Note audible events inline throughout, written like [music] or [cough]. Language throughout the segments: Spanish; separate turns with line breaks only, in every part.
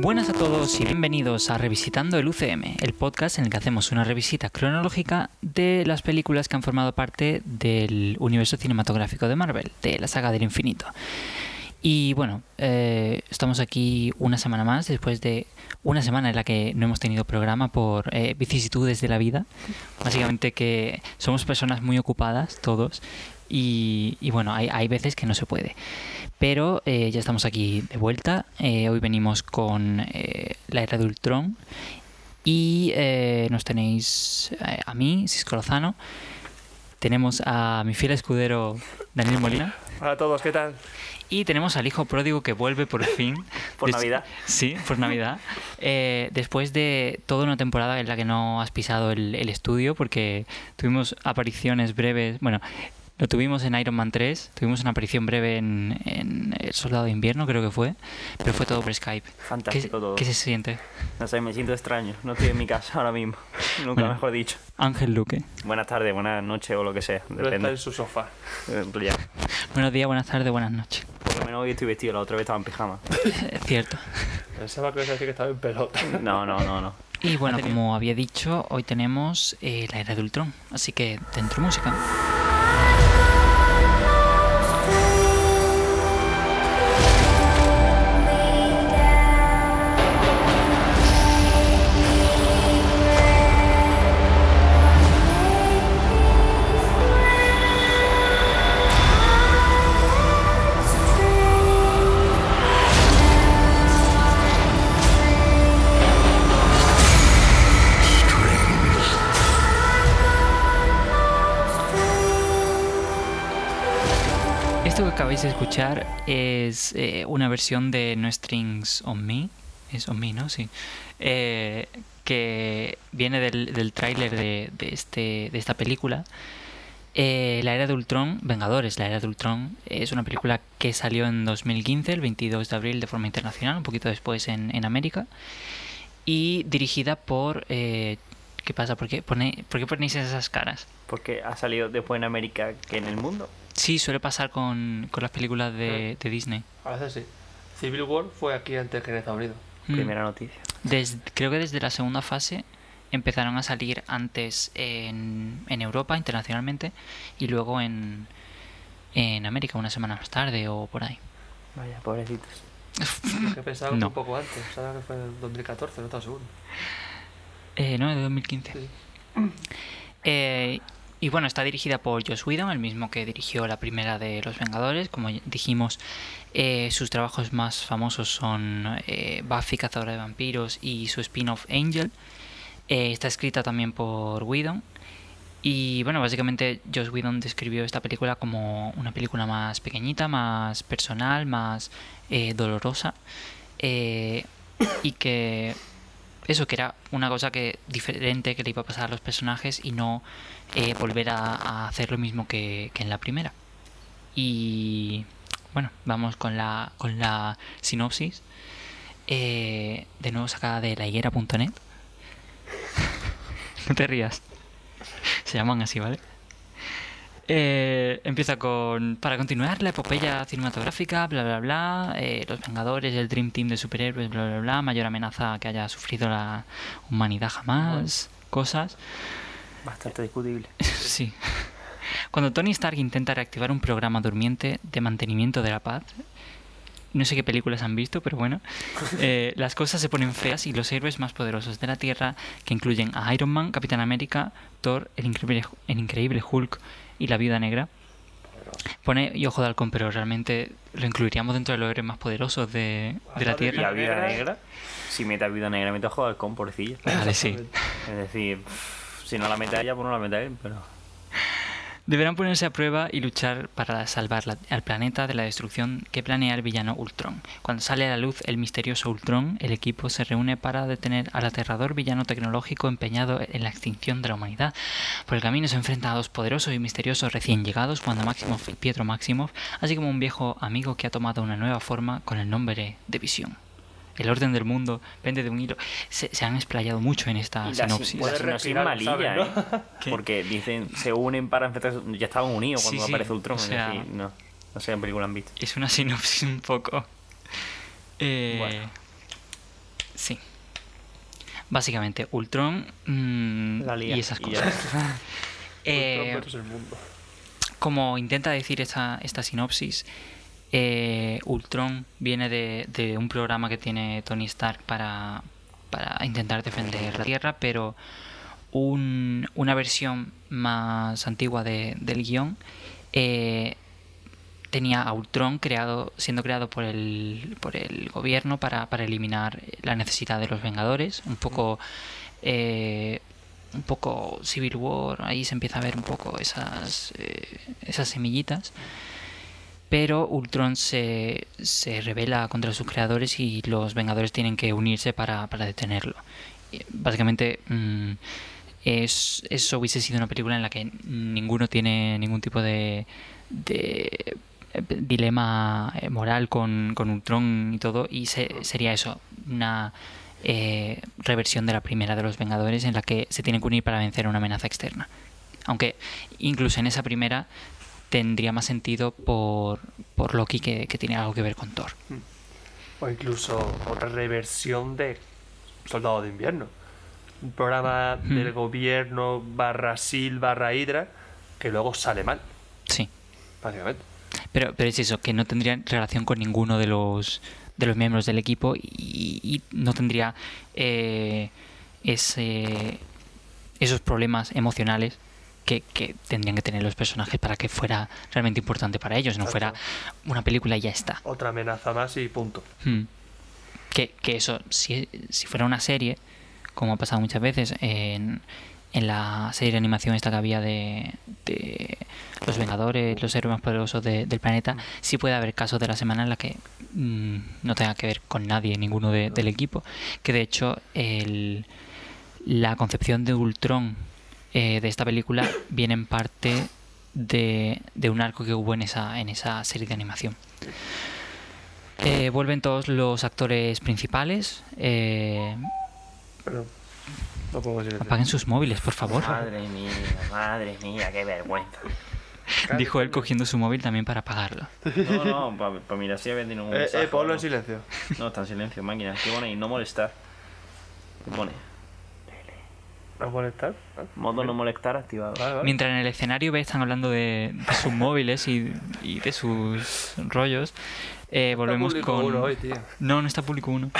Buenas a todos y bienvenidos a Revisitando el UCM, el podcast en el que hacemos una revisita cronológica de las películas que han formado parte del universo cinematográfico de Marvel, de la saga del infinito. Y bueno, eh, estamos aquí una semana más, después de una semana en la que no hemos tenido programa por eh, vicisitudes de la vida. Básicamente que somos personas muy ocupadas todos y, y bueno, hay, hay veces que no se puede. Pero eh, ya estamos aquí de vuelta. Eh, hoy venimos con eh, la era de Ultron y eh, nos tenéis eh, a mí, Cisco Lozano. Tenemos a mi fiel escudero Daniel Molina.
Hola a todos, ¿qué tal?
Y tenemos al hijo pródigo que vuelve
[laughs]
por fin.
Por
Des-
Navidad.
Sí, por
[laughs]
Navidad. Eh, después de toda una temporada en la que no has pisado el, el estudio, porque tuvimos apariciones breves. Bueno, lo tuvimos en Iron Man 3, tuvimos una aparición breve en, en El Soldado de Invierno, creo que fue, pero fue todo por Skype. ¿Qué,
Fantástico todo.
qué se siente?
No sé, me siento extraño. No estoy en mi casa ahora mismo. [laughs] Nunca
Bueno.
mejor dicho.
Ángel Luque.
Mm. Buenas tardes, buenas noches o lo que sea.
Pero está en
Depende.
su sofá.
Eh, ya.
Buenos días, buenas tardes, buenas
[laughs]
noches.
Por lo menos hoy estoy vestido, la otra vez estaba en pijama.
Eh, Cierto.
Pensaba que ibas a decir que estaba en pelota.
No, no, no, no.
Y bueno, como había dicho, hoy tenemos eh, la era de Ultron, así que dentro música. Esto que acabáis de escuchar es eh, una versión de No Strings on Me. Es on me, ¿no? Sí. Eh, que viene del, del tráiler de, de este, de esta película. Eh, la era de Ultron, Vengadores, la era de Ultron, es una película que salió en 2015, el 22 de abril, de forma internacional, un poquito después en, en América. Y dirigida por... eh, ¿Qué pasa? ¿Por qué, pone- ¿Por qué ponéis esas caras?
Porque ha salido después en América que en el mundo.
Sí, suele pasar con, con las películas de, de Disney.
A veces sí. Civil War fue aquí antes que en Estados Unidos.
Mm.
Primera noticia.
Desde- creo que desde la segunda fase empezaron a salir antes en, en Europa internacionalmente y luego en, en América una semana más tarde o por ahí.
Vaya, pobrecitos.
Lo que pensaba
No.
un poco antes. Pensaba que fue en 2014, no estaba seguro.
Eh, no, de 2015.
Sí.
Eh, y bueno, está dirigida por Joss Whedon, el mismo que dirigió la primera de Los Vengadores. Como ya dijimos, eh, sus trabajos más famosos son eh, Buffy, Cazadora de Vampiros y su spin-off Angel. Eh, está escrita también por Whedon. Y bueno, básicamente Joss Whedon describió esta película como una película más pequeñita, más personal, más eh, dolorosa. Eh, y que eso, que era una cosa que diferente que le iba a pasar a los personajes y no eh, volver a, a hacer lo mismo que, que en la primera. Y bueno, vamos con la, con la sinopsis. Eh, de nuevo sacada de lahiguera.net. [laughs] no te rías. Se llaman así, ¿vale? Eh, empieza con. Para continuar la epopeya cinematográfica, bla bla bla. eh, los Vengadores, el Dream Team de superhéroes, bla bla bla. Mayor amenaza que haya sufrido la humanidad jamás. Cosas.
Bastante discutible.
Sí. Cuando Tony Stark intenta reactivar un programa durmiente de mantenimiento de la paz, no sé qué películas han visto, pero bueno, eh, las cosas se ponen feas y los héroes más poderosos de la Tierra, que incluyen a Iron Man, Capitán América, Thor, el increíble, el increíble Hulk y la Viuda Negra, pone, y ojo de halcón, pero realmente lo incluiríamos dentro de los héroes más poderosos de, de la
¿Y la
Tierra.
vida
Negra.
negra? Si mete a vida negra, mete a jugar con porcillo. [laughs]
Vale, sí.
Es decir, si no la mete a ella, pues no la mete a él, pero.
Deberán ponerse a prueba y luchar para salvar la- al planeta de la destrucción que planea el villano Ultron. Cuando sale a la luz el misterioso Ultron, el equipo se reúne para detener al aterrador villano tecnológico empeñado en la extinción de la humanidad. Por el camino se enfrenta a dos poderosos y misteriosos recién llegados, Wanda Maximoff y Pietro Maximoff, así como un viejo amigo que ha tomado una nueva forma con el nombre de Visión. El orden del mundo pende de un hilo. Se, se han explayado mucho en esta
Y la
sinopsis.
sin- la Ah, sinopsis
respirar,
malilla,
¿sabes, no?
[laughs] ¿eh? Porque dicen, se unen para enfrentarse. Ya estaban unidos
Sí,
cuando
sí,
aparece Ultron.
o sea-
Es decir, no. No sé en película han visto.
Es una sinopsis un poco. eh,
Bueno.
Sí. Básicamente, Ultron mm,
La lía,
y esas
y ya. [laughs]
cosas. [laughs] Eh,
Ultron versus el mundo.
como intenta decir esta, esta sinopsis, eh, Ultron viene de, de un programa que tiene Tony Stark para, para intentar defender la Tierra, pero un- una versión más antigua de- del guión eh, tenía a Ultron creado, siendo creado por el, por el gobierno para, para eliminar la necesidad de los Vengadores. Un poco. eh, un poco Civil War, ahí se empieza a ver un poco esas, eh, esas semillitas. Pero Ultron se, se revela contra sus creadores y los Vengadores tienen que unirse para, para detenerlo. Y, Básicamente, mm, es, eso hubiese sido una película en la que ninguno tiene ningún tipo de, de eh, dilema eh, moral con, con Ultron y todo, y se- sería eso, una eh, reversión de la primera de los Vengadores en la que se tienen que unir para vencer a una amenaza externa. Aunque incluso en esa primera tendría más sentido por, por Loki que, que tiene algo que ver con Thor.
O incluso otra reversión de Soldado de Invierno. Un programa del gobierno barra SIL barra Hydra que luego sale mal,
Sí.
básicamente.
Pero, pero es eso, que no tendría relación con ninguno de los, de los miembros del equipo y, y no tendría eh, ese, esos problemas emocionales que, que tendrían que tener los personajes para que fuera realmente importante para ellos, no fuera una película y ya está.
Otra amenaza más y punto.
Hmm. Que, que eso, si, si fuera una serie, como ha pasado muchas veces en, en la serie de animación esta que había de, de los Vengadores, los héroes más poderosos de- del planeta, sí puede haber casos de la semana en la que mm, no tenga que ver con nadie, ninguno de- del equipo. Que de hecho el, la concepción de Ultron eh, de esta película viene en parte de, de un arco que hubo en esa, en esa serie de animación. Eh, vuelven todos los actores principales. Eh,
Pero no puedo decir
apaguen sus móviles, por favor.
Ah,
[laughs]
Madre mía, madre mía, qué vergüenza.
Dijo él cogiendo su móvil también para apagarlo.
No, [laughs] no, para mirar si ha vendido un
Eh,
mensaje o
ponlo
no.
en silencio.
No, está en silencio, máquina. ¿Qué pone ahí? No molestar. ¿Qué pone?
¿No molestar? Ah,
Modo no molestar activado.
Vale, vale.
Mientras en el escenario ve, están hablando de, de sus móviles y, y de sus rollos. Eh, volvemos
público
con.
uno hoy, tío.
No, no está público
[laughs]
uno.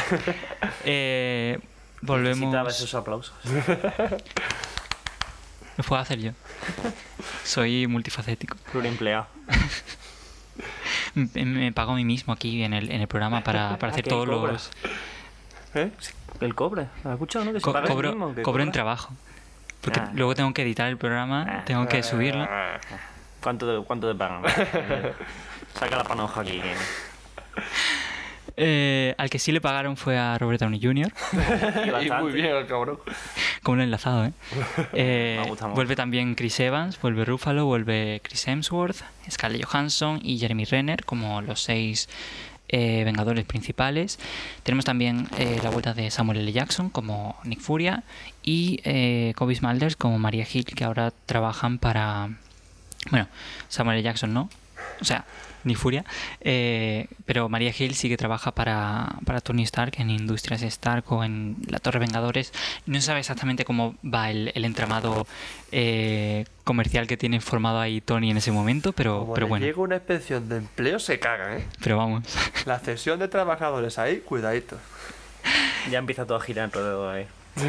Eh,
Necesitaba
volvemos.
esos aplausos. [laughs]
Lo puedo hacer yo. Soy multifacético.
Pluriempleado.
Me, me pago a mí mismo aquí en el, en el programa para, para hacer
que
todos
cobra.
los.
¿Eh?
¿El cobre? ¿Has escuchado, no? Que se
Co-
paga el
cobro,
mismo, que
cobro en
cobra.
trabajo. Porque
Ah.
luego tengo que editar el programa,
Ah.
tengo que subirlo.
¿Cuánto te, cuánto te
[laughs]
pagan? Saca la panoja aquí.
Eh, al que sí le pagaron fue a Robert Downey Jr.
Y
bastante.
muy bien el cabrón.
[laughs] Como lo he enlazado,
[laughs]
¿eh? Eh,
Me gusta mucho.
vuelve también Chris Evans, vuelve Ruffalo, vuelve Chris Hemsworth, Scarlett Johansson y Jeremy Renner como los seis eh, vengadores principales. Tenemos también eh, la vuelta de Samuel L. Jackson como Nick Furia y eh, Kobe Smulders como Maria Hill, que ahora trabajan para... Bueno, Samuel L. Jackson no, o sea, ni Furia, eh, pero Maria Hill sí que trabaja para, para Tony Stark en Industrias Stark o en la Torre Vengadores. No sabe exactamente cómo va el, el entramado eh, comercial que tiene formado ahí Tony en ese momento, pero,
Como
pero
le
bueno,
llega una inspección de empleo, se cagan, ¿eh?
pero
[laughs]
vamos.
La cesión de trabajadores ahí, cuidadito.
Ya empieza todo a girar alrededor de ahí.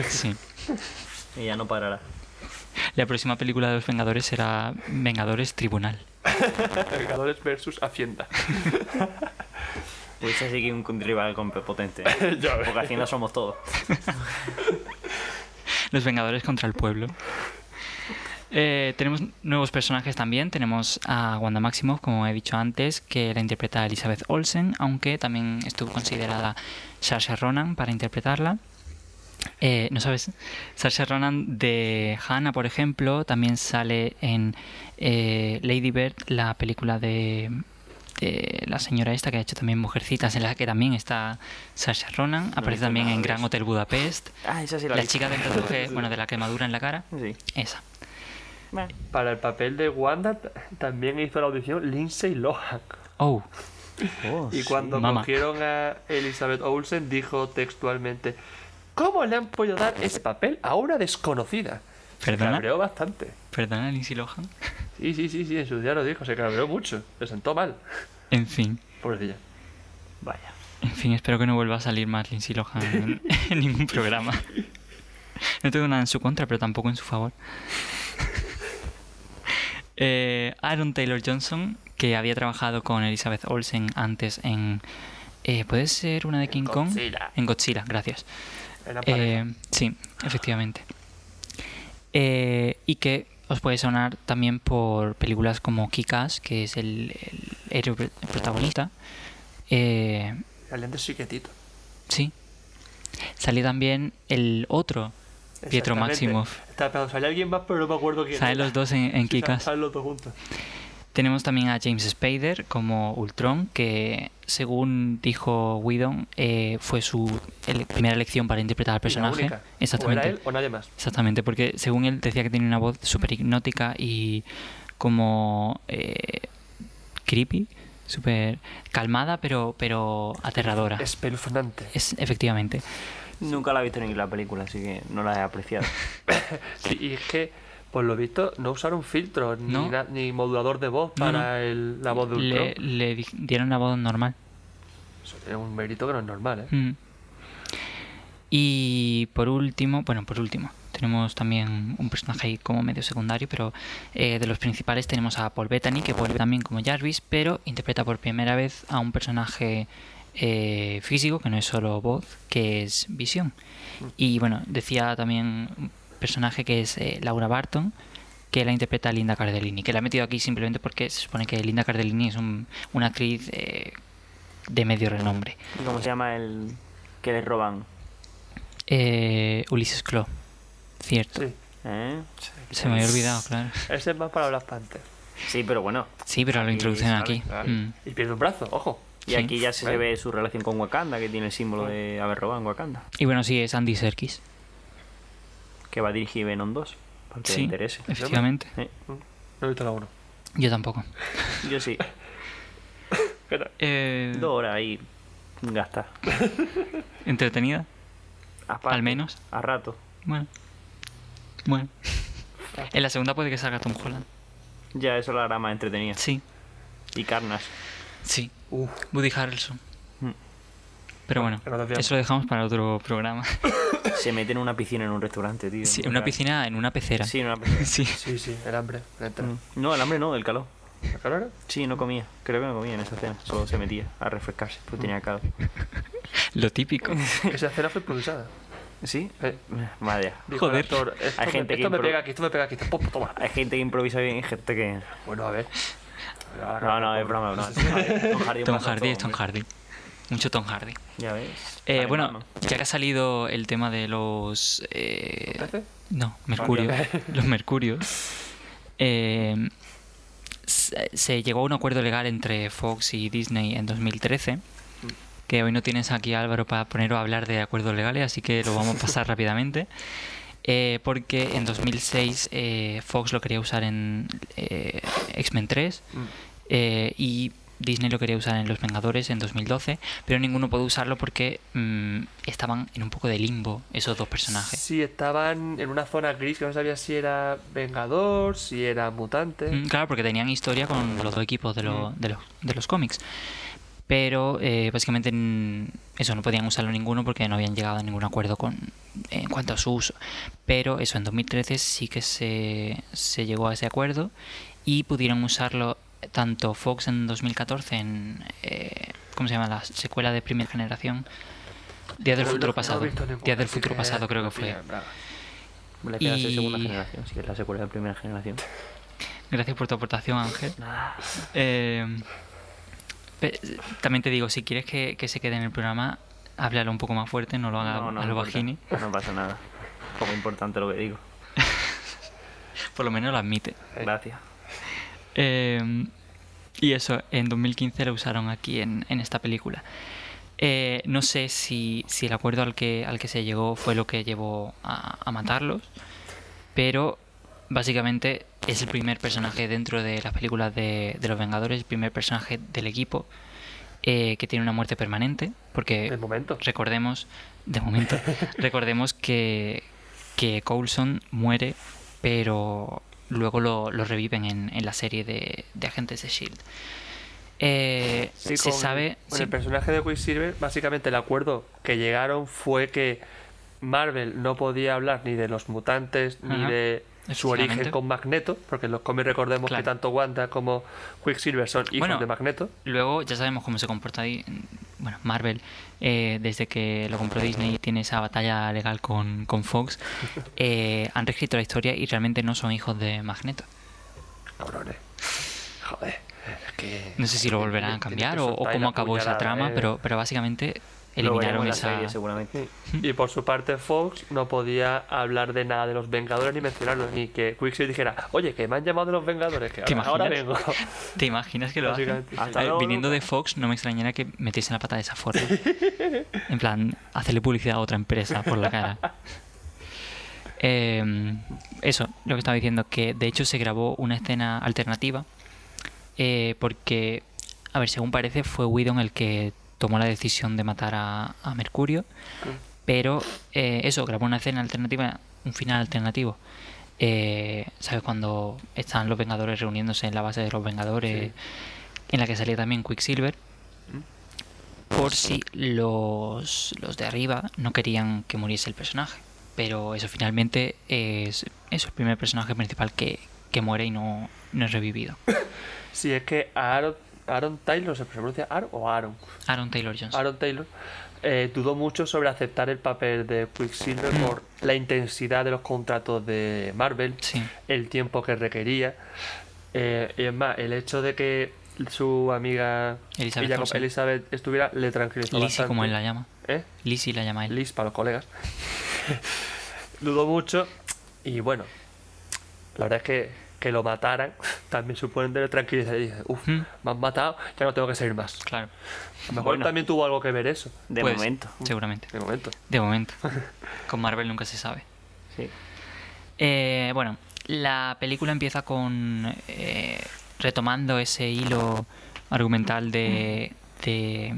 sí.
Y ya no parará.
La próxima película de los Vengadores será Vengadores Tribunal.
Vengadores versus Hacienda.
Pues así que un rival con potente.
[laughs] Ya ves.
Porque Hacienda somos todos.
Los Vengadores contra el pueblo. Eh, tenemos nuevos personajes también. Tenemos a Wanda Maximoff, como he dicho antes, que la interpreta Elizabeth Olsen, aunque también estuvo considerada Saoirse Ronan para interpretarla. Eh, no sabes, Saoirse Ronan de Hannah, por ejemplo, también sale en eh, Lady Bird, la película de, de la señora esta que ha hecho también Mujercitas, en la que también está Saoirse Ronan. Aparece
visto
también
nada
en
de
Gran
eso.
Hotel Budapest.
Ah, esa sí la
La
vi.
chica del tatuaje, bueno, de la quemadura en la cara.
Sí.
Esa.
Bueno,
Para el papel de Wanda t- también hizo la audición Lindsay Lohan.
Oh,
Oh,
Y cuando
Mamá.
cogieron a Elizabeth Olsen dijo textualmente, ¿cómo le han podido dar ese papel a una desconocida? Se
¿Perdona?
cabreó bastante.
Perdona, Lindsay Lohan.
Sí, sí, sí, sí, en su día lo dijo, se cabreó mucho, se sentó mal,
En fin,
pobrecilla.
Vaya.
en fin, espero que no vuelva a salir más Lindsay Lohan en, [laughs] en ningún programa. No tengo nada en su contra, pero tampoco en su favor. [laughs] Eh, Aaron Taylor Johnson, que había trabajado con Elizabeth Olsen antes en. eh, ¿Puede ser una de King Kong?
Godzilla.
En Godzilla, gracias.
Era pareja.
Eh, sí, efectivamente. Eh, y que os puede sonar también por películas como Kikas, que es el, el héroe pr- protagonista. Eh,
El Andrés sí quietito.
sí. Salió también el otro, Pietro
Exactamente.
Maximoff.
Estaba pensando, sale alguien más, pero no me acuerdo quién.
Salen
era.
los dos en, en
Sí,
Kikas.
Salen los dos juntos.
Tenemos también a James Spader como Ultron, que según dijo Whedon, eh, fue su ele- primera elección para interpretar al
Y la
personaje.
única.
Exactamente.
O era él o nadie más.
Exactamente, porque según él decía que tenía una voz súper hipnótica y como eh, creepy, súper calmada, pero, pero aterradora.
Ah.
Es...
Espeluznante.
Eh,
efectivamente.
Nunca la he visto en inglés la película, así que no la he apreciado.
[laughs] Sí, y es que, por lo visto, no usaron filtros ni,
No.
na- ni modulador de voz
No,
para
no.
el- la voz de Ultron.
Le, le di- dieron la voz normal.
Eso tiene un mérito que no es normal, ¿eh?
Mm. Y por último, bueno, por último, tenemos también un personaje ahí como medio secundario, pero eh, de los principales tenemos a Paul Bettany, que vuelve también como Jarvis, pero interpreta por primera vez a un personaje eh, físico, que no es solo voz, que es visión. Y bueno, decía también un personaje que es eh, Laura Barton, que la interpreta Linda Cardellini, que la he metido aquí simplemente porque se supone que Linda Cardellini es un- una actriz eh, de medio renombre.
¿Y ¿Cómo se llama el que le roban?
Eh, Ulises Claw. Cierto.
Sí.
¿Eh?
Se me había olvidado, claro.
Ese es más para Black Panther.
Sí, pero bueno.
Sí, pero lo
Aquí,
introducen
¿sabes?
aquí.
Claro.
Mm.
Y pierde un brazo, ojo.
Y
Sí.
aquí ya se,
Vale.
ve su relación con Wakanda, que tiene el símbolo de haber robado en Wakanda.
Y bueno, sí, es Andy Serkis.
Que va a dirigir Venom 2, para que le
Sí,
interese.
efectivamente.
Eh,
No he visto la uno.
Yo tampoco.
Yo sí,
¿Qué tal?
Eh,
dos horas ahí gastas.
¿Entretenida?
Aparte,
Al menos.
A rato.
Bueno. Bueno.
[laughs]
En la segunda puede que salga Tom Holland.
Ya eso la hará más entretenida.
Sí,
Y carnas.
sí.
Uf,
Woody Harrelson.
Mm.
Pero bueno,
Pero no te amo.
eso lo dejamos para otro programa. [laughs]
Se mete en una piscina en un restaurante, tío.
Sí, en una piscina, en una pecera.
Sí, en una
[laughs]
piscina.
Sí.
sí, sí, el hambre. el entra.
Mm. No, el hambre no, del calor.
¿La
[laughs]
calor?
Sí, no comía. Creo que no comía en esa cena. Solo se metía a refrescarse, pues tenía calor.
Lo típico.
Esa escena fue improvisada.
¿Sí?
Eh,
Madre.
dijo
Joder.
el actor, esto,
Hay
me,
gente que
esto me
impro-
pega aquí, esto me pega aquí, esto, pop, toma.
Hay gente que improvisa bien y gente que...
Bueno, a ver.
[laughs] No, no, es broma, no. Tom Hardy,
Tom
pasa
Hardy
todo,
es Tom
hombre.
Hardy. Mucho Tom Hardy.
Ya ves.
Eh,
Ay,
bueno,
mano.
ya que ha salido el tema de los... eh,
¿Peces?
no, mercurio. [laughs] los mercurios. eh, se, se llegó a un acuerdo legal entre Fox y Disney en 2013. Que hoy no tienes aquí a Álvaro para poneros a hablar de acuerdos legales, así que lo vamos a pasar rápidamente. Eh, porque en 2006 eh, Fox lo quería usar en eh, X-Men 3
Mm.
eh, y Disney lo quería usar en Los Vengadores en 2012, pero ninguno pudo usarlo porque mm, estaban en un poco de limbo esos dos personajes.
Sí, estaban en una zona gris que no sabía si era Vengador, si era mutante.
Mm, Claro, porque tenían historia con los dos equipos de,
Mm.
lo- de, los- de los cómics. Pero eh, básicamente mm, eso no podían usarlo ninguno porque no habían llegado a ningún acuerdo con, en cuanto a su uso. Pero eso, en 2013 sí que se, se llegó a ese acuerdo y pudieron usarlo tanto Fox en 2014 en... eh, ¿Cómo se llama? La secuela de primera generación. Días del
No, no,
futuro
no he
pasado.
visto eh, ninguna,
Días del
así
futuro pasado creo que fue.
Bien, bravo.
Me la queda
y-
de segunda generación, sí que es la secuela de primera generación.
Gracias por tu aportación, Ángel.
Nada.
Eh, pe- también te digo, si quieres que, que se quede en el programa, háblalo un poco más fuerte, no lo haga
No, no
a lo
importa.
bajini.
No pasa nada. Poco importante lo que digo.
Por lo menos lo admite.
Gracias.
Eh, y eso, en 2015 lo usaron aquí en, en esta película. Eh, no sé si, si el acuerdo al que, al que se llegó fue lo que llevó a, a matarlos, pero básicamente es el primer personaje dentro de las películas de, de los Vengadores, el primer personaje del equipo eh, que tiene una muerte permanente, porque
De momento.
recordemos, de momento, recordemos que, que Coulson muere, pero luego lo, lo reviven en, en la serie de, de Agentes de Shield. E Eh,
Sí,
se
con-
sabe,
con
sí,
el personaje de Quicksilver, básicamente el acuerdo que llegaron fue que Marvel no podía hablar ni de los mutantes ni
Ajá,
de su origen
efectivamente.
con Magneto, porque en los cómics recordemos
Claro.
que tanto Wanda como Quicksilver son hijos
Bueno,
de Magneto.
Luego ya sabemos cómo se comporta ahí, bueno, Marvel, eh, desde que lo compró Disney y tiene esa batalla legal con, con Fox,
[laughs]
eh, han reescrito la historia y realmente no son hijos de Magneto.
Cabrones. Joder. Es que.
No sé si lo volverán a
Tienes Eh, que
cambiar o, o
soltar ahí
cómo
la
acabó esa
puñalada,
trama,
eh.
pero, pero básicamente
Lo veremos
eliminaron
en la
esa...
serie, seguramente.
Y por su parte, Fox no podía hablar de nada de los Vengadores ni mencionarlos, ni que Quicksilver dijera, oye, que me han llamado de los Vengadores, que
¿Te
ahora, ahora vengo.
imaginas? ¿Te imaginas que lo hacen?
Básicamente.
Hasta
Eh,
luego,
viniendo de
Lucas.
Fox, no me extrañará que metiesen la pata de esa forma. en plan, hacerle publicidad a otra empresa por la cara. Eh, eso, lo que estaba diciendo, que de hecho se grabó una escena alternativa. eh, porque, a ver, según parece, fue Whedon el que tomó la decisión de matar a, a Mercurio. Pero eh, eso, grabó una escena alternativa, un final alternativo. Eh, ¿Sabes? Cuando están los Vengadores reuniéndose en la base de los Vengadores, en la que salía también Quicksilver. Por si los, los de arriba no querían que muriese el personaje. Pero eso finalmente es, es el primer personaje principal que, que muere y no, no es revivido.
Si es que Aaron, Aaron Taylor, ¿se pronuncia Aaron o Aaron?
Aaron Taylor Johnson.
Aaron Taylor eh, dudó mucho sobre aceptar el papel de Quicksilver
Mm.
por la intensidad de los contratos de Marvel,
Sí.
el tiempo que requería. eh, y es más, el hecho de que su amiga
Elizabeth
Villacom-
Olsen.
Elizabeth estuviera le tranquilizó
Lizzie, como él la
bastante.
llama.
¿Eh?
Lizzie la llama él.
Liz para los colegas. [laughs] Dudó mucho y bueno, la verdad es que, que lo mataran [laughs] también suponen tener tranquilidad. Y dice, uff,
Mm.
me han matado, ya no tengo que seguir más.
Claro.
A lo mejor
Bueno.
también tuvo algo que ver eso,
De
Pues,
momento.
Seguramente.
de momento.
De momento. Con Marvel nunca se sabe.
Sí.
Eh, bueno, la película empieza con. eh, retomando ese hilo argumental de, de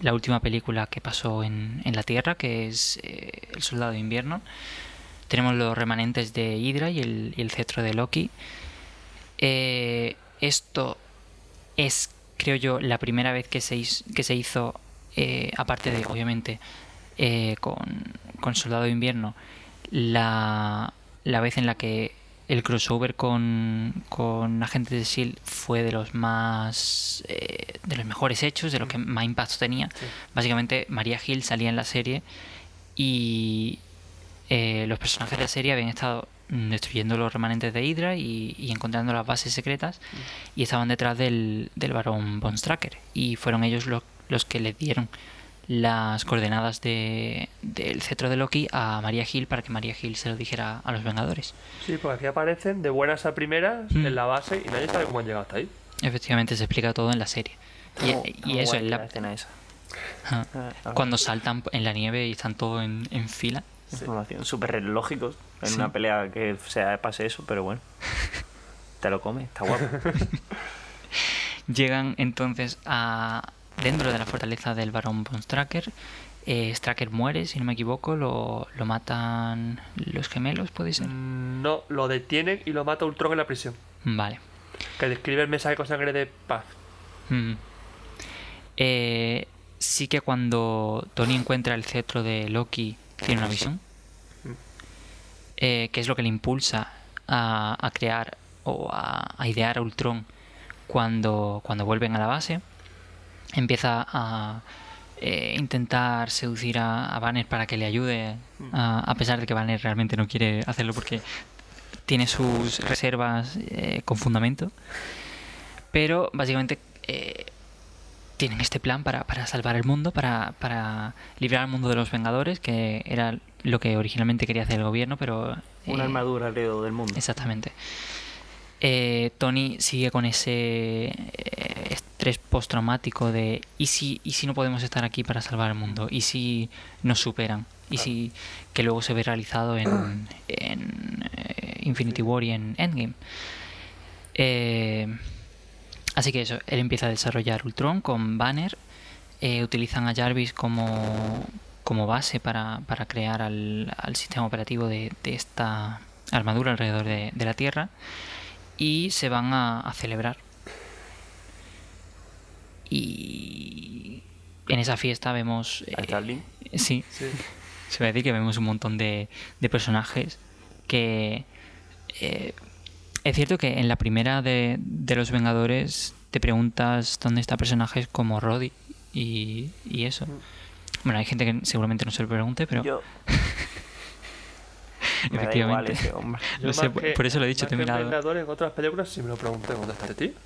la última película que pasó en, en la Tierra, que es eh, El Soldado de Invierno. Tenemos los remanentes de Hydra y el, y el cetro de Loki. Eh, esto es, creo yo, la primera vez que se, his- que se hizo, eh, aparte de, obviamente, eh, con, con Soldado de Invierno, la, la vez en la que el crossover con, con Agentes de SEAL E fue de los más eh, de los mejores hechos, de los que más impacto tenía. Básicamente, María Hill salía en la serie y eh, los personajes de la serie habían estado mm, destruyendo los remanentes de Hydra y, y encontrando las bases secretas y estaban detrás del, del barón Von Strucker y fueron ellos lo- los que le dieron las coordenadas de, del cetro de Loki a María Hill para que María Hill se lo dijera a los Vengadores.
Sí, porque aquí aparecen de buenas a primeras
Mm.
en la base y nadie sabe cómo han llegado hasta ahí.
Efectivamente se explica todo en la serie. Y,
Está
y
muy
eso,
guay
en la-
escena esa.
ajá.
Ah, ahora,
cuando saltan en la nieve y están todos en, en fila.
información súper lógicos en
Sí.
una pelea que sea pase eso, pero [laughs] bueno. Te lo come, está guapo.
Llegan entonces a dentro de la fortaleza del barón von Stracker. Eh, Stracker muere, si no me equivoco, lo, lo matan los gemelos, puede ser.
Mm, No, lo detienen y lo mata Ultron en la prisión.
Vale.
Que describe el mensaje con sangre de paz.
Mm. Eh, sí que cuando Tony encuentra el cetro de Loki, tiene una visión. Eh, que es lo que le impulsa a, a crear o a, a idear a Ultron cuando, cuando vuelven a la base. Empieza a eh, intentar seducir a, a Banner para que le ayude, a, a pesar de que Banner realmente no quiere hacerlo porque tiene sus reservas eh, con fundamento. Pero básicamente eh, tienen este plan para, para salvar el mundo, para, para librar al mundo de los Vengadores, que era lo que originalmente quería hacer el gobierno, pero...
[laughs] Una
eh,
armadura alrededor del mundo.
Exactamente. Eh, Tony sigue con ese eh, estrés postraumático de ¿y si, ¿y si no podemos estar aquí para salvar el mundo? ¿Y si nos superan? ¿Y si que luego se ve realizado en, en, eh, Infinity War y en Endgame? Eh, así que eso, él empieza a desarrollar Ultron con Banner eh, utilizan a Jarvis como, como base para, para crear al, al sistema operativo de, de esta armadura alrededor de, de la Tierra y se van a, a celebrar. Y en esa fiesta vemos...
¿A
eh,
Starling?
sí,
Sí.
se va a decir que vemos un montón de, de personajes que... eh, es cierto que en la primera de, de Los Vengadores te preguntas dónde está personajes como Roddy y, y eso. Bueno, hay gente que seguramente no se lo pregunte, pero
Yo. Me da igual
efectivamente. [laughs]
ese hombre.
Lo
Yo
sé,
más
por-
que-
por eso lo he dicho,
más
te he
que
mirado.
Vengadores en otras películas si me lo pregunté dónde está este tío.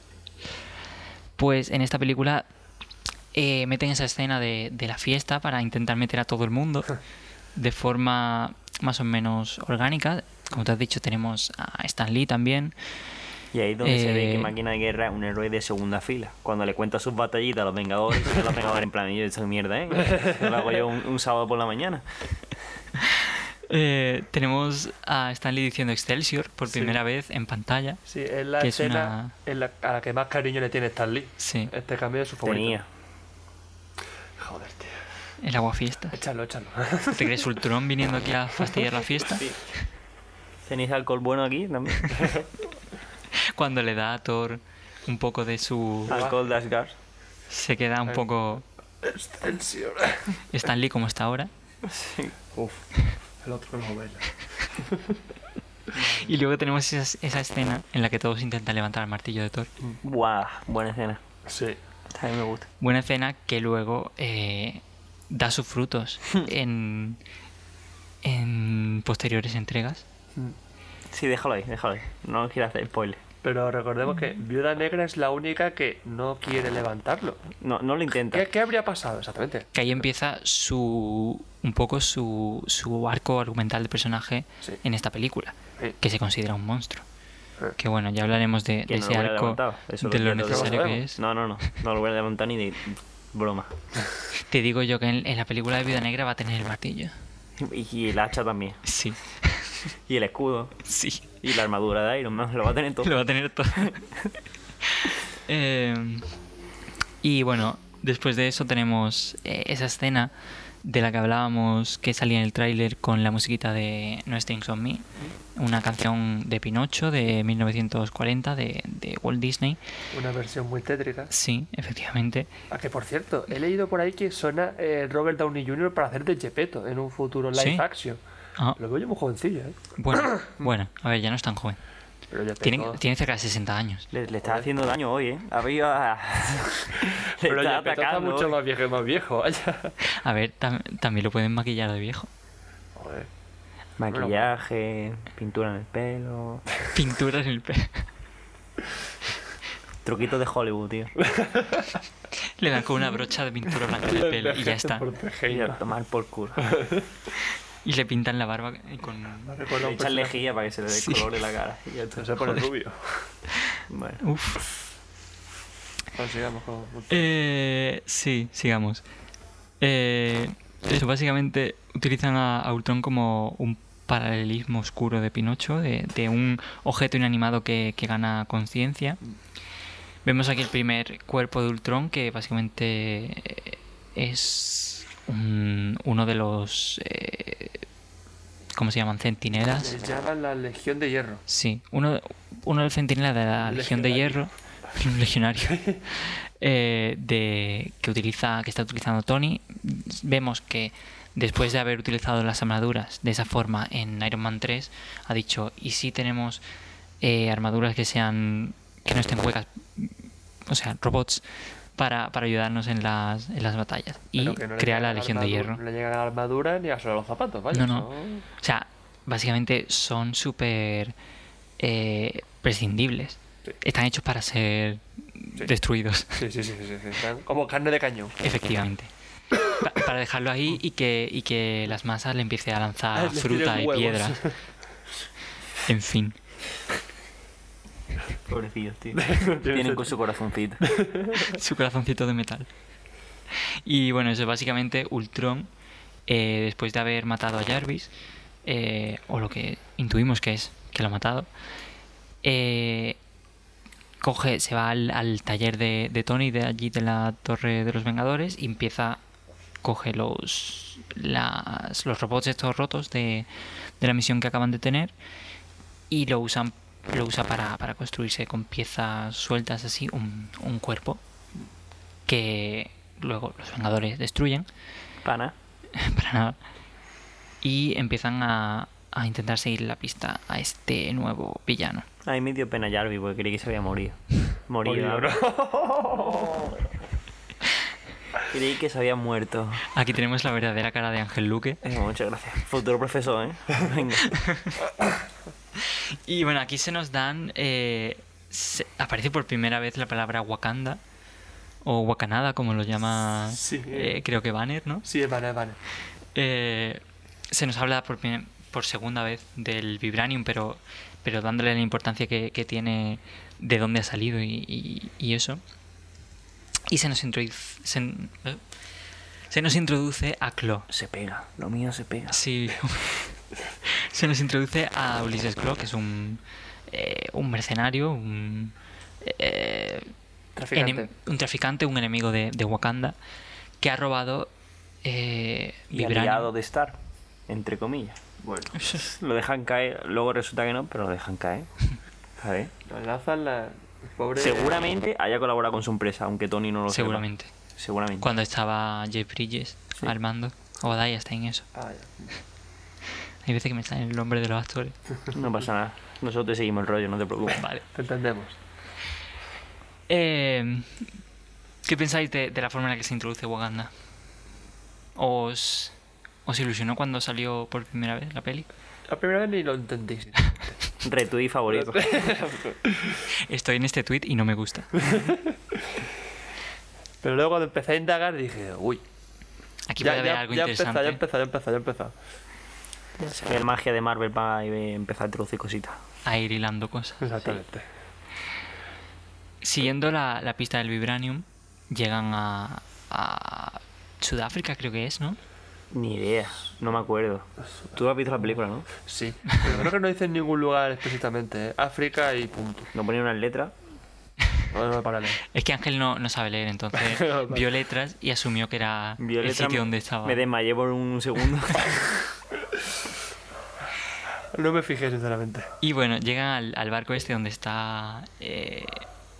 Pues en esta película eh, meten esa escena de, de la fiesta para intentar meter a todo el mundo de forma más o menos orgánica. Como te has dicho, tenemos a Stan Lee también.
[laughs] Y ahí es donde se ve
Eh,
que Máquina de Guerra es un héroe de segunda fila. Cuando le cuenta sus batallitas a los Vengadores, y los Vengadores en plan, yo he hecho mierda, ¿eh? No lo hago yo un, un sábado por la mañana.
Eh, tenemos a Stan Lee diciendo Excelsior por primera vez en pantalla.
Sí, es la
Que es
escena
una-
en la- a la que más cariño le tiene Stan Lee.
Sí,
Este cambio es su favorito.
Tenía.
Joder, tío.
el agua fiesta.
Échalo, échalo.
¿Te crees Ultron viniendo aquí a fastidiar la fiesta?
¿Tenéis alcohol bueno aquí también?
Cuando le da a Thor un poco de su...
alcohol de [laughs] Asgard.
Se queda un poco
Excelsior.
Stan Lee como está ahora.
Uf. El otro no baila.
Y luego tenemos esa, esa escena en la que todos intentan levantar el martillo de Thor.
Buah, buena escena.
Sí.
Esta A mí me gusta.
Buena escena que luego eh, da sus
[laughs]
frutos en, en posteriores entregas.
Sí, déjalo ahí, déjalo ahí. No quiero hacer spoiler.
Pero recordemos que Viuda Negra es la única que no quiere levantarlo.
No, no lo intenta.
¿Qué, qué habría pasado exactamente?
Que ahí empieza su un poco su, su arco argumental de personaje
Sí.
en esta película,
Sí.
que se considera un monstruo.
Sí.
Que bueno, ya hablaremos de,
Eh. Que
de
no
ese
lo hubiera
arco,
levantado, eso
de
lo
lo
entiendo.
necesario que
Sabemos.
es.
No, no, no. No lo voy a levantar ni de broma.
Te digo yo que en, en la película de Vida Negra va a tener el martillo.
Y, y el hacha también.
Sí,
Y el escudo.
[laughs] sí.
Y la armadura de Iron Man. Lo va a tener todo.
Lo va a tener
[laughs]
todo. Eh, y bueno, después de eso tenemos eh, esa escena de la que hablábamos que salía en el tráiler con la musiquita de No Strings on Me, una canción de Pinocho de 1940 de, de Walt Disney.
Una versión muy tétrica.
Sí, efectivamente.
A que, por cierto, he leído por ahí que suena eh, Robert Downey Jr. para hacer de Gepetto en un futuro live
Sí.
action.
Ah,
Lo veo yo muy jovencillo, ¿eh? [coughs]
bueno, bueno, a ver, ya no es tan joven.
Pero ya
Tiene,
tengo-
tiene cerca de 60 años.
Le, le está haciendo daño hoy, ¿eh? Arriba. le
Pero
está
ya está
atacando.
mucho más viejo y más viejo, [laughs] vaya.
A ver, tam- también lo pueden maquillar de viejo.
Joder.
Maquillaje, pintura en el pelo.
Pinturas en el pelo.
Truquitos de Hollywood, tío.
[laughs] Le dan con una brocha de pintura blanca en
[laughs]
el pelo y ya está.
Por
Y
pequeño.
a tomar por culo.
Y le pintan la barba con...
Me recuerda a
Le
un
echan
personaje-
lejía para que se le dé el
Sí.
color de la cara. Y ya está.
No se pone
[laughs]
rubio.
Bueno.
Uf.
Bueno, sigamos con...
Eh, sí, sigamos. Eh, eso, básicamente utilizan a, a Ultron como un paralelismo oscuro de Pinocho, de, de un objeto inanimado que, que gana conciencia. Vemos aquí el primer cuerpo de Ultron, que básicamente eh, es un- uno de los... eh, ¿Cómo se llaman? Centinelas.
Les llaman la Legión de Hierro.
Sí, uno, uno del centinela de la Legión de Hierro, [laughs] un legionario, [laughs] eh, de, que, utiliza, que está utilizando Tony. Vemos que después de haber utilizado las armaduras de esa forma en Iron Man 3, ha dicho, ¿y si tenemos eh, armaduras que sean que no estén huecas? O sea, robots para, para ayudarnos en las, en las batallas. Y
Pero que no le
crea la
llegan
Legión de
armadu-
Hierro.
No le llegan a la armadura ni a solo los zapatos, vaya.
No, no.
son-
O sea, básicamente son súper eh, prescindibles.
Sí.
Están hechos para ser
Sí.
destruidos, [laughs]
Sí, sí, sí, sí, sí, sí, están como carne de cañón.
efectivamente. Pa- para dejarlo ahí y que, y que las masas le empiece a
[laughs]
lanzar
Les
fruta
tiren
y
huevos.
piedra.
[laughs]
En fin.
Pobrecillos, tío. [laughs]
Tienen
Tienen con su corazoncito.
[laughs] su corazoncito de metal. Y bueno, eso básicamente Ultron, eh, después de haber matado a Jarvis, eh, o lo que intuimos que es que lo ha matado, eh, coge, se va al, al taller de, de Tony, de allí de la Torre de los Vengadores, y empieza, coge los, las- los robots estos rotos de, de la misión que acaban de tener y lo, usan, lo usa para, para construirse con piezas sueltas así un, un cuerpo que luego los Vengadores destruyen [laughs]
Pana.
para nada. Y empiezan a, a intentar seguir la pista a este nuevo villano.
Ay, me dio pena Jarvis porque creí que se había morido. Morido.
Morido, ¿no?
[laughs] Creí que se había muerto.
Aquí tenemos la verdadera cara de Ángel Luque.
Eh, muchas gracias. Futuro [laughs] profesor, ¿eh? Venga.
Y bueno, aquí se nos dan. eh, se- aparece por primera vez la palabra Wakanda. O Wakanada, como lo llama.
Sí.
eh, creo que Banner, ¿no?
Sí, es Banner, es Banner.
Eh, se nos habla por, primer- por segunda vez del Vibranium, pero, pero dándole la importancia que, que tiene de dónde ha salido y, y- y eso. Y se nos introduce. Se, en- eh, se nos introduce a Claw.
Se pega. Lo mío se pega.
Sí. [laughs] se nos introduce a Ulises Claw, que es un, eh, un mercenario, un, eh,
Traficante.
enem- un traficante, un enemigo de, de Wakanda, que ha robado eh,
Y
vibranium.
aliado de Star. Entre comillas.
Bueno,
[laughs] Lo dejan caer. Luego resulta que no, pero lo dejan caer. A ver.
nos lanzan la. Pobre.
Seguramente haya colaborado con su empresa, aunque Tony no lo sepa.
Seguramente.
Seguramente.
Cuando estaba Jeff Bridges
Sí.
al mando. O Daya está en eso.
Ah, ya.
Hay veces que me sale el nombre de los actores.
No pasa nada. Nosotros te seguimos el rollo, no te preocupes.
Vale.
Te entendemos.
Eh, ¿Qué pensáis de, de la forma en la que se introduce Wakanda? ¿Os, ¿Os ilusionó cuando salió por primera vez la peli?
La primera vez ni lo entendí.
[laughs]
Retweet favorito.
Estoy en este tweet y no me gusta.
Pero luego cuando empecé a indagar dije, uy.
Aquí
[laughs] Ya,
puede haber
ya,
algo
ya empezó,
interesante.
ya empezó, ya empezó, ya empezó.
Ver magia de Marvel para empezar a introducir cositas.
A ir hilando cosas.
Exactamente.
Siguiendo la, la pista del Vibranium, llegan a, a Sudáfrica, creo que es, ¿no?
Ni idea. No me acuerdo. Tú has visto la película, ¿no?
Sí. Pero creo que no dice en ningún lugar explícitamente. ¿eh? África y punto.
No ponía unas letras.
No, no, para leer.
Es que Ángel no, no sabe leer,
[laughs]
entonces vio letras y asumió que era
Vio
el
letras,
sitio donde estaba.
Me desmayé por un
[laughs]
segundo. [laughs]
No me fijé, sinceramente.
Y bueno, llegan al, al barco este donde está eh,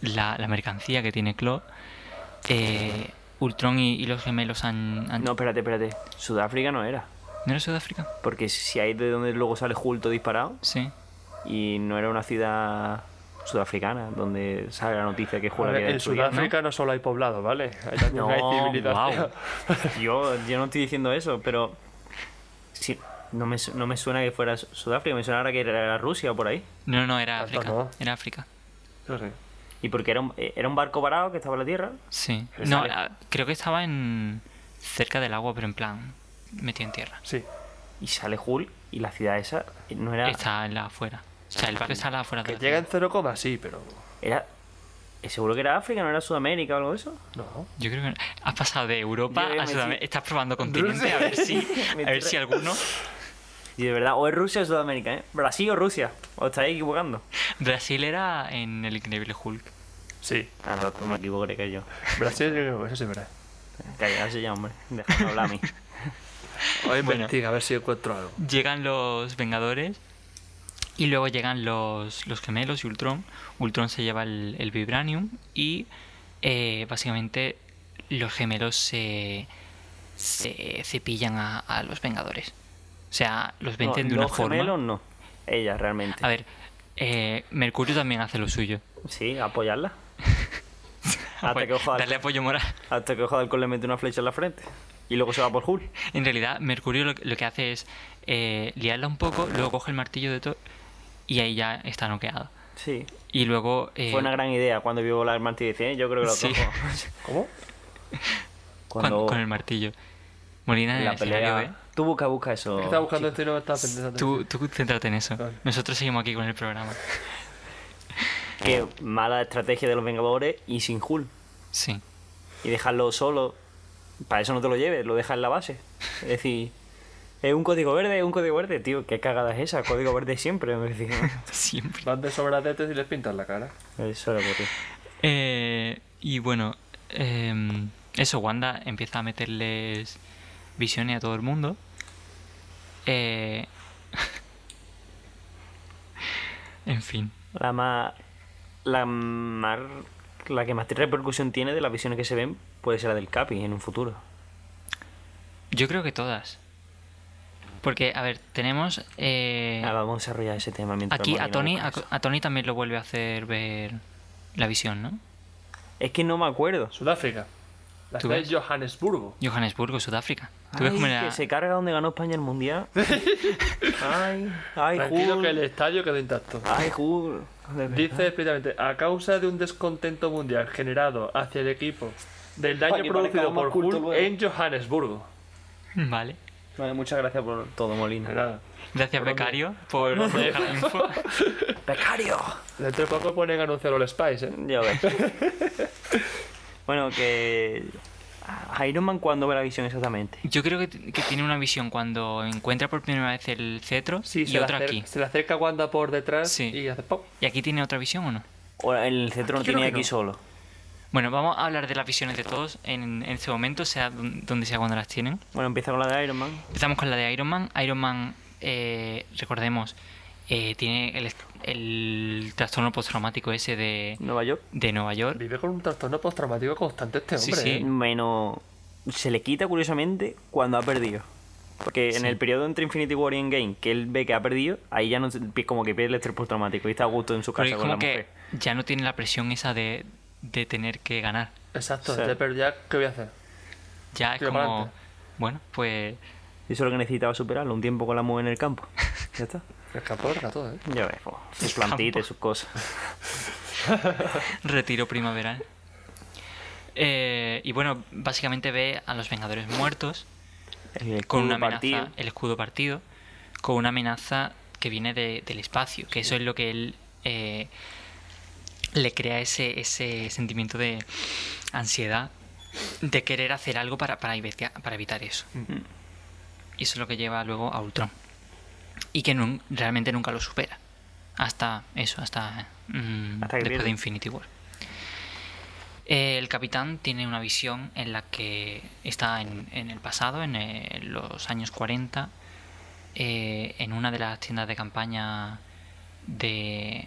la, la mercancía que tiene Claw. Eh, Ultron y, y los gemelos han... han-
no, espérate, espérate. Sudáfrica no era.
¿No era Sudáfrica?
Porque si hay de donde luego sale Julto disparado.
Sí.
Y no era una ciudad sudafricana donde sale la noticia que
A
juega
ver, en Sudáfrica ¿no? solo hay poblado, ¿vale? Hay también
No,
hay civilización.
guau. Yo, yo no estoy diciendo eso, pero. sí, no, me, su- no me suena que fuera Su- Sudáfrica, me suena ahora que era Rusia o por ahí.
No, no, era
Tanto
África.
no.
Era África.
[laughs] No sé.
Y porque era un, eh, era un barco varado que estaba en la tierra.
Sí.
Pero
No,
sale.
ah, creo que estaba en cerca del agua, pero en plan metido en tierra.
Sí.
Y sale Hulk y la ciudad esa eh, no era.
Está en la afuera. O sea, el barco está en la afuera de
Que
la
llega en
ciudad.
cero coma, sí, pero.
Era. eh, Seguro que era África, no era Sudamérica o algo de eso.
No.
Yo creo que has pasado de Europa
Yo ya
a
me
Sudamérica.
fui.
Estás probando continente a ver
[laughs]
si,
Me
a ver si
tra-
alguno.
Y de verdad, o es Rusia o Sudamérica, ¿eh? Brasil o Rusia. Os estáis equivocando.
Brasil era en el Increíble Hulk.
Sí.
Ah, no, tú me equivocaré que yo.
Brasil, eso sí es verdad.
Callarse ya, hombre. Dejadme hablar
[laughs]
a mí.
Hoy
Bueno.
investiga, a ver si encuentro algo.
Llegan los Vengadores y luego llegan los, los gemelos y Ultron. Ultron se lleva el, el Vibranium y eh, básicamente los gemelos se, se cepillan a, a los Vengadores. O sea, los vencen
No,
de una
los
forma.
gemelos no. Ella, realmente.
A ver, eh, Mercurio también hace lo suyo.
Sí, apoyarla. Hasta que ojo al-
Darle apoyo moral.
Hasta que Ojo de Halcón le mete una flecha en la frente. Y luego se va por Hulk.
En realidad, Mercurio lo, lo que hace es eh, liarla un poco, luego coge el martillo de Thor y ahí ya está noqueada.
Sí.
Y luego... eh,
Fue una gran idea cuando vio volar el martillo y dice, eh, yo creo que lo
[laughs] Sí.
cojo.
¿Cómo?
[laughs] Cuando-
Cuando
con el martillo. Molina Ah, en eh?
la
el escenario,
pelea... Tú busca, busca eso.
Estaba buscando esto y no me estaba
¿eh?
pensando.
Tú, tú céntrate en eso.
Vale.
Nosotros seguimos aquí con el programa.
Que mala estrategia de los Vengadores y sin Hulk.
Sí. [laughs]
Y dejarlo solo. Para eso no te lo lleves, lo dejas en la base. Es decir, Es un código verde, es un código verde, tío. Qué cagada es esa, código verde siempre. Me
[laughs]
decía.
Siempre.
Van de sobradetes y les pintan la cara.
Eso era por ti.
Eh, y bueno, em, eso, Wanda empieza a meterles visiones a todo el mundo. Eh, [laughs] en fin.
La más. La más. La que más repercusión tiene de las visiones que se ven puede ser la del Capi en un futuro.
Yo creo que todas. Porque, a ver, tenemos... eh,
Ah, vamos a desarrollar ese tema mientras.
aquí a
Molina
Tony,
busca
a,
eso.
a Tony también lo vuelve a hacer ver la visión, ¿no?
Es que no me acuerdo.
Sudáfrica. La
¿Tú
ciudad
ves?
de Johannesburgo.
Johannesburgo, Sudáfrica. ¿Tú ves
Ay,
cómo era?
que se carga donde ganó España el mundial. ay, ay,
Tranquilo
Jul.
que el estadio quedó intacto.
Ay, Jul. de verdad.
Dice explícitamente, a causa de un descontento mundial generado hacia el equipo del daño
Coño,
producido
parezca más
por
culto
Hulk
luego.
en Johannesburgo.
[laughs] Vale.
Vale, muchas gracias por.
Todo Molina.
De nada.
Gracias, becario, por, por dejar la
[laughs]
info.
¡Becario!
Dentro de poco ponen a anunciar los Spice, ¿eh?
Ya ves. bueno, que. a- Iron Man, ¿cuándo ve la visión exactamente?
Yo creo que, t- que tiene una visión cuando encuentra por primera vez el cetro
Sí,
y
se, le
otra
acerca,
aquí.
se le acerca Wanda por detrás
Sí.
y hace pop.
¿Y aquí tiene otra visión o no?
O el centro no
Creo
tiene
que
aquí
no.
solo.
Bueno, vamos a hablar de las visiones de todos en, en este momento, sea don- donde sea cuando las tienen.
Bueno, empieza con la de Iron Man.
Empezamos con la de Iron Man. Iron Man, eh, recordemos, eh, tiene el, est- el trastorno postraumático ese de,
Nueva York.
de Nueva York.
Vive con un trastorno postraumático constante este
Sí,
hombre.
sí.
¿eh?
Menos. Se le quita, curiosamente, cuando ha perdido. Porque en el periodo entre Infinity War y Endgame, que él ve que ha perdido, ahí ya no se- como que pierde el estrés postraumático y está a gusto en su
Pero
casa
es
con la
como que
mujer.
ya no tiene la presión esa de, de tener que ganar.
Exacto,
Sí.
de- pero ya, ¿qué voy a hacer?
Ya es
Tío,
como,
pa'lante.
bueno, pues
Y eso es lo que necesitaba superarlo, un tiempo con la mujer en
[laughs]
el campo. Ya está.
Escapó el rato, ¿eh?
Ya ves, po, sus plantitas, sus cosas.
Retiro primaveral. Eh, y bueno, básicamente ve a los Vengadores muertos
El
con
escudo
una amenaza,
partido.
el escudo partido, con una amenaza que viene de- del espacio, que eso es lo que él eh, le crea ese, ese sentimiento de ansiedad, de querer hacer algo para, para, evitar, para evitar eso.
Mm,
Y eso es lo que lleva luego a Ultron. Y que nun- realmente nunca lo supera. Hasta eso, hasta, mm,
Hasta que
después
pierde.
de Infinity War. Eh, El capitán tiene una visión en la que está en, en el pasado, en eh, los años 40, eh, en una de las tiendas de campaña de...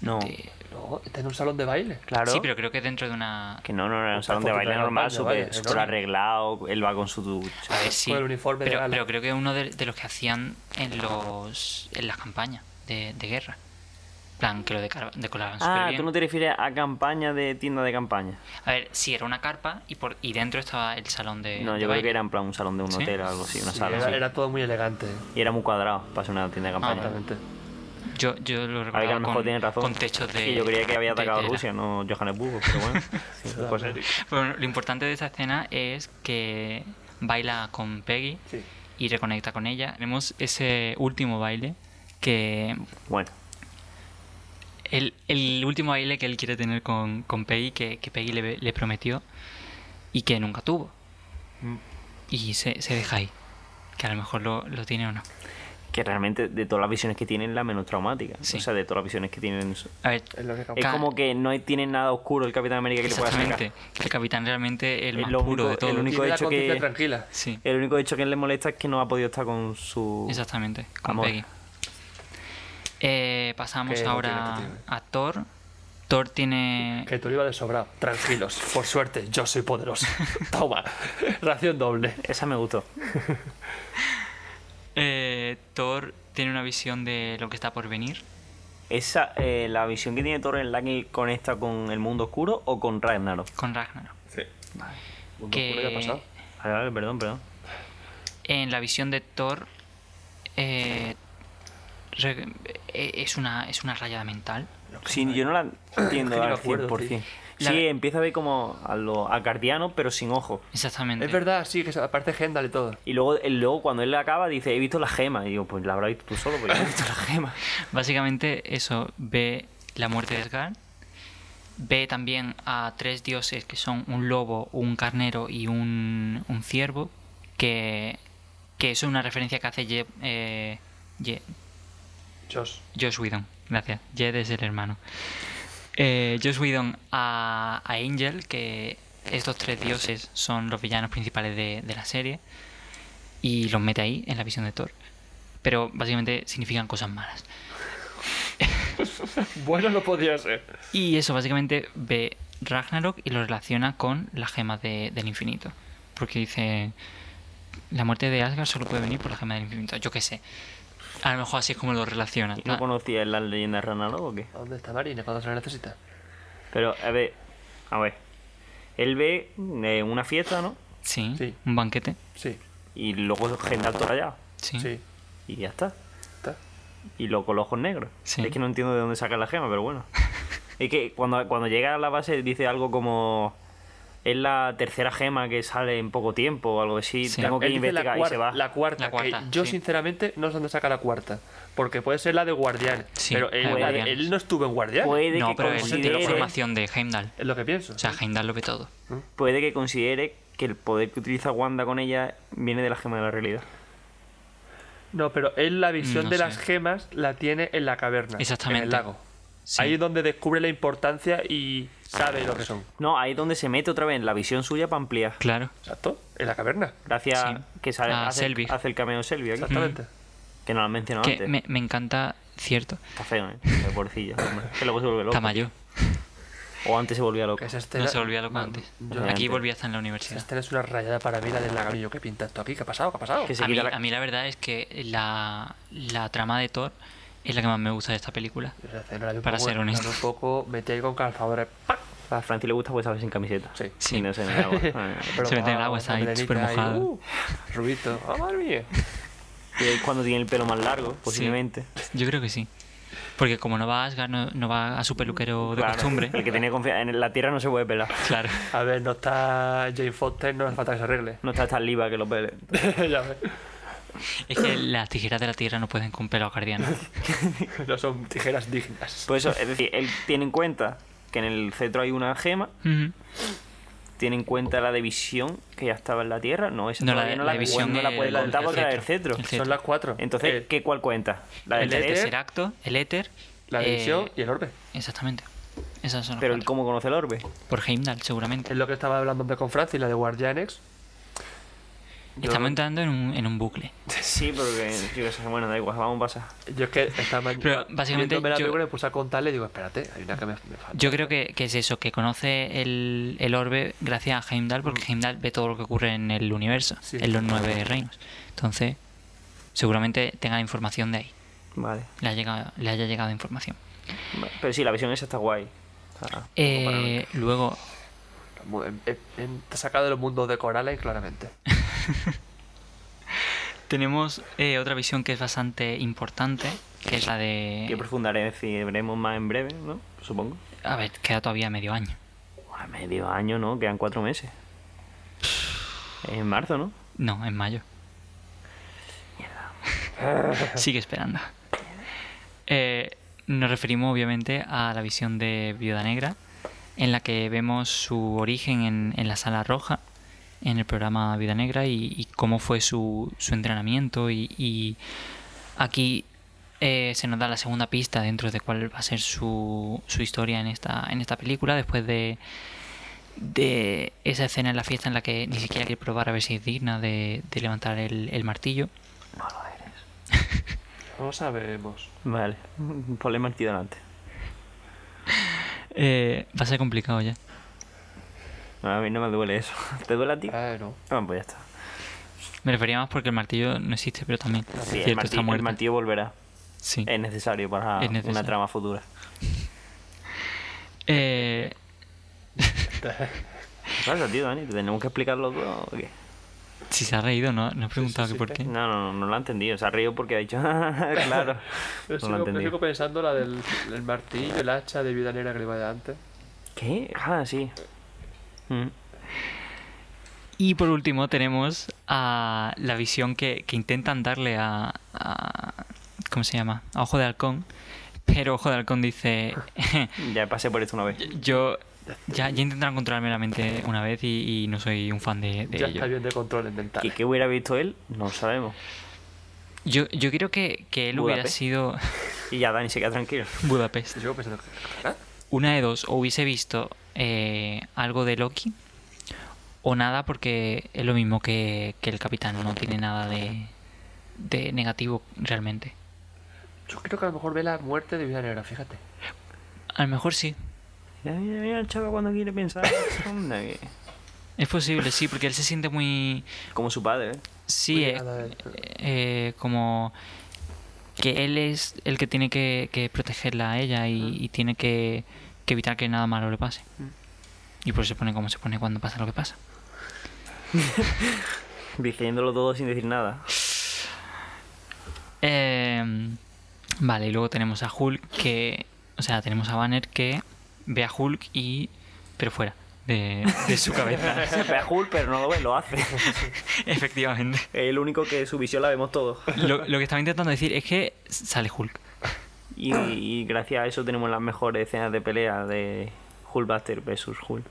No.
de-
No, está este en un salón de baile.
Claro.
Sí, pero creo que dentro de una...
Que no, no, era un
Está
salón de
poquito
baile
de
normal,
campaña,
súper
vaya,
súper
enorme.
arreglado, él va con su ducha.
A ver, sí,
Con el uniforme de
pero,
gala.
pero creo que es uno de, de los que hacían en los en las campañas de, de guerra. En plan, que lo decar- decoraban súper
Ah,
bien.
tú no te refieres a campaña de tienda de campaña.
A ver, sí, era una carpa y por y dentro estaba el salón de
No,
Eh, de
yo creo
baile.
que era en plan un salón de un
¿Sí?
hotel o algo así, una
Sí,
sala.
era,
así.
era todo muy elegante. ¿eh?
Y era muy cuadrado para ser una tienda de campaña.
Exactamente.
Yo, yo lo
a ver, que
recordaba
a lo mejor
Ah, con,
tienen razón.
con techos de...
Y yo creía que había
de
atacado a
tela.
Rusia, no Johannesburgo, pero bueno. sí, esas cosas.
[laughs] Bueno, lo importante de esa escena es que baila con Peggy
Sí.
y reconecta con ella. Tenemos ese último baile que
Bueno,
el, el último baile que él quiere tener con, con Peggy, que, que Peggy le, le prometió y que nunca tuvo. Y se, se deja ahí. Que a lo mejor lo, lo tiene o no.
que realmente de todas las visiones que tienen, la menos traumática.
Sí.
O sea, de todas las visiones que tienen. Es
A ver,
Es lo que
Ca-
como que no hay- tienen nada oscuro el Capitán América que le pueda sacar.
exactamente. Que el capitán realmente el
Es
más
lo
puro
único-
de todos.
el único
Tiene la
hecho que-
conciencia tranquila.
Sí,
El único hecho que le molesta es que no ha podido estar con su.
exactamente. Con
Amor.
Peggy. Eh, pasamos
Que no
ahora
tiene, que tiene.
a Thor. Thor tiene.
Que tú iba de sobrado. Tranquilos, por suerte, yo soy [laughs] poderoso. Toma, ración doble.
Esa me gustó.
eh, Thor tiene una visión de lo que está por venir.
Esa, eh, la visión que tiene Thor es la que conecta con el mundo oscuro o con Ragnarok.
con Ragnarok.
Sí.
que
ha pasado?
Vale, vale, perdón, perdón.
en la visión de Thor eh, re- eh, es una es una rayada mental.
Sí, yo no la entiendo
Es que ni me
al
acuerdo,
100%.
La-
Sí, empieza a ver como a, lo, a Cardiano, pero sin ojo.
Exactamente.
Es verdad, sí, que se- aparece Gendal y todo.
Y luego, él- luego cuando él la acaba dice, he visto la gema. Y digo, pues la habrás visto tú solo, porque yo no he visto
[laughs]
la gema.
Básicamente eso ve la muerte de Scar. Ve también a tres dioses que son un lobo, un carnero y un, un ciervo que Que eso es una referencia que hace Ye- eh, Ye-
Josh.
Josh Whedon, gracias. Jed es el hermano. Eh, Josh Whedon a, a Angel, que estos tres dioses son los villanos principales de, de la serie, y los mete ahí en la visión de Thor. Pero básicamente significan cosas malas.
Bueno, lo podía ser.
Y eso básicamente ve Ragnarok y lo relaciona con las gemas de- del infinito. Porque dice, la muerte de Asgard solo puede venir por la gema del infinito. Yo qué sé. A lo mejor así es como lo relaciona. Ah,
¿No conocías la leyenda de Ragnarok o qué?
¿Dónde está Marina cuando se la necesita?
Pero, a ver, a ver. Él ve eh, una fiesta, ¿no?
Sí,
Sí.
un banquete.
Sí,
Y luego genera todo allá.
Sí.
sí.
Y ya está.
Está.
Y luego con los ojos negros.
Sí.
Es que no entiendo de dónde saca la gema,
[laughs]
pero bueno. es que cuando, cuando llega a la base dice algo como... Es la tercera gema que sale en poco tiempo o algo así.
Sí.
Tengo que
Él dice
investigar
la,
y
cuar-
se va.
la cuarta.
La cuarta,
que yo
sí.
sinceramente no sé dónde saca la cuarta. Porque puede ser la de Guardián.
Sí,
pero él,
la de Guardián.
él no estuvo en Guardián.
Puede
No,
que
pero es de la
considere...
formación de Heimdall.
Es lo que pienso.
O sea, Heimdall lo ve todo.
Puede que considere que el poder que utiliza Wanda con ella viene de la gema de la realidad.
no, pero él la visión
No
de
sé.
las gemas la tiene en la caverna.
Exactamente.
En el lago.
Sí.
Ahí es donde descubre la importancia y sabe lo que son.
No, ahí es donde se mete otra vez en la visión suya para ampliar.
Claro.
Exacto. En la caverna.
Gracias
Sí.
que sale,
A
hace,
Selvig.
hace el cameo Selvi aquí,
Exactamente.
que no lo han mencionado
Que
antes.
me, me encanta, cierto,
Está feo, ¿eh? El pobrecillo. hombre. que luego se vuelve loco.
Tamayo.
O antes se volvía loco.
Que este esa escena,
No se volvía loco antes.
yo-
Aquí
antes.
volví a estar en la
esa
universidad.
escena este es una rayada para mí la del lagarillo. ¿Qué pinta esto aquí? ¿Qué ha pasado? ¿Qué ha pasado?
Que se
A mí,
quita la-
a mí la verdad es que la, la trama de Thor es la que más me gusta de esta película.
Esa escena la vi un
Para
poco-
ser
la vi
honesto.
Un poco metí ahí con calzadores. ¡Pac!
A Franci le gusta pues a veces sin camiseta.
Sí.
Sí.
Y no se me da agua. Ah.
Se mete en el agua,
una
está ahí
melenita
supermojado.
uh, rubito. ¡Ah, madre mía!
Y ahí cuando tiene el pelo más largo, posiblemente.
Yo creo que sí. Porque como no va a Asgard, no, no va a su peluquero de
Claro,
costumbre.
[laughs] El que tenía confianza. En la tierra no se puede pelar.
Claro.
A ver, no está Jane Foster, no hace falta que se arregle. [laughs]
No está tan liva que lo pele.
ya ves.
Es que las tijeras de la tierra no pueden con pelo guardiano.
No son tijeras dignas.
Pues eso, es decir, él tiene en cuenta que en el cetro hay una gema.
Ujú.
Tiene en cuenta la división que ya estaba en la tierra. No, esa
No,
todavía
la-
no
la
la,
división
no la
es
puede
la del
contar porque la del
cetro.
cetro.
El cetro.
Son las cuatro.
Entonces,
Eh,
¿qué cuál cuenta? La
El
del
éter,
cetro.
tercer acto, el éter.
la
eh,
división y el orbe.
Exactamente. Esas son las
Pero
cuatro.
¿cómo conoce
[laughs]
el orbe?
Por Heimdall, seguramente.
Es lo que estaba hablando antes con Francis, la de Guardianex. Yo,
Estamos entrando en un, en un bucle.
Sí, porque yo qué sé, bueno, da igual, vamos a pasar.
yo es que esta mañana.
Pero, básicamente,
viéndome la
yo-
película me puse a contarle y digo, espérate, hay una que me, me falta.
Yo creo que, que es eso, que conoce el, el orbe gracias a Heimdall, porque Heimdall ve todo lo que ocurre en el universo,
Mm. Sí.
en los nueve reinos. Entonces, seguramente tenga la información de ahí.
Vale.
Le, ha llegado- le haya llegado información.
Vale. Pero sí, la visión esa está guay. Ah,
Eh, luego,
Mu- em- em- em- Te he sacado de los mundos de
[laughs]
Coraline, claramente.
tenemos eh, otra visión que es bastante importante, que es la
Yo
de...
profundaré, es decir, veremos más en breve, ¿no? Supongo.
A ver, queda todavía medio año.
A medio año, ¿no? Quedan cuatro meses. En marzo, ¿no?
No, en mayo. [laughs] Sigue esperando. Eh, nos referimos obviamente a la visión de Viuda Negra, en la que vemos su origen en, en la Sala Roja, en el programa Viuda Negra, y, y cómo fue su, su entrenamiento. Y, y aquí eh, se nos da la segunda pista dentro de cuál va a ser su, su historia en esta, en esta película, después de, de esa escena en la fiesta en la que ni siquiera quiere probar a ver si es digna de, de levantar el, el martillo.
No lo eres.
No sabemos.
Vale. [laughs] Ponle martillo delante.
Eh, va a ser complicado ya.
No, a mí no me duele eso. [laughs] ¿Te duele a ti?
Ah, no.
Ah, pues ya está.
Me refería más porque el martillo no existe, pero también
Sí,
cierto,
el, martillo,
está
el
muerto.
martillo volverá.
Sí.
Eh.
Es necesario para
Es necesario.
una trama futura.
Eh,
¿Qué pasa, tío, Dani? ¿Te ¿Tenemos que explicarlo todo o qué?
si se ha reído, no, no he preguntado
sí,
que por
sí.
qué.
No, no, no, no lo ha entendido. Se ha reído porque ha dicho, [laughs] "Ah,
[laughs]
claro. No lo
Yo
ha
sigo, yo sigo
entendido.
pensando la del el martillo, el hacha de viuda negra que le iba de antes.
¿Qué? Ah, sí. Mm.
Y por último tenemos a la visión que, que intentan darle a, a- ¿Cómo se llama? A Ojo de Halcón. Pero Ojo de Halcón dice... [laughs]
Ya pasé por esto una vez.
yo Ya, ya intentaron controlarme la mente una vez y, y no soy un fan de, de
ya
ello.
está bien de controles
¿Qué,
mentales.
qué hubiera visto él? No lo sabemos.
Yo, yo creo que, que él hubiera
Budapest.
sido [laughs]
Y ya Dani se queda tranquilo.
Budapest.
Yo sigo pensando que.
Una de dos, o hubiese visto eh, algo de Loki o nada porque es lo mismo que, que el capitán, no tiene nada de, de negativo realmente.
Yo creo que a lo mejor ve la muerte de Vida Negra, fíjate.
A lo mejor sí.
Mira, mira, mira el chavo cuando quiere [laughs] pensar. Anda, que-
Es posible, sí, porque él se siente muy...
Como su padre, ¿eh?
Sí,
Muy
eh,
ligada a él.
eh, como que él es el que tiene que, que protegerla a ella y, y tiene que, que evitar que nada malo le pase.
Mm.
Y por eso se pone como se pone cuando pasa lo que pasa.
Dirigiéndolo todo sin decir nada.
Eh, vale, y luego tenemos a Hulk que... O sea, tenemos a Banner que ve a Hulk y... Pero fuera de, de su cabeza.
[laughs] Se [laughs] ve a Hulk, pero no lo ve, lo hace.
Efectivamente.
Es el único que su visión la vemos todos.
Lo, lo que estaba intentando decir es que sale Hulk.
Y, y gracias a eso tenemos las mejores escenas de pelea de Hulkbuster versus Hulk.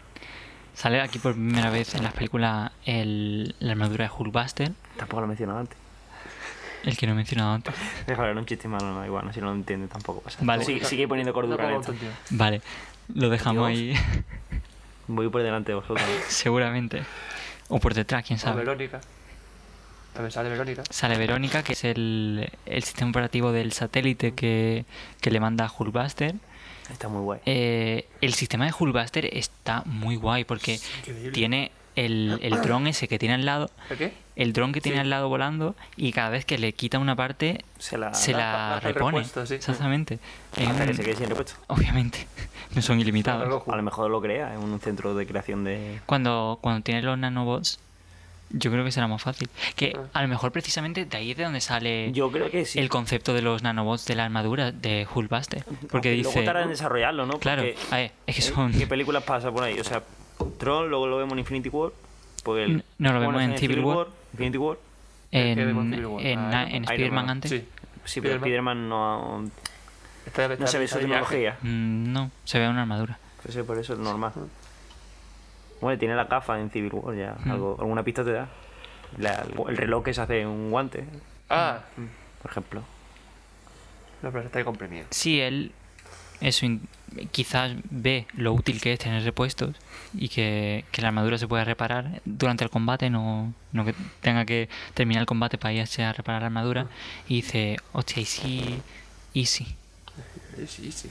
Sale aquí por primera vez en las películas el- la armadura de Hulkbuster,
Tampoco lo he mencionado antes.
el que no he mencionado antes.
Déjalo, era un chiste malo, no, igual, si no lo entiende tampoco pasa.
Vale.
Sí, sigue poniendo cordura en
No,
esto.
no, no, no.
Vale, lo dejamos ahí [laughs]
Voy por delante de vosotros.
seguramente. O por detrás, quién
O
sabe.
Verónica. También sale Verónica.
Sale Verónica, que es el, el sistema operativo del satélite que, que le manda a Hulkbuster.
Está muy guay.
Eh, el sistema de Hulkbuster está muy guay porque
increíble.
tiene el,
[clears throat]
el dron ese que tiene al lado,
¿El qué?
el dron que tiene al lado volando y cada vez que le quita una parte
Se la...
se
la-
la,
hace el
repone.
repuesto, sí.
Exactamente. Es
Hasta Ah, que
un-
se quede sin repuesto.
Obviamente, [laughs] no son ilimitados.
Algo-
A lo mejor lo crea en un centro de creación de...
Cuando, cuando tienes los nanobots, yo creo que será más fácil. Que a lo mejor precisamente de ahí es de donde sale
Ah. Yo creo que sí.
Eh, el concepto de los nanobots de la armadura de Hulkbuster. Porque
Aunque Luego
dice...
tardan en desarrollarlo, ¿no?
Claro,
Porque-
a ver, es que
¿eh?
son...
¿Qué películas pasa por ahí? O sea, Tron, luego lo vemos en Infinity War. Porque el-
N- no, lo vemos
bueno,
en Civil War.
Infinity War.
Es que vemos
En,
Civil War.
en,
Ah,
en
Iron
Spider-Man
Man.
antes.
Sí.
Sí, pero Spider-Man no,
Está-
no
está-
se ve
está
su
de viaje.
tecnología.
Mm, No, se ve una armadura.
Pues sí, por eso es normal. Bueno, tiene la gafa en Civil War ya.
Mm.
algo- alguna pista te da. La- el reloj que se hace en un guante,
Ah,
por ejemplo.
no, pero está ahí comprimido.
Sí, él eso in- quizás ve lo útil que es tener repuestos y que, que la armadura se pueda reparar durante el combate, no, no que tenga que terminar el combate para irse a reparar la armadura.
Ah.
Y dice, hostia, y sí, y sí.
Sí, sí.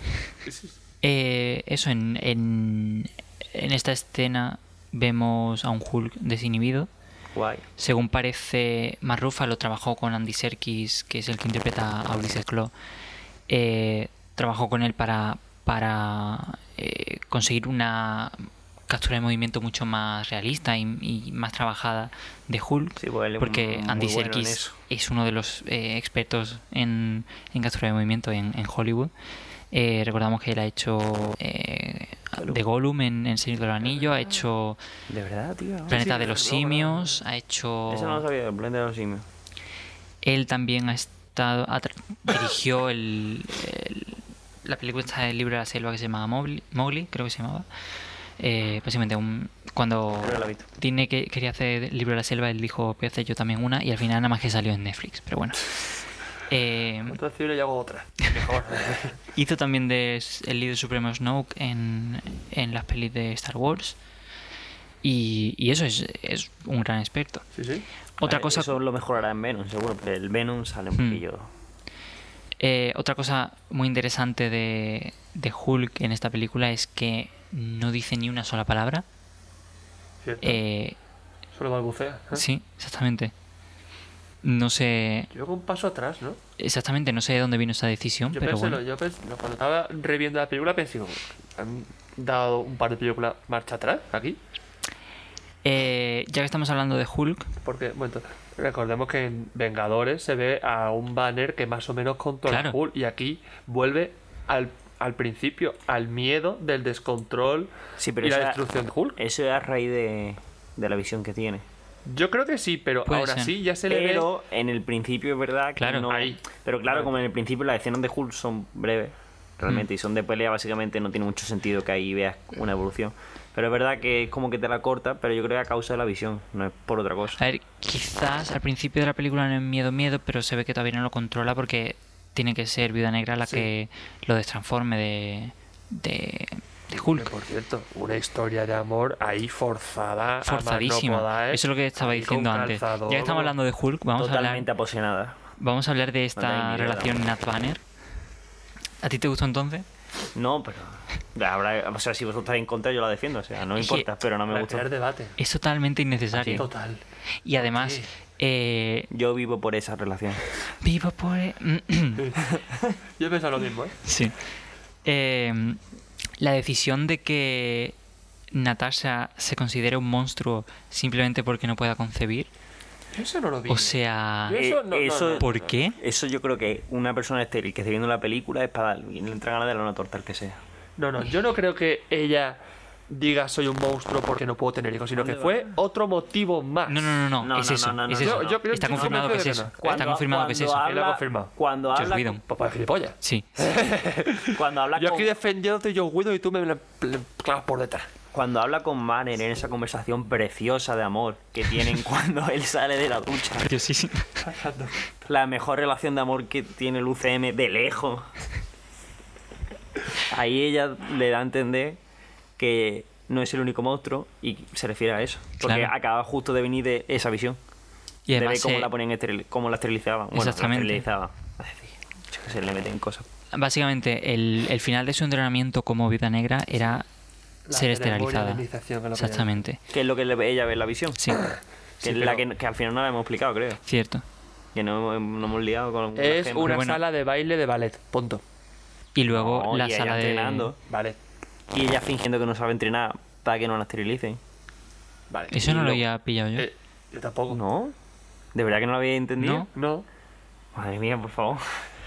sí.
Eh, eso, en, en, en esta escena vemos a un Hulk desinhibido.
Guay.
Según parece, Mark Ruffalo trabajó con Andy Serkis, que es el que interpreta a Ulises Claw. Eh, trabajó con él para, para eh, conseguir una captura de movimiento mucho más realista y, y más trabajada de Hulk.
Sí, pues él es
porque
muy
Andy
bueno en
Serkis
eso.
es uno de los eh, expertos en, en captura de movimiento en, en Hollywood. Eh, recordamos que él ha hecho eh, de Gollum en, en Señor del Anillo,
Ah.
ha hecho
De verdad, tío. Ah,
Planeta de
sí,
los
no, no, no.
Simios, ha hecho...
Eso no lo sabía, el planeta de los simios.
Él también ha estado ha tra- dirigió el, el- la película esta del libro de la selva que se llamaba Mowgli, Mowgli, creo que se llamaba. Eh, básicamente un, cuando
Creo que la he visto.
Disney que, quería hacer el libro de la selva, él dijo, voy a hacer yo también una y al final nada más que salió en Netflix, pero bueno. Eh,
Entonces yo le hago otra. Mejor.
hizo también de s- el líder supremo Snoke en, en las pelis de Star Wars. Y, y eso es, es un gran experto.
[laughs] sí, sí.
Otra
Eh,
cosa Mm.
Eso lo mejorará en Venom, seguro. Pero el Venom sale un poquillo.
Eh, otra cosa muy interesante de, de Hulk en esta película es que no dice ni una sola palabra.
Cierto.
Eh,
Solo balbucea. ¿eh?
Sí, exactamente. No sé.
Yo hago un paso atrás, ¿no?
Exactamente, no sé de dónde vino esa decisión,
Yo
Ah, pero
pensé,
bueno.
lo- yo pensé, no, cuando estaba reviendo la película pensé, digo, ¿han dado un par de películas marcha atrás aquí?
Eh, ya que estamos hablando de Hulk,
Porque, bueno, entonces, recordemos que en Vengadores se ve a un banner que más o menos controla
Claro.
Hulk y aquí vuelve al, al principio, al miedo del descontrol
Sí, pero
y la
esa- eh,
destrucción de Hulk.
Eso es a raíz de, de la visión que tiene.
Yo creo que sí, pero
Puede
ahora
ser.
sí ya se le ve...
Pero en el principio es verdad que
Claro.
no.
Ahí.
Pero claro, como en el principio las escenas de Hulk son breves.
Mm.
realmente. Y son de pelea, básicamente no tiene mucho sentido que ahí veas una evolución. Pero es verdad que es como que te la corta, pero yo creo que a causa de la visión, no es por otra cosa.
A ver, quizás al principio de la película no es miedo, miedo, pero se ve que todavía no lo controla porque tiene que ser Viuda Negra la
Sí.
que lo destransforme de, de, de
Que,
Hulk.
por cierto, una historia de amor ahí forzada. a más no
Forzadísima.
poder,
Eso es lo que estaba
ahí con
diciendo antes. Ya
calzador,
que estamos hablando de Hulk, vamos a hablar
Totalmente apasionada.
Vamos a hablar de esta
Madre mía,
relación Nat Banner. ¿A ti te gustó entonces?
No, pero. Habrá, o sea, si vosotros estáis en contra, yo la defiendo. O sea, no me
Es que-
importa, pero no me
Para
gusta.
crear debate.
Es totalmente innecesario.
Total.
Y además,
Sí.
eh,
Yo vivo por esa relación.
vivo por...
[laughs]
e-,
Yo he pensado lo mismo, ¿eh?
[clears throat] sí. Eh, la decisión de que Natasha se considere un monstruo simplemente porque no pueda concebir.
Yo eso no lo vi.
O sea,
Yo eso
Eh,
no- no,
eso-
no.
¿por qué?
Eso yo creo que una persona estéril que esté viendo la película es para darle, le entra ganas de dar una torta al que sea.
No, no, yo no creo que ella diga soy un monstruo porque no puedo tener hijos, sino que fue otro motivo más.
No, no, no, no,
No,
es
no,
eso.
no, no,
es
no,
eso.
no. Yo
creo-
Está
yo
confirmado que
creo
es
que no.
eso. Está
Cuando-
confirmado que es
cuando
eso.
Él lo ha
habla-
confirmado.
Cuando
Joss
habla,
Whedon.
Papá de Pues gilipollas.
Sí. [laughs]
cuando habla
Yo
con,
aquí defendiéndote yo Guido y tú me la pl- clavas por detrás.
cuando habla con Manner en esa conversación preciosa de amor que
[laughs]
tienen cuando él sale de la ducha.
Yo sí, sí.
La mejor relación de amor que tiene el UCM de lejos. Ahí ella le da a entender que no es el único monstruo y se refiere a eso. Porque
Claro.
acaba justo de venir de esa visión.
Y
de ver
además,
cómo
eh,
la ponían esteril- cómo la esterilizaban. Bueno, la
Exactamente.
esterilizaban. Es decir, yo qué sé, le meten cosas.
Básicamente, el, el final de su entrenamiento como Viuda Negra era
La
ser
ceremonia
esterilizada.
de iniciación, que lo que
Exactamente.
Que es lo que le- ella ve en la visión.
Sí,
Que
Sí,
es la
pero-
que, que al final no la hemos explicado, creo.
cierto.
Que no, hemos- no hemos liado con con
Es
Gemma.
una
bueno.
sala de baile de ballet, punto.
Y luego
No,
la
y ella
sala de.
entrenando.
Ballet.
Y ella fingiendo que no sabe entrenar para que no la esterilicen.
Vale.
Eso no
Y
lo
lo-
había pillado yo.
Eh, yo tampoco.
¿No? ¿De verdad que no lo había entendido?
No.
No. O
Madre mía, por favor.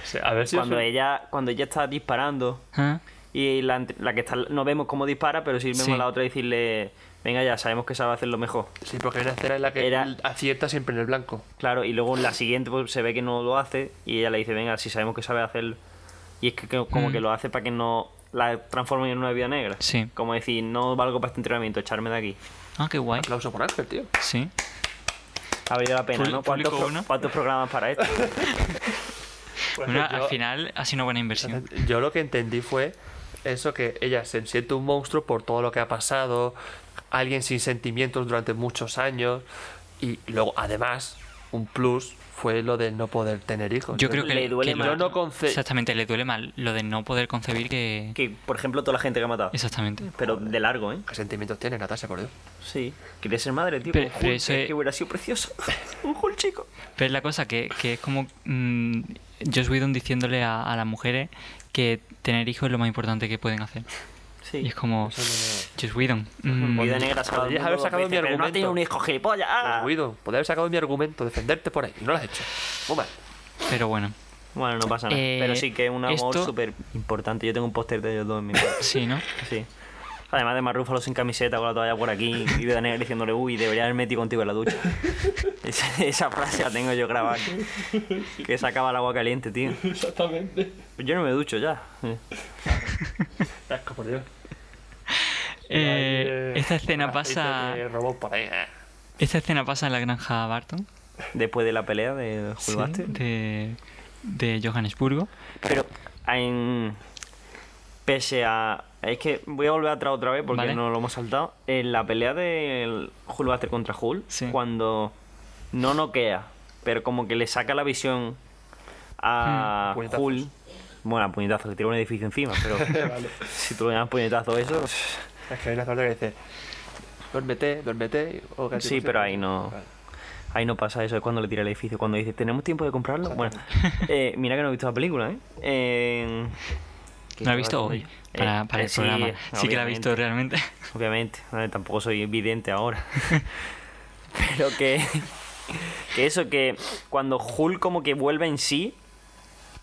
sea, a ver si.
cuando
eso-
ella cuando ella está disparando
Ah,
y la, ent- la que está no vemos cómo dispara, pero sí vemos
Sí.
a la otra decirle, venga ya, sabemos que sabe hacerlo mejor.
Sí, porque hay una escena en la que
Era-
él acierta siempre en el blanco.
Claro, y luego en la siguiente pues, se ve que no lo hace y ella le dice, venga, si sabemos que sabe hacerlo. Y es que, que- como
Mm.
que lo hace para que no la transformen en una vida negra.
Sí.
Como decir, no valgo para este entrenamiento, echarme de aquí.
ah, qué guay.
Aplauso por Ángel, tío.
Sí.
Ha valido la pena,
Pul-
¿no? ¿Cuántos,
público
pro-
uno.
cuántos programas
[laughs]
para esto?
Bueno,
Bueno,
Pues yo-
al final ha sido una buena inversión.
Yo lo que entendí fue eso que ella se siente un monstruo por todo lo que ha pasado, alguien sin sentimientos durante muchos años y luego además un plus fue lo de no poder tener hijos.
Yo creo que
Le duele
que
más.
lo-
Yo no conce-
Exactamente, le duele mal lo de no poder concebir que.
que, por ejemplo, toda la gente que ha matado.
Exactamente.
Pero de largo, ¿eh?
¿Qué sentimientos tiene Natasha, por Dios?
Sí. Quería ser madre, tío.
Pero-
un
pero
Hulk,
eso
es
es-
que hubiera sido precioso. [laughs] un Hulk, chico.
Pero es la cosa que, que es como. mm, Joss Whedon diciéndole a, a las mujeres que tener hijos es lo más importante que pueden hacer. Y
Sí.
es como. Joss Whedon. mm,
Vida negra sacado
Podrías
al mundo
haber
dos
sacado
veces,
mi
pero no ha
argumento.
tenido un hijo, gilipollas. ¡Ah!
Guido, podría haber sacado mi argumento, defenderte por ahí, y no lo has hecho. Muy mal.
pero bueno.
Bueno, no pasa nada.
Eh,
pero sí que es un amor
esto-
súper importante. Yo tengo un póster de ellos dos en
[laughs]
mi cuarto.
Sí,
[laughs]
¿no?
Sí. Además de Marrúfalo sin camiseta, con la toalla por aquí, y de negra diciéndole, uy, debería haber metido contigo en la ducha. Esa, esa frase la tengo yo grabada. Que, que sacaba el agua caliente, tío.
Exactamente.
Yo no me ducho ya. eh,
Asco, por Dios.
Eh, esta escena pasa.
Robot por ahí. eh.
Esta escena pasa en la granja Barton.
Después de la pelea de
sí,
Hulbaster.
de, de Johannesburgo.
Pero en... Pese a... Es que voy a volver atrás otra vez porque
Vale.
no lo hemos saltado. En la pelea de Hulk Buster contra Hulk,
Sí.
cuando no noquea, pero como que le saca la visión a
Hmm. Puñetazos.
Hulk... Bueno, a puñetazo, le tira un edificio encima, pero
[laughs] Vale.
si tú le das puñetazo eso...
Es que hay una parte que dice: duérmete, duérmete. o que-
Sí, pero ahí no.
Vale.
Ahí no pasa eso, es cuando le tira el edificio, cuando dice, ¿tenemos tiempo de comprarlo? Bueno, eh, mira que no he visto la película, ¿eh? Eh, ¿qué
No la he
estaba
visto
haciendo
hoy
yo?
para,
Eh,
para
eh,
el programa. Sí que la he visto
obviamente,
realmente.
Obviamente, eh, tampoco soy
[laughs]
vidente ahora. pero que, que eso, que cuando Hulk como que vuelve en sí,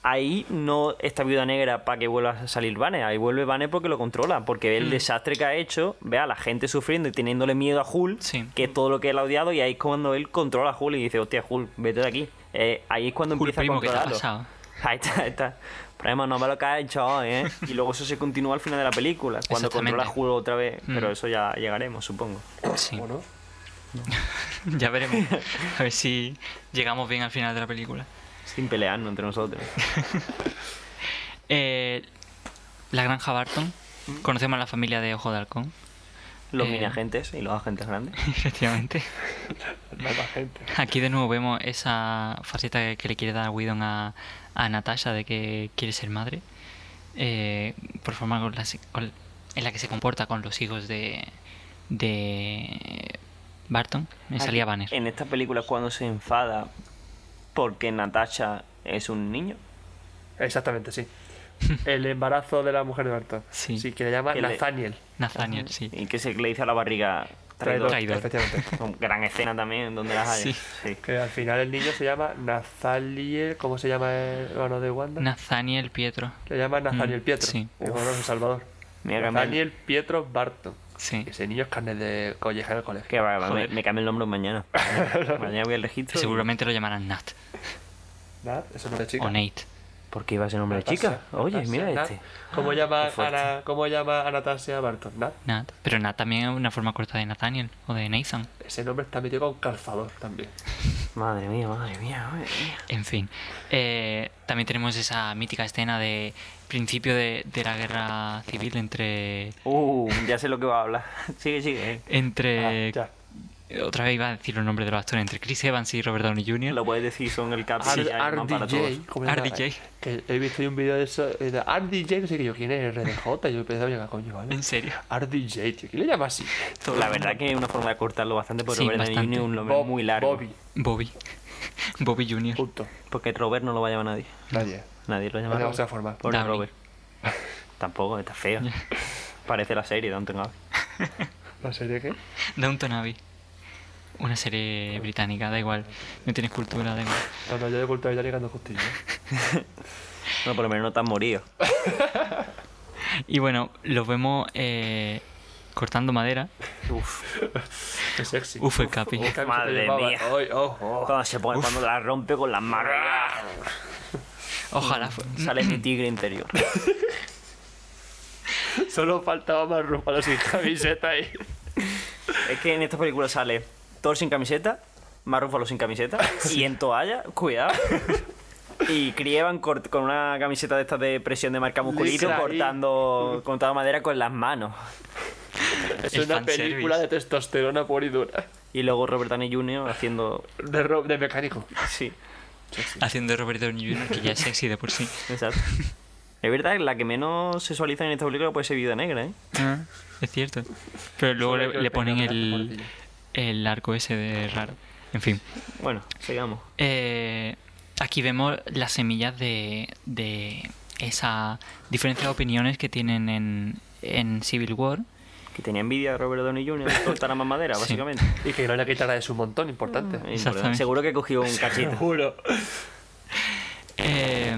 ahí no está viuda negra para que vuelva a salir Banner, ahí vuelve Banner porque lo controla, porque ve
Mm.
el desastre que ha hecho, ve a la gente sufriendo y teniéndole miedo a Hulk,
Sí.
que es todo lo que él ha odiado, y ahí es cuando él controla a Hulk y dice, hostia Hulk, vete de aquí. Eh, ahí es cuando
Hulk [laughs]
empieza
primo,
a
¿qué te ha
controlarlo.
pasado?
Ahí está, ahí está. Prima, no me lo que has hecho hoy, ¿eh? Y luego eso se continúa al final de la película, cuando
Exactamente.
controla Hulu otra vez.
Mm.
Pero eso ya llegaremos, supongo.
Sí,
¿O no?
[laughs] ya veremos. A ver si llegamos bien al final de la película.
Sin pelearnos entre nosotros.
Eh, la granja Barton.
Mm.
Conocemos a la familia de Ojo de Halcón,
Los
Eh.
mini agentes y los agentes grandes.
[laughs]
efectivamente.
Más gente.
Aquí de nuevo vemos esa faceta que, que le quiere dar Whedon a, a Natasha de que quiere ser madre. eh, por forma con la se- con- en la que se comporta con los hijos de, de Barton. Me salía Banner.
En esta película es cuando se enfada porque Natasha es un niño. [laughs]
Exactamente, sí. El embarazo de la mujer de Barton.
Sí.
Sí, que le llama
Que le-
Nathaniel.
Nathaniel, sí.
Y que se le dice a la barriga traidor.
Traidor.
[laughs]
Efectivamente.
Con Gran escena también donde las hay.
Sí.
Que al final el niño se llama Nathaniel. ¿Cómo se llama el hermano de Wanda?
Nathaniel Pietro.
Le llama Nathaniel
Mm,
Pietro.
sí.
En honor a San Salvador.
Mira que me-
Nathaniel Pietro Barton.
Sí.
Ese niño es carne de colleja del colegio.
Que va, va, me,
Joder.
me cambio el
[laughs]
nombre mañana. mañana voy al registro. y-
Seguramente lo llamarán Nat
Nat, eso no es de chica.
o Nate.
¿Por qué iba a ser nombre de
Natasha,
chica? Oye,
Natasha,
mira
Nat.
este.
¿Cómo llama,
Qué fuerte.
Ana, ¿Cómo llama a Natasha Barton? Nat.
Nat. Pero Nat también es una forma corta de Nathaniel o de Nathan.
Ese nombre está metido con calzador también.
Madre mía, madre mía, madre mía.
En fin, eh, también tenemos esa mítica escena de principio de, de la guerra civil entre...
Uh, ya sé lo que va a hablar. [laughs] Sigue, sigue. Eh,
entre
Ah, Ya.
Otra vez iba a decir los nombres de los actores, entre Chris Evans y Robert Downey Jr.
Lo puedes decir, son el cap y ya
R-
Iron Man para todos.
RDJ. ¿cómo se llama?
RDJ.
Que he visto yo un vídeo de eso. eh, de RDJ, no sé qué yo, ¿quién es RDJ? Yo pensaba, venga, coño, ¿vale?
En serio.
RDJ, tío, ¿quién le llama así?
La verdad que es una forma de cortarlo bastante, porque
Sí,
Robert Downey
bastante.
Jr. un nombre
Bob-
muy largo.
Bobby,
Bobby. [laughs] Bobby Jr.
punto.
Porque Robert no lo va a llamar nadie.
Nadie.
Nadie lo llama
Nadie
Robert.
se va a formar.
Pobre
Downey.
[laughs]
Robert. Tampoco, está feo. Parece la serie de Downton Abbey.
¿La serie qué?
Downton Abbey. Una serie británica, da igual. No tienes cultura, da igual.
No, no, yo de cultura británica no justillo.
No, por lo menos no tan morido.
Y bueno, los vemos eh, cortando madera.
Uf.
Qué sexy.
Uf, el capi.
Uf, camiseta
Madre
llevaba.
mía.
Ay, ojo.
Cuando se pone, cuando la rompe con las manos.
Ojalá fue-
Sale mi tigre interior.
Solo faltaba más ropa sin
[laughs]
camiseta ahí.
Es que en esta película sale Thor sin camiseta, Mark Ruffalo
[laughs]
sin camiseta y en toalla, cuidado. Y Crievan cort- con una camiseta de estas de presión de marca musculito
Literal.
cortando, cortando madera con las manos.
Es
El
una
fanservice.
película de testosterona pura y dura.
Y luego Robert Downey Jr. haciendo...
De, ro- de mecánico.
Sí,
haciendo de Robert Downey Jr., que ya es sexy de por sí.
exacto. Es verdad, la que menos sexualiza en esta película puede ser Vida Negra, ¿eh?
Ah, es cierto. Pero luego
Solo hay
le,
que
le ponen
pegarle la
el,
mordilla.
el arco ese de raro. En fin.
Bueno, sigamos.
Eh, aquí vemos las semillas de, de esa diferencia de opiniones que tienen en, en Civil War.
Que tenía envidia de Robert Downey Jr. de cortar a más madera,
Sí.
básicamente.
Y que no le quitará de su montón, importante.
Mm.
Exactamente.
Seguro que cogió un cachito.
Juro.
Eh,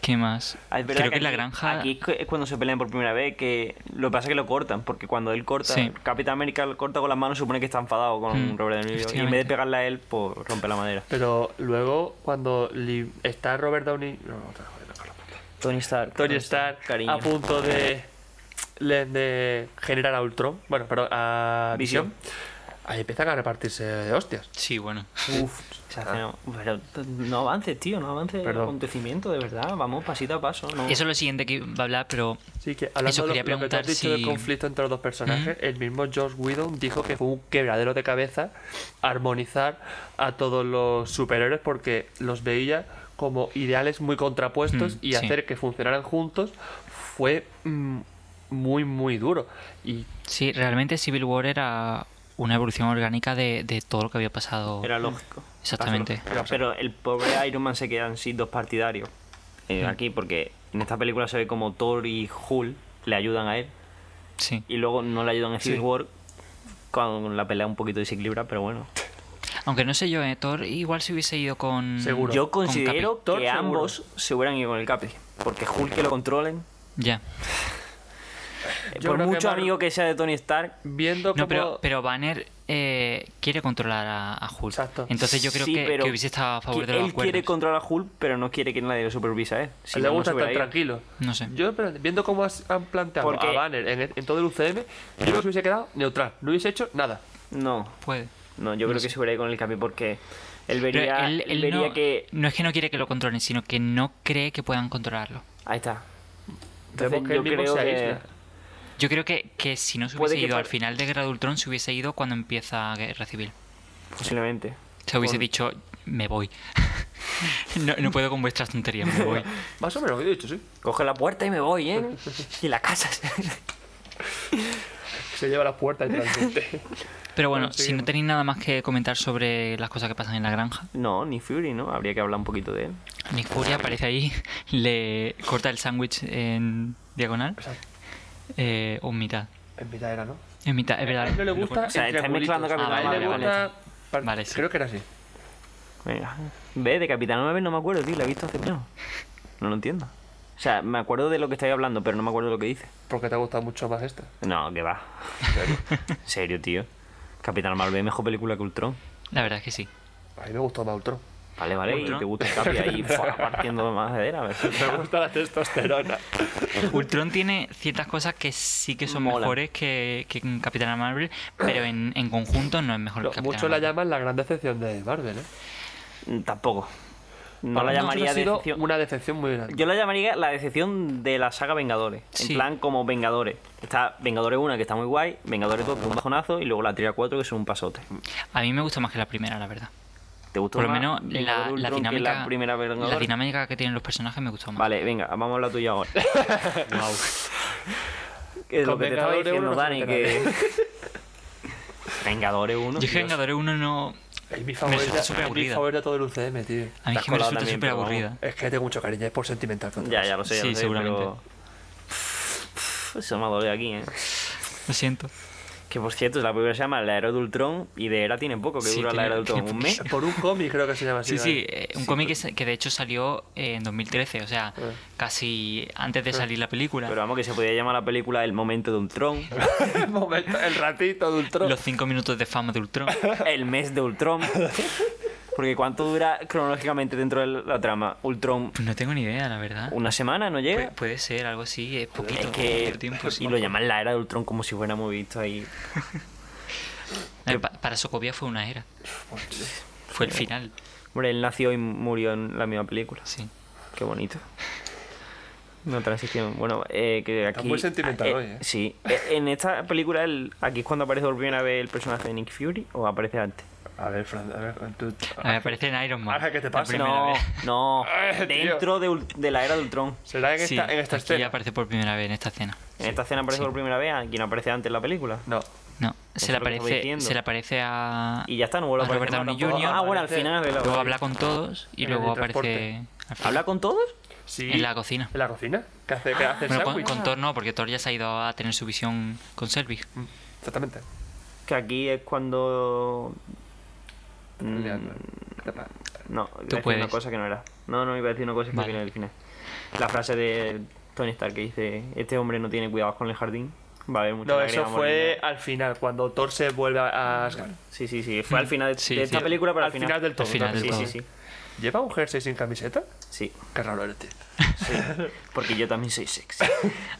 ¿Qué más?
Ah, es verdad
Creo que, en la
aquí-
granja...
Aquí es cu- es cuando se pelean por primera vez, que lo que pasa es que lo cortan, porque cuando él corta,
Sí.
Capitán América lo corta con las manos, supone que está enfadado con
Mm,
Robert De Niro, y en vez de
efectivamente.
pegarle a él, pues rompe la madera.
Pero luego, cuando li- está Robert Downey. No, no, joder, no, no, no.
Tony Stark.
Tony Stark
Cariño.
a punto de, le- de generar a Ultron. Bueno, pero a Visión. Ahí empiezan a repartirse hostias.
Sí, bueno.
Uf, se hace- pero t- no avances, tío, no avances el
Perdón.
acontecimiento, de verdad. Vamos pasito a paso. No.
Eso es lo siguiente que va a hablar, pero...
Sí, que hablando
Eso
de
quería
lo, lo que tú has
preguntar ¿Mm?
dicho del
si-
conflicto entre los dos personajes, el mismo George Whedon dijo que fue un quebradero de cabeza armonizar a todos los superhéroes porque los veía como ideales muy contrapuestos
Mm,
y
sí.
hacer que funcionaran juntos fue mm, muy, muy duro. Y
Sí, realmente Civil War era una evolución orgánica de, de todo lo que había pasado.
Era lógico.
Exactamente.
Pero, pero el pobre Iron Man se quedan sin dos partidarios
Hmm.
eh, aquí, porque en esta película se ve como Thor y Hulk le ayudan a él.
Sí.
y luego no le ayudan en Civil
Sí.
War con la pelea un poquito desequilibra, pero bueno.
Aunque no sé yo, eh, Thor igual se hubiese ido con...
Seguro.
Yo
con
considero
Capi.
Thor
que
seguro.
ambos se hubieran ido con el Capi, porque Hulk que lo controlen
Ya.
Yo
eh, Por
creo que
mucho
Mar-
amigo que sea de Tony Stark,
Viendo
No,
cómo...
pero, pero Banner eh, quiere controlar a, a Hulk.
Exacto.
Entonces yo creo
sí,
que,
pero
que hubiese estado a favor
que
de los
él quiere
acuerdos.
controlar a Hulk, pero no quiere que nadie lo supervise a él. Si
le
no, no se
gusta estar
hubiera ido.
tranquilo.
No sé.
Yo, pero viendo cómo has- han planteado
Porque-
a Banner en, en todo el UCM, yo creo que se hubiese quedado neutral. No hubiese hecho nada.
No,
Puede.
no, yo creo que se hubiera ido con el cambio porque él
Pero
vería,
él,
él
él
vería
no,
que.
no es que no quiere que lo controlen, sino que no cree que puedan controlarlo.
Ahí está.
Vemos
Entonces,
que él
yo
mismo
creo
se
que.
aísla.
Yo creo que, que si no se
Puede
hubiese
que
ido al
par-
final de Guerra de Ultron, se hubiese ido cuando empieza Guerra Civil.
Posiblemente.
Se hubiese
Con-
dicho, me voy. [laughs] no, no puedo con vuestras tonterías, me
[laughs]
voy.
Más o menos lo que he dicho, sí.
Coge la puerta y me voy,
[laughs]
¿eh? y la casa.
Se lleva la puerta
[laughs]
del transeúnte.
Pero bueno,
Bueno,
si no
seguimos.
tenéis nada más que comentar sobre las cosas que pasan en la granja,
no, ni Fury, ¿no? Habría que hablar un poquito de él.
Nick Fury aparece ahí, [laughs] le corta el sándwich en diagonal
Exacto.
eh, o en mitad.
En mitad era, ¿no?
En mitad, es
A
verdad.
él no le
lo
gusta.
O sea,
en
estáis
triangulitos.
mezclando Capitán
A él le
Marvel, Ah, vale,
gusta- par-
Vale, sí.
Creo que era así.
Venga. Ve, de Capitán Marvel no me acuerdo, tío. La he visto hace poco. No lo entiendo. O sea, me acuerdo de lo que estáis hablando, pero no me acuerdo de lo que dice.
Porque te ha gustado mucho más esta.
No, que va. En serio, tío. Capitán Marvel, mejor película que Ultron.
La verdad es que sí.
A mí me gustó más Ultron.
Vale, vale, y te gusta el Capi ahí fuá, partiendo más de a ver. si-
[laughs] Me gusta la testosterona.
Ultron tiene ciertas cosas que sí que son
Mola.
mejores que, que en Capitán Marvel, pero en, en conjunto no es mejor que Capitán
Muchos la
Marvel.
llaman la gran decepción de Marvel, ¿eh?
Mm, Tampoco. No
Para
la
muchos
llamaría
ha sido
decepción.
una decepción muy grande.
Yo la llamaría la decepción de la saga Vengadores.
Sí.
En plan, como Vengadores. Está Vengadores 1, que está muy guay. Vengadores 2, que es un bajonazo. Y luego la tira 4, que es un pasote.
A mí me gusta más que la primera, la verdad.
¿Te gustó
Por lo
más
menos la,
Vengador
la
Ultron que
dinámica,
la primera Vengador?
la dinámica que tienen los personajes me gustó más.
Vale, venga, vamos a hablar tuya
[laughs]
ahora. [laughs] Que lo
Con
que te estaba
Vengadores
diciendo,
uno no se
Dani, que. [laughs] Vengadores 1.
Yo es que
Dios.
Vengadores 1 no...
Es mi
Me
favorita,
resulta súper
es mi
aburrida.
favorita de todo el UCM, tío.
A mí es
Te
que
has
me
colado
resulta
también,
súper
pero vamos.
aburrida.
Es que tengo mucho cariño, es por sentimental. con
Ya,
todo.
ya lo sé, ya
Sí,
lo sé,
seguramente.
pero- Eso me ha dolido aquí, ¿eh?
Lo siento.
Que por cierto, la película se llama La Era de Ultron y de era tiene poco, que
Sí,
dura la
tiene-
Era de Ultron,
tiene
un mes.
Por un cómic creo que se llama así.
Sí, sí,
¿vale?
eh, un cómic que, se- que de hecho salió eh, en 2013, o sea,
Eh.
casi antes de salir la película.
Pero vamos, que se podía llamar la película El Momento de Ultron,
[laughs] el, momento, el ratito de Ultron.
Los cinco minutos de fama de
[laughs]
Ultron.
El Mes de Ultron. Porque ¿cuánto dura cronológicamente dentro de la trama? Ultron,
Pues no tengo ni idea, la verdad.
¿una semana no
Pu-
llega?
puede ser algo así, es poquito,
Es que...
poquito tiempo. sí.
Y lo llaman La Era de Ultron como si fuera muy visto ahí.
Eh, pa- para Sokovia fue una era.
Pues,
Fue
Eh.
el final,
Hombre, él nació y murió en la misma película.
sí.
Qué bonito. No transición. Bueno, eh, que aquí.
muy sentimental
eh,
hoy, ¿eh?
Sí. Eh, En esta película, el- aquí es cuando aparece por primera vez el personaje de Nick Fury o aparece antes.
A ver, Fran, a ver, tú.
A ver, aparece en Iron Man.
Ah, Ahora que te
la
pasa.
primera
Ah, No,
vez.
no.
[laughs] Ay, tío.
Dentro de, Ul- de la era de Ultron.
¿Será en
Sí,
esta, en esta
aquí
escena?
aparece por primera vez en esta escena.
En esta escena aparece
sí.
por primera vez a quien aparece antes en la película.
No.
No,
Pues
se le,
es lo que estaba
aparece,
diciendo.
se le aparece a...
Y ya está, no vuelve a
A
aparecer.
Robert
más
Downey
tampoco.
Jr.
Ah, bueno, al
aparece-
final. de la-
Luego habla con todos y
En el
luego
transporte.
aparece... al final.
¿Habla con todos?
Sí.
En la cocina.
¿En la cocina? ¿Qué hace, qué hace el
Bueno, con,
sándwich?
con Thor no, porque Thor ya se ha ido a tener su visión con Selvig.
Mm, Exactamente.
Que aquí es cuando. Mm,
Leandro, ¿qué te pasa?
No, iba a decir
puedes.
una cosa que no era. No, no, iba a decir una cosa que
Vale.
viene del final. La frase de Tony Stark que dice: Este hombre no tiene cuidados con el jardín. Va a haber mucha
No,
lágrima
eso fue
moliendo".
al final, cuando Thor se vuelve a Asgard.
Sí, sí, sí. Fue al final
[laughs]
de,
Sí,
de esta
sí.
película, pero
al final, del todo.
Al final
¿no?
del
Sí,
todo.
sí, sí.
¿Lleva un jersey sin camiseta?
Sí,
Qué raro eres, tío.
sí. Porque yo también soy
[laughs]
sexy.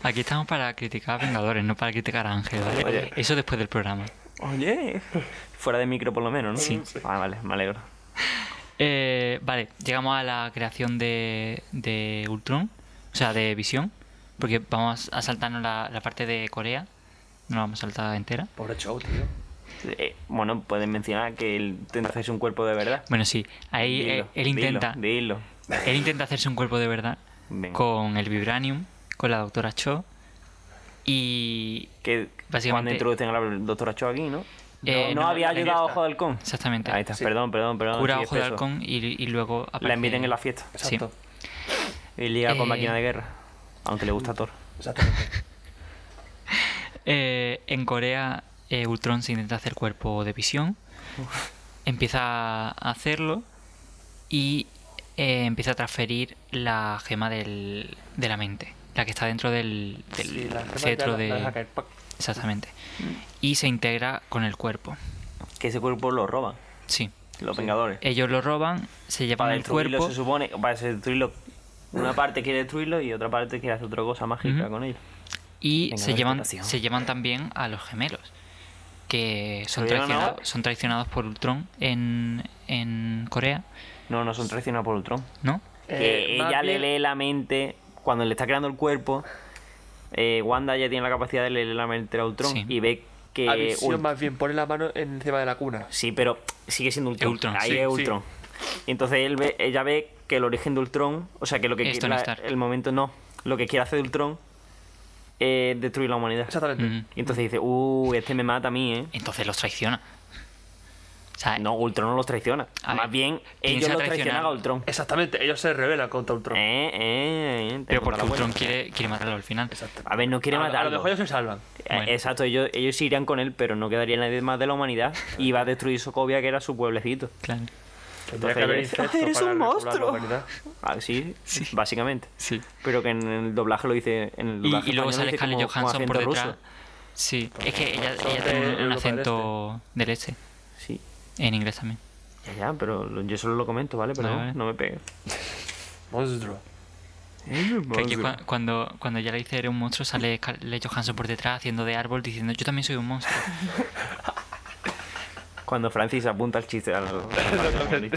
Aquí estamos para criticar a Vengadores, no para criticar a Ángel. ¿vale?
Oye.
Eso después del programa.
Oye. Fuera de micro, por lo menos, ¿no? Sí. Ah, vale, me alegro.
Eh, vale, llegamos a la creación de, de Ultron, o sea, de Visión, porque vamos a saltarnos la, la parte de Corea, no la vamos a saltar entera.
Pobre show, tío.
Eh, bueno, pueden mencionar que él intenta hacerse un cuerpo de verdad.
Bueno, sí, ahí eh,
Dilo,
él
dilo,
intenta
Dilo.
él intenta hacerse un cuerpo de verdad
Venga.
con el Vibranium, con la doctora Cho y...
Que
Básicamente-
cuando introducen a la doctora Cho aquí, ¿no?
Eh,
no,
no,
había
la
ayudado a
fiesta.
Ojo de Halcón.
Exactamente.
Ahí está,
Sí.
perdón, perdón, perdón.
Cura
sí,
Ojo de
eso.
Halcón y, y luego
La
aparece-
inviten en la fiesta.
Sí.
Exacto.
Y llega con
Eh,
máquina de guerra. Aunque le gusta a Thor.
Exactamente.
Eh, en Corea, eh, Ultron se intenta hacer cuerpo de visión. Empieza a hacerlo y eh, empieza a transferir la gema del- de la mente la que está dentro del, del
Sí, la gema
cetro
ya la- la deja
de...
caer, ¡pac!
Exactamente. Y se integra con el cuerpo.
Que ese cuerpo lo roban,
Sí.
los Vengadores.
Ellos lo roban, se llevan
Para
el
destruirlo,
cuerpo.
se supone. Para destruirlo.
[laughs]
Una parte quiere destruirlo y otra parte quiere hacer otra cosa mágica
Ujú.
con ellos.
Y
Venga,
se
la
llevan,
explotación.
se llevan también a los gemelos, que son,
lo llevan
traicionados,
ahora?
son traicionados por Ultron en, en Corea,
No, no son traicionados por Ultron.
¿no?
que
Eh, más
ella
bien-
le lee la mente cuando le está creando el cuerpo. eh, Wanda ya tiene la capacidad de leer la mente a Ultron
Sí.
y ve que.
a visión,
Ult-
más bien pone la mano encima de la cuna.
Sí, pero sigue siendo Ultron.
Es Ultron,
Ahí
sí,
es
sí.
Ultron. Y entonces él ve, ella ve que el origen de Ultron, o sea, que lo que
Es
quiere-
Tony
la-
Stark.
el momento no, lo que quiere hacer Ultron es destruir la humanidad.
Exactamente.
Mm.
Y entonces dice, uh, este me mata a mí, ¿eh?
Entonces los traiciona. O sea,
No, Ultron no los traiciona.
A
Más
ver,
bien,
¿quién
ellos
se ha
los traicionan
traicionado?
a Ultron.
Exactamente, ellos se rebelan contra Ultron.
Eh, eh, eh, te
pero
he contado
porque
la
Ultron
buena.
quiere, quiere matarlo al final.
A ver, no quiere
a, a
matarlo.
lo mejor ellos se salvan.
Eh,
Bueno.
Exacto, ellos, ellos se irían con él, pero no quedaría nadie más de la humanidad y va a destruir Sokovia, que era su pueblecito.
Claro.
Tendría que haber
ellos-
insectos
¡Ah, eres
para
un
repoblar la
monstruo!
humanidad.
Así, Ah, básicamente.
Sí.
Pero que en el doblaje lo dice. En el
Y,
doblaje
y luego
español
sale
dice
Scarlett
como- como
Johansson por
acento
detrás.
ruso.
Sí, es que ella,
son
ella
de
tiene un- un
Europa del
acento del este,
Sí,
en inglés también.
ya, ya, pero lo- yo solo lo comento, ¿vale? Pero
Vale,
no,
vale.
no me pegue.
Monstruo.
Que aquí cua- cuando, cuando ya le dice eres un monstruo, sale Scarlett Johansson por detrás haciendo de árbol diciendo yo también soy un
[laughs]
monstruo.
Cuando Francis apunta el
[laughs]
chiste al. al-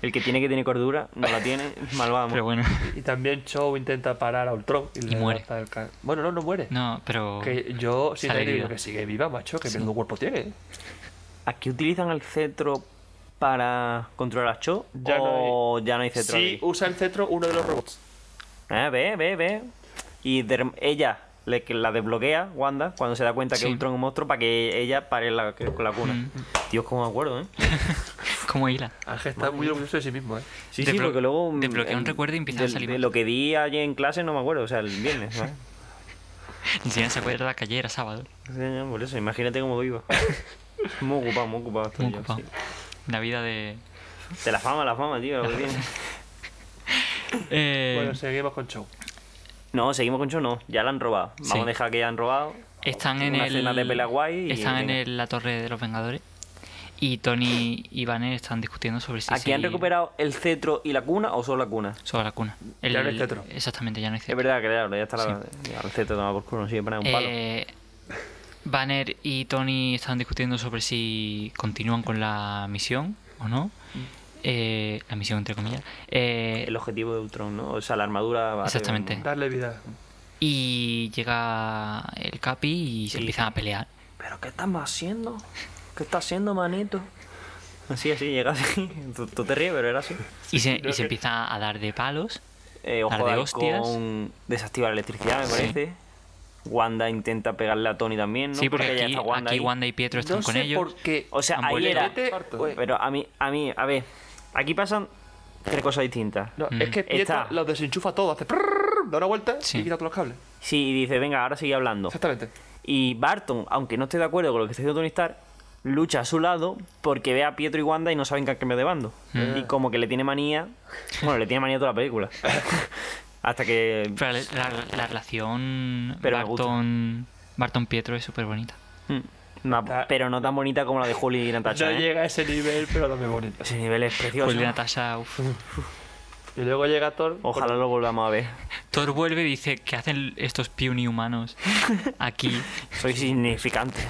El que tiene que tiene cordura, no la
[laughs]
tiene, malvado.
Pero bueno,
Y también Cho intenta parar a Ultron y, le
muere.
lanza el ca- Bueno, no, no muere.
no, pero...
Que yo, si
Sale
te digo
viva.
que sigue viva, macho, que menudo cuerpo tiene. ¿eh?
¿Aquí utilizan el cetro para controlar a Cho?
Ya no
o ya no hay cetro?
Sí,
ahí?
usa el cetro uno de los robots.
Ah, ve, ve, ve. Y de rem- ella le, que la desbloquea, Wanda, cuando se da cuenta que
Sí. Mm,
Ultron es un monstruo, para que ella pare la, que- con la cuna. Dios, cómo me acuerdo, ¿eh?
[laughs] Como hila.
Ángel Ah, está muy orgulloso de sí mismo, ¿eh?
Sí,
Desblo-
sí, porque luego... mm,
desbloquea un
em,
recuerdo y empiezan
de-
a salir
de
más.
lo que di ayer en clase no me acuerdo, o sea, el
[laughs]
viernes, ¿sabes?
Ni siquiera se acuerda que ayer era sábado.
Sí, ya, Por eso, imagínate
[laughs]
cómo vivo. Muy ocupado, muy ocupado estoy
Muy
yo,
ocupado.
sí.
La vida de...
De la fama, la fama, tío. lo
[laughs]
que tiene.
Eh,
Bueno, seguimos con Cho.
No, seguimos con Cho, no. Ya la han robado. Vamos
Sí.
a dejar que ya han robado.
están en
una
el...
cena de pelea guay y
están en
venga.
el- la torre de los Vengadores. Y Tony y Banner están discutiendo sobre si...
¿Aquí han
seguir
recuperado el cetro y la cuna o solo la cuna?
Sobre la cuna.
Ya no hay cetro.
Exactamente, ya no hay cetro.
Es verdad, que claro, ya está la, la receta tomada por culo, no sirve para nada, un palo.
Eh, Banner y Tony están discutiendo sobre si continúan con la misión o no. Eh, la misión entre comillas. Eh,
Mm. el objetivo de Ultron, ¿no? O sea, la armadura va a ser-
Exactamente.
Darle vida.
y llega el Capi y se empiezan a pelear.
¿Pero qué estamos haciendo? ¿Qué está haciendo, manito? Así, así, llega así. [laughs] Tú, tú te ríes, pero era así.
Y se,
creo
y se
que-
empieza a dar de palos.
Eh, ojo
Las de
de
hostias.
con desactivar la electricidad, me
Sí.
parece. Wanda intenta pegarle a Tony también, ¿no?
sí, porque,
ya
aquí,
está Wanda
aquí
ahí.
Wanda y Pietro están
No
con
sé
ellos.
por qué.
O sea,
Han
ahí
vuelto.
era...
Vete-
Pero a mí, a mí, a ver. Aquí pasan tres cosas distintas.
No, Es que Pietro
Está.
los desenchufa todos, hace prrrr, da una vuelta
Mm. Sí.
y quita todos los cables.
Sí, y dice, venga, ahora sigue hablando.
Exactamente.
Y Barton, aunque no esté de acuerdo con lo que está haciendo Tony Stark, lucha a su lado porque ve a Pietro y Wanda y no saben que han cambiado de bando.
Mm.
Y como que le tiene manía. Bueno, le tiene manía a toda la película. [laughs] Hasta que.
Pero la, la- la relación
Pero me gusta.
Barton, Barton Pietro es súper bonita.
Mm, no,
Ta-
pero no tan bonita como la de Juli y Natasha.
No
¿eh?
llega a ese nivel, pero también bonito.
Ese nivel es precioso.
Porque Natasha, Pues uf.
Y luego llega Thor.
Ojalá lo volvamos a ver.
Thor vuelve y dice, ¿qué hacen estos piuni humanos aquí?
Soy significante.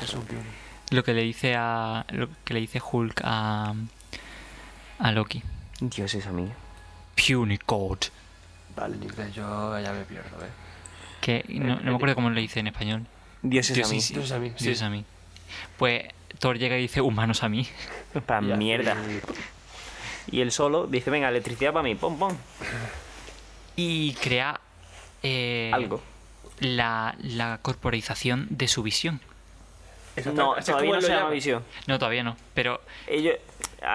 lo que le dice a lo que le dice Hulk a a Loki
Dios es a mí.
Punicode
Vale, en inglés yo ya me pierdo, ¿eh?
que no, no me acuerdo cómo le dice en español
Dios es
Dios
a mí.
es-
Dios a mí, sí.
Dios a mí pues Thor llega y dice humanos a mí
Para
Y hace-
mierda. Y él solo dice, venga, electricidad para mí, pom pom.
y crea eh,
Algo.
la, la corporización de su visión
Exactamente.
No,
Así es
todavía
como
no
él lo
se llama
llama.
visión.
no todavía no pero
Ellos,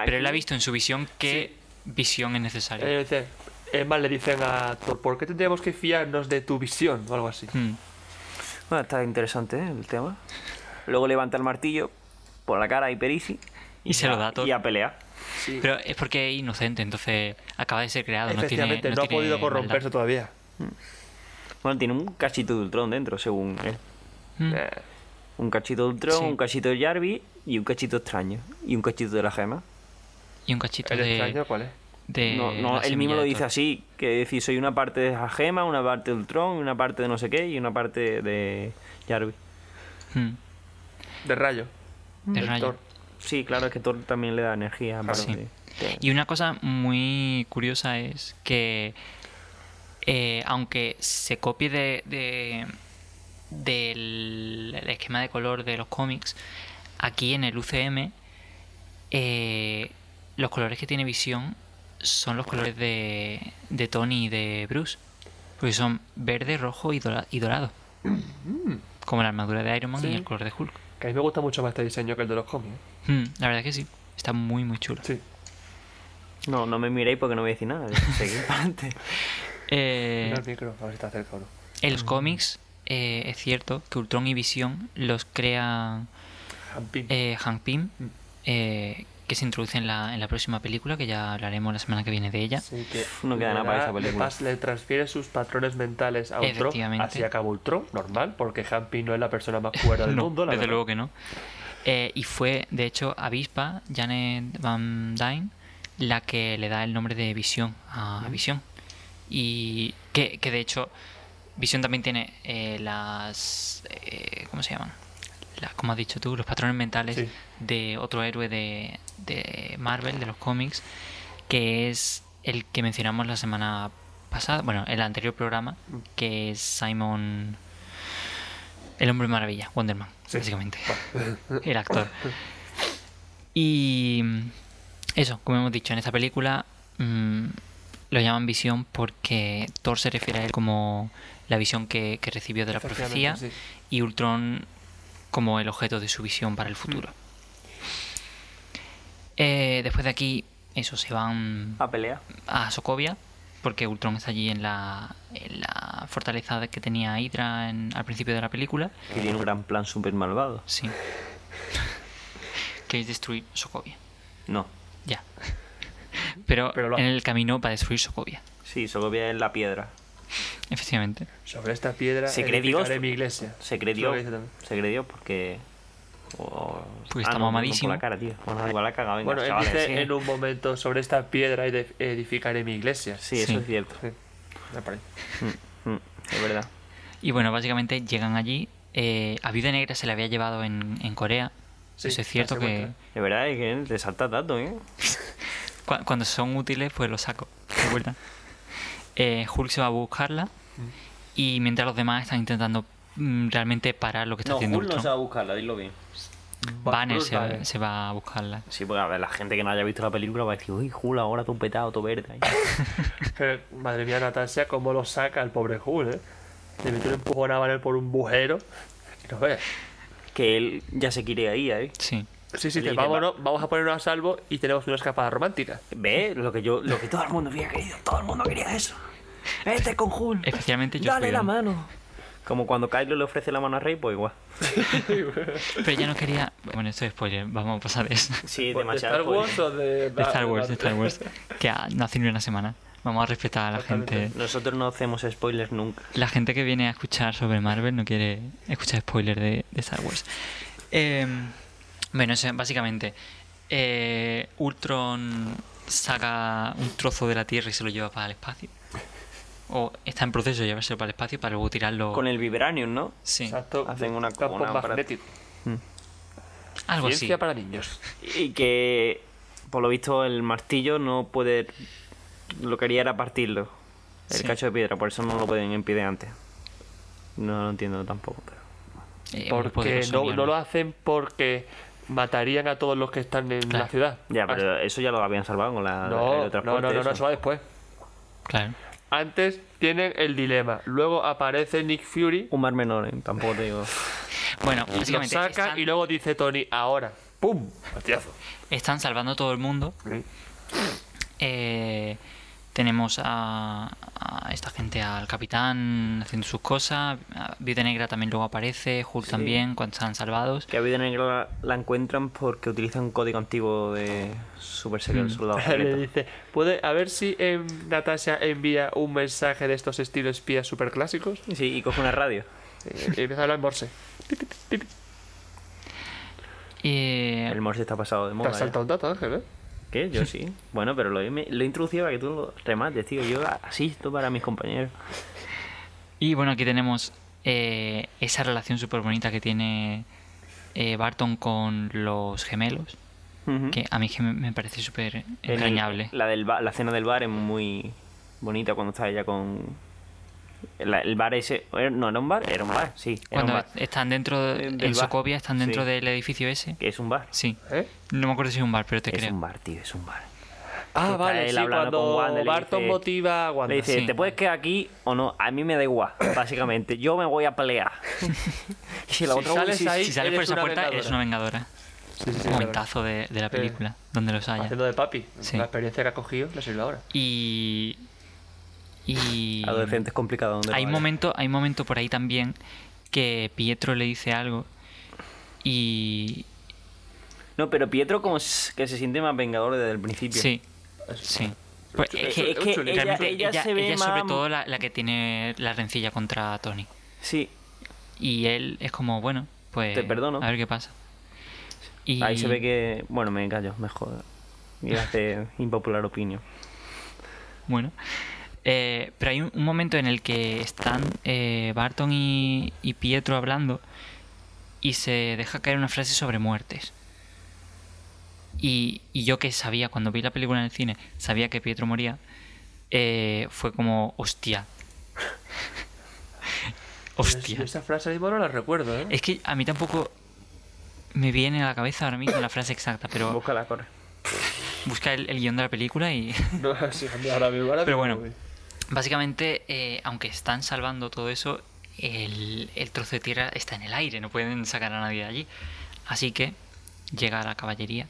pero él ha
aquí-
visto en su visión que visión es necesaria
Eh, dice- Es más, le dicen a Thor, ¿por qué tendríamos que fiarnos de tu visión? O algo así.
Mm.
Bueno, está interesante ¿eh? el tema. Luego levanta el martillo por la cara a Hyperisi
Y se lo da a Thor.
Y a pelear.
Sí.
pero es porque es inocente entonces acaba de ser creado no tiene
Efectivamente, no,
tiene
ha podido
maldad.
corromperse todavía.
Bueno, tiene un cachito de Ultron dentro, según él.
Mm.
Eh,
Un cachito de Ultron,
Sí.
un cachito de Jarvis y un cachito extraño. Y un cachito de la gema.
Y un cachito
¿El extraño
de,
cuál es?
de
no,
Eh, la
no, él
semilla
mismo
de
lo dice
Thor.
así, que decir, soy una parte de la gema, una parte de Ultron, una parte de no sé qué y una parte de Jarvis.
Mm.
De rayo.
De
Del
rayo.
Thor.
Sí, claro, es que Thor también le da energía.
Claro.
pero
Ah, Sí.
que-
Y una cosa muy curiosa es que eh, aunque se copie de, de- del el esquema de color de los cómics, aquí en el UCM eh, los colores que tiene Visión son los colores de, de Tony y de Bruce. Porque son verde, rojo y, dola- y dorado. Como la armadura de Iron Man y
Sí.
el color de Hulk.
Que a mí me gusta mucho más este diseño que el de los cómics. ¿eh?
Mm, la verdad que sí. Está muy, muy chulo.
Sí.
No, no me miréis porque no voy a decir nada.
[laughs]
Seguid para adelante.
Eh,
Mira el micro, a ver si está cerca o no.
En los cómics eh, es cierto que Ultron y Visión los crean
Jampín.
eh, Hank Pym,
Mm.
eh, que se introduce en la, en la próxima película, que ya hablaremos la semana que viene de ella.
Sí, que
no queda
le
nada para
da-
esa
le
película.
pas- Le transfiere sus patrones mentales a Ultron.
Efectivamente.
Así acaba Ultron, normal, porque Hampy no es la persona más cuerda
[laughs]
del
No,
mundo. La
desde
verdad.
luego que no. Eh, y fue, de hecho, Avispa, Janet Van Dyne, la que le da el nombre de Visión a Visión. Y que, que de hecho, Visión también tiene eh, las. eh, ¿Cómo se llaman? Las- como has dicho tú, los patrones mentales
Sí.
de otro héroe de, de Marvel, de los cómics, que es el que mencionamos la semana pasada, bueno, el anterior programa, que es Simon. El hombre maravilla, Wonder Man,
Sí.
básicamente. El actor. Y mm, eso, como hemos dicho, en esta película mm, lo llaman visión porque Thor se refiere a él como la visión que, que recibió de la profecía
Efectivamente,
y Ultron como el objeto de su visión para el futuro. Eh, después de aquí, eso, se van
A pelear.
a Sokovia, porque Ultron está allí en la, en la fortaleza de- que tenía Hydra en- al principio de la película.
Que tiene un gran plan súper malvado.
Sí. que es destruir Sokovia.
No.
[laughs]
Ya. Pero,
Pero lo
en
hace.
el camino para destruir Sokovia,
Sí, Sokovia es la piedra.
efectivamente.
Sobre esta piedra
Se cree
edificaré
Dios.
mi iglesia.
Se
Es lo
credió.
que dice también.
Se credió porque. o- ah,
Porque está
no, no, no,
mamadísimo.
Por la cara, tío. Bueno, igual la ha cagado. venga,
Bueno, él
chavales,
dice
sí.
en un momento, sobre esta piedra ede- edificaré mi iglesia.
Sí, eso
Sí.
es cierto.
Sí, me parece.
Mm, es verdad.
Y bueno, básicamente llegan allí. eh, a Viuda Negra se la había llevado en, en Corea.
Sí,
Eso es
la
cierto que
secuestra.
Es verdad, es que te salta tanto, ¿eh?
cua- cuando son útiles, pues los saco. de
[laughs]
vuelta. Eh, Hulk se va a buscarla.
Mm.
Y mientras los demás están intentando mm, realmente parar lo que está haciendo Ultron.
buscarla, dilo bien.
Banner
Bruce
se, va,
Banner.
se va a buscarla.
Sí, porque a ver, la gente que no haya visto la película va a decir, uy, Jula, ahora todo petado, todo verde. ahí". [laughs]
Pero, madre mía, Natasha, cómo lo saca el pobre Hulk, ¿eh? Le metió un empujón a Banner por un bujero. Y no veas.
que él ya se quiere ahí, ¿eh?
Sí.
Le
Sí, sí, dice,
dice,
vámonos, vamos a ponernos a salvo y tenemos una escapada romántica.
¿Ves? Lo que yo, lo que todo el mundo había querido, todo el mundo quería eso. Vete con Jul.
Especialmente yo
Dale
soy
la
hombre.
mano. Como cuando Kylo le ofrece la mano a Rey, pues igual.
Pero ya no quería. Bueno, esto es spoiler, vamos a pasar de eso.
Sí,
Pues, ¿De Star
spoiler.
Wars o de...
De Star Wars, de Star
[laughs]
Wars. Que ha- no hace ni una semana. Vamos a respetar a la gente.
Nosotros no hacemos spoilers nunca.
La gente que viene a escuchar sobre Marvel no quiere escuchar spoilers de, de Star Wars. Eh, bueno, eso, básicamente, eh, Ultron saca un trozo de la Tierra y se lo lleva para el espacio. O está en proceso de llevárselo para el espacio para luego tirarlo.
Con el Vibranium, ¿no?
Sí,
Exacto.
Hacen una-
campo
una-
magnético.
algo así.
Ciencia para niños.
Y que, por lo visto, el martillo no puede... Lo que haría era partirlo. El
Sí.
cacho de piedra, por eso no lo pueden impedir antes. No lo entiendo tampoco, pero...
Eh, muy
Porque
poderoso,
no,
mi
no
alma.
lo hacen porque matarían a todos los que están en
Claro.
la ciudad.
Ya, pero eso ya lo habían salvado con la...
Ah,
el
No, no,
aerotransporte,
no, no, no,
eso.
eso va después.
Claro.
Antes tienen el dilema. Luego aparece Nick Fury,
Un mar menor, ¿eh? tampoco te
[laughs]
digo...
Bueno,
lo
básicamente.
saca
están-
y luego dice Tony, ahora. ¡Pum! Hostiazo.
están salvando a todo el mundo. Eh, Tenemos a, a esta gente, al capitán haciendo sus cosas. a Viuda Negra también luego aparece. Hulk
Sí.
también, cuando están salvados.
Que a Vida Negra la, la encuentran porque utiliza un código antiguo de Super Serial Soldado
Mm. [laughs] Le
Secreto.
dice, puede, a ver si em, Natasha envía un mensaje de estos estilos espías superclásicos.
Sí, y coge una radio.
Y empieza a hablar en morse.
Eh,
El morse está pasado de
Te
moda.
has
ya.
saltado un dato, Ángel, ¿eh?
¿Qué? Yo
[laughs]
sí. Bueno, pero lo he, me- lo he introducido para que tú lo remates, tío. Yo asisto para mis compañeros.
Y bueno, aquí tenemos eh, esa relación súper bonita que tiene eh, Barton con los gemelos,
Ujú.
que a mí que me- me parece súper
¿Mm? En el-
entrañable.
la, del ba- la cena del bar es muy bonita cuando está ella con. la- el bar ese. era- No, era un bar, era un bar, sí. Era un
Cuando
bar.
están dentro, de-
Del
en
bar.
Socovia, están dentro
Sí.
del edificio ese.
Que es un bar.
Sí,
¿Eh?
no me acuerdo si es un bar, pero te
es
creo.
un bar, tío, es un bar.
Ah,
está
vale,
él
sí,
hablando con
cuando
Wanda, le
Barton
dice-
motiva a Wanda.
Le dice,
Sí.
¿te puedes quedar aquí o no? A mí me
[coughs]
da igual, básicamente. Yo me voy a
[laughs]
pelear. y la
Si
otra
sales
sí,
ahí-
Si sales
Eres
por esa
una
puerta, eres
vengadora.
una vengadora.
Sí, sí, sí,
un
la
momentazo de, de la película, donde los
verdad.
haya.
Haciendo de papi.
Sí.
La experiencia que ha cogido la sirve ahora.
Y. Y.
Adolescente es complicado. ¿dónde lo
hay un
vale?
momento hay un momento por ahí también que Pietro le dice algo y
No, pero Pietro como s- que se siente más vengador desde el principio.
sí sí Pues es que
Ah, es que
chulito.
ella,
realmente
ella
ella,
se ve
ella es sobre
más-
todo la, la que tiene la rencilla contra Tony
Sí.
y él es como bueno pues
Te perdono.
a ver qué pasa y
Ahí se ve que... Bueno, me callo, me jodo.
[laughs]
Y hace impopular opinión.
bueno Eh, pero hay un, un momento en el que están eh, Barton y, y Pietro hablando y se deja caer una frase sobre muertes. Y, y yo que sabía, cuando vi la película en el cine, sabía que Pietro moría, eh, fue como, hostia. [laughs]
Yo
hostia.
Esa frase mismo no la recuerdo, ¿eh?
Es que a mí tampoco me viene a la cabeza ahora mismo la frase exacta, pero
Busca la corre.
busca el, el guión de la película y... [laughs]
No, [laughs] sí, ahora mismo, ahora
Pero bueno.
mismo, güey.
Básicamente, eh, aunque están salvando todo eso, el, el trozo de tierra está en el aire, no pueden sacar a nadie de allí. Así que llega la caballería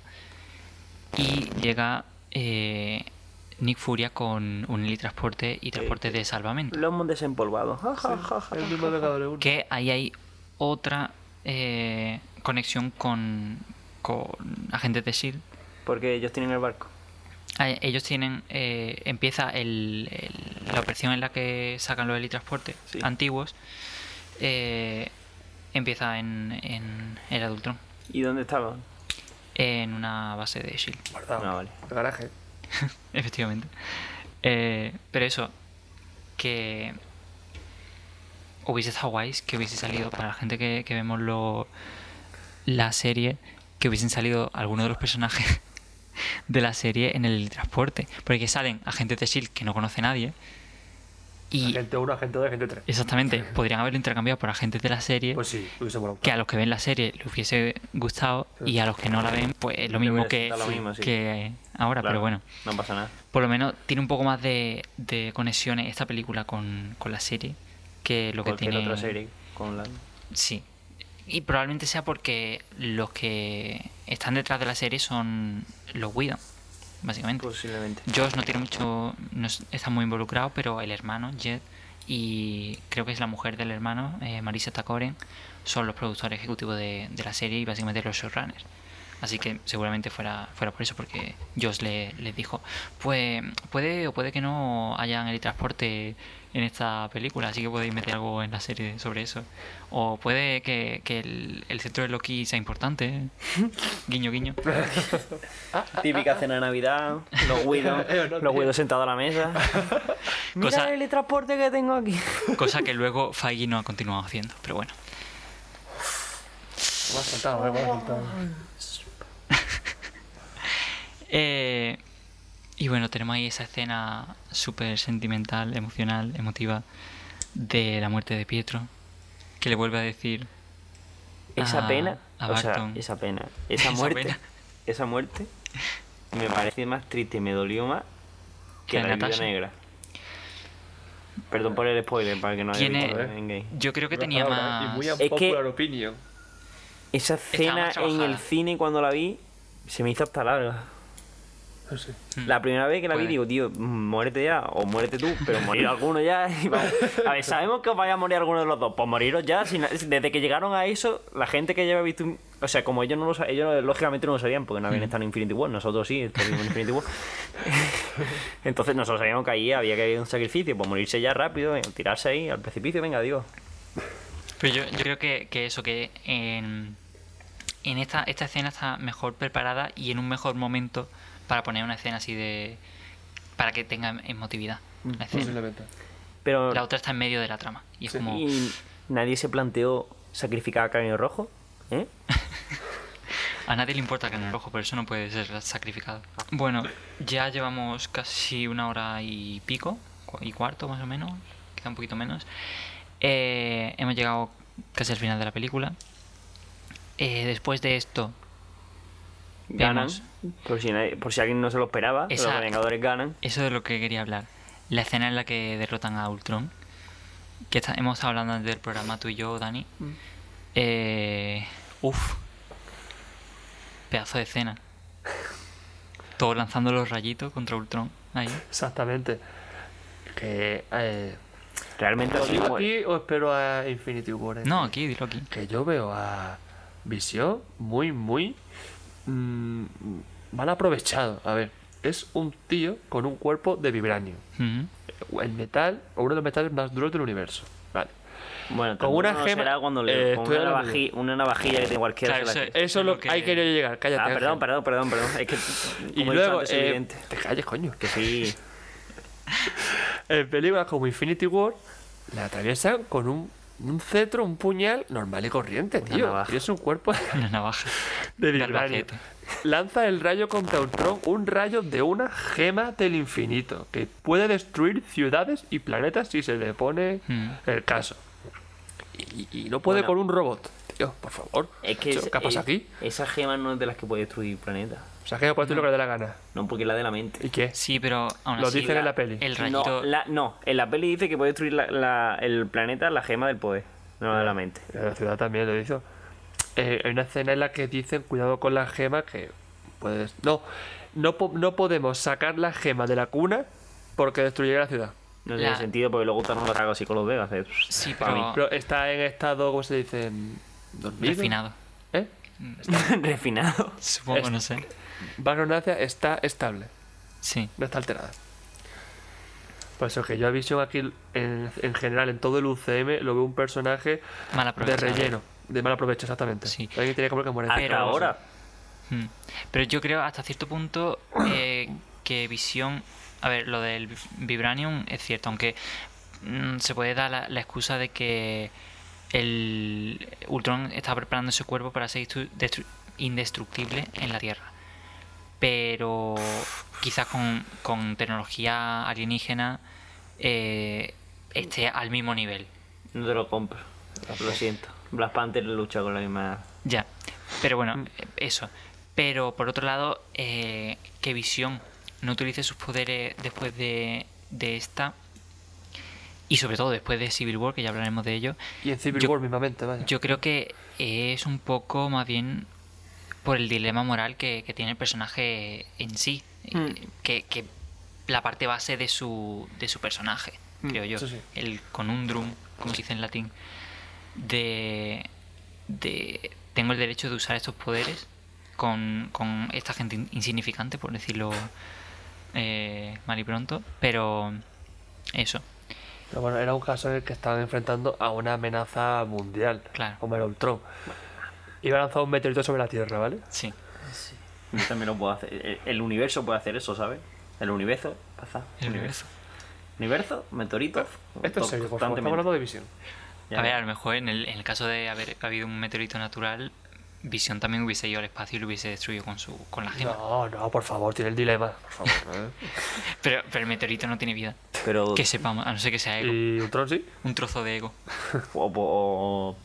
y llega eh, Nick Furia con un helitransporte y transporte de salvamento.
Lo hemos desempolvado. Ja, ja, ja, ja,
El
ja.
mismo Vengador uno.
Que ahí hay otra eh, conexión con, con agentes de S.H.I.E.L.D.
Porque ellos tienen el barco.
Ah, Ellos tienen. eh, empieza el- el- la operación en la que sacan los helitransportes
Sí.
antiguos. eh, empieza en, en el Adultrón.
¿Y dónde estaban?
En una base de Shield,
Guardado.
Ah, vale.
El garaje.
[laughs] efectivamente. Eh, pero eso. Que. Hubiese estado guays que hubiese salido. Para la gente que, que vemos lo, la serie. Que hubiesen salido algunos de los personajes [laughs] de la serie en el transporte. Porque salen agentes de Shield E que no conoce nadie.
E
Y
Agente 1, agente 2, agente 3.
exactamente, podrían haberlo intercambiado por agentes de la serie.
Pues sí, hubiese volado.
que a los que ven la serie les hubiese gustado. Y a los que no la ven, pues lo mismo
hubiera
que,
sido lo mismo, sí.
que ahora.
Claro,
Pero bueno
No pasa nada.
por lo menos tiene un poco más de, de conexiones esta película con, con la serie que lo que
Cualquier
tiene
otra serie con la...
sí y probablemente sea porque los que están detrás de la serie son los Whedon básicamente
Posiblemente.
[laughs] Josh no tiene mucho no es- está muy involucrado pero el hermano Jed y creo que es la mujer del hermano eh, Marisa Tacoren son los productores ejecutivos de, de la serie y básicamente los showrunners así que seguramente fuera fuera por eso porque Josh le, les dijo pues puede o puede que no hayan el transporte en esta película así que podéis meter algo en la serie sobre eso o puede que, que el, el centro de Loki sea importante ¿eh? guiño guiño
Típica cena de Navidad, los
Eh, no,
huidos,
tío.
los huidos sentados a la mesa. Mira
Cosa-
el transporte que tengo aquí.
[laughs] Cosa
[laughs]
que luego Feige no ha continuado haciendo, pero bueno.
Me has saltado, eh, me has saltado.
Eh, y bueno, tenemos ahí esa escena súper sentimental, emocional, emotiva de la muerte de Pietro, que le vuelve a decir...
Esa
a-
pena,
a
o sea,
Barton.
esa
[laughs]
pena, esa
Ah, Esa
muerte,
pena.
[laughs] esa muerte me parece más triste, me dolió más
Que
que la vida
Natasha.
negra. Perdón por el spoiler para el que no haya
Tiene-
visto en gay.
Yo creo que
Una
tenía
palabra, ¿eh?
más...
Y muy
Es que-
unpopular opinion.
Esa
más
escena en
trabajada.
el cine cuando la vi se me hizo hasta larga.
Ah, sí.
La primera vez que la vi,
Puede.
digo, tío, mm, muérete ya, o muérete tú, pero morir alguno ya. [laughs] y vamos. A ver, sabemos que os vaya a morir alguno de los dos, pues moriros ya. sin- desde que llegaron a eso, la gente que lleva visto. un- O sea, como ellos no lo sa- ellos lógicamente no lo sabían, porque no habían estado en Infinity War, nosotros sí, estuvimos en Infinity War. Entonces nosotros sabíamos que ahí había que haber un sacrificio, pues morirse ya rápido, eh, tirarse ahí al precipicio, venga, digo.
Pero yo, yo creo que, que eso, que en, en esta, esta escena está mejor preparada y en un mejor momento para poner una escena así de. para que tenga emotividad. La,
Pues
escena.
Posiblemente.
Pero
la otra está en medio de la trama y es
Sí.
como.
¿y nadie se planteó sacrificar a Caño Rojo, ¿eh?
A nadie le importa que en el rojo, pero eso no puede ser sacrificado. Bueno, ya llevamos casi una hora y pico, cu- y cuarto más o menos, quizá un poquito menos. Eh, hemos llegado casi al final de la película. Eh, después de esto,
ganan.
Vemos.
Por si, nadie- por si alguien no se lo esperaba, pero
Exacto.
los Vengadores ganan.
Eso es lo que quería hablar. La escena en la que derrotan a Ultron. Que está- hemos estado hablando antes del programa tú y yo, Dani.
Mm.
Eh, uf. Pedazo de
[laughs]
escena. Todo lanzando los rayitos contra Ultron. Ahí.
Exactamente. Que, eh,
Realmente
¿Lo
los
digo
mismos-
aquí o espero a Infinity War? eh?
No, aquí, dilo aquí.
Que yo veo a Visión muy, muy mm, mal aprovechado. A ver, es un tío con un cuerpo de vibranio.
Ujú.
El metal, o uno de los metales más duros del universo. Vale.
Bueno,
Con una
tampoco
gema-
será cuando le
Eh,
con
estoy
una,
hablando
navaji- una navajilla que tenga cualquiera.
Claro,
se la-
eso
Eso es lo que hay que llegar, cállate.
Ah,
Ángel.
perdón, perdón, perdón, perdón. Es que
[laughs] Y
como he dicho
luego,
antes, es
eh,
evidente.
te calles, coño.
Que sí.
En películas como Infinity War, la atraviesan con un, un cetro, un puñal normal y corriente, tío.
navaja.
Tienes
[laughs]
un cuerpo
Una navaja.
de
Un
vibranio.
garbacete.
Lanza el rayo contra Ultron, un rayo de una gema del infinito, que puede destruir ciudades y planetas si se le pone
Mm.
el caso. Y, y no puede
Hmm. Bueno.
con un robot. Tío, por favor.
Es que
[laughs] Macho,
es-
¿Qué pasa
es-
aquí?
Esa gema no es de las que puede destruir planetas.
O sea, que puede hacer lo que le dé la gana.
No, porque es la de la mente.
¿Y qué?
Sí, pero aún
Lo
así.
dicen en la peli.
El
No,
rayito.
la- no, en la peli dice que puede destruir la- la- el planeta la gema del poder, no la de la mente.
La ciudad también lo hizo. Eh, hay una escena en la que dicen cuidado con la gema que puedes... No, no, po- no podemos sacar la gema de la cuna porque destruirá la ciudad.
No
La-
tiene sentido porque luego Thanos lo traga así con los dedos. hace-
Sí, pero.
Pero está en estado, ¿cómo se dice? Dormido.
Refinado.
¿Eh?
[laughs] Refinado.
Supongo,
Es-
no sé.
Vagonacia está estable,
Sí.
no está alterada. Por eso que yo a Vision aquí, en, en general, en todo el UCM, lo veo un personaje
Mal
de
aprovechado.
relleno, de mal aprovecho, exactamente.
eh. Sí.
Alguien tenía que poner que muere.
Hasta
no
ahora.
Mm. Pero yo creo hasta cierto punto eh, que visión... A ver, lo del vi- Vibranium es cierto, aunque mm, se puede dar la, la excusa de que el Ultron está preparando su cuerpo para ser destru- destru- indestructible en la Tierra. Pero quizás con, con tecnología alienígena eh, esté al mismo nivel.
No te lo compro. Lo siento. Black Panther lucha con la misma.
Ya, pero bueno, eh, eso. Pero por otro lado, eh, que Visión no utilice sus poderes después de, de esta. Y sobre todo después de Civil War, que ya hablaremos de ello.
Y en Civil
Yo-
War mismamente, vaya.
Yo creo que es un poco más bien por el dilema moral que, que tiene el personaje en sí. eh, Que, que la parte base de su, de su personaje,
Mm,
creo yo.
eso sí.
El conundrum, como se dice en latín, de, de tengo el derecho de usar estos poderes con, con esta gente in- insignificante, por decirlo eh, mal y pronto, pero eso.
Pero bueno, era un caso en el que estaban enfrentando a una amenaza mundial,
Claro.
como era Ultron. Iba a lanzar un meteorito sobre la Tierra, ¿vale?
Sí.
Yo también lo puedo hacer. El, el universo puede hacer eso, ¿sabes? El universo. Pasa.
El universo.
Universo, meteoritos.
Esto es serio, por favor, estamos hablando de visión.
A ver, a lo mejor en el, en el caso de haber habido un meteorito natural, Visión también hubiese ido al espacio y lo hubiese destruido con su con la gema.
No, no, por favor, tiene el dilema. Por favor, ¿eh?
Pero, pero el meteorito no tiene vida.
Pero.
Que sepamos, a no ser que sea ego.
Y Ultron sí.
Un trozo de ego.
O, o- o-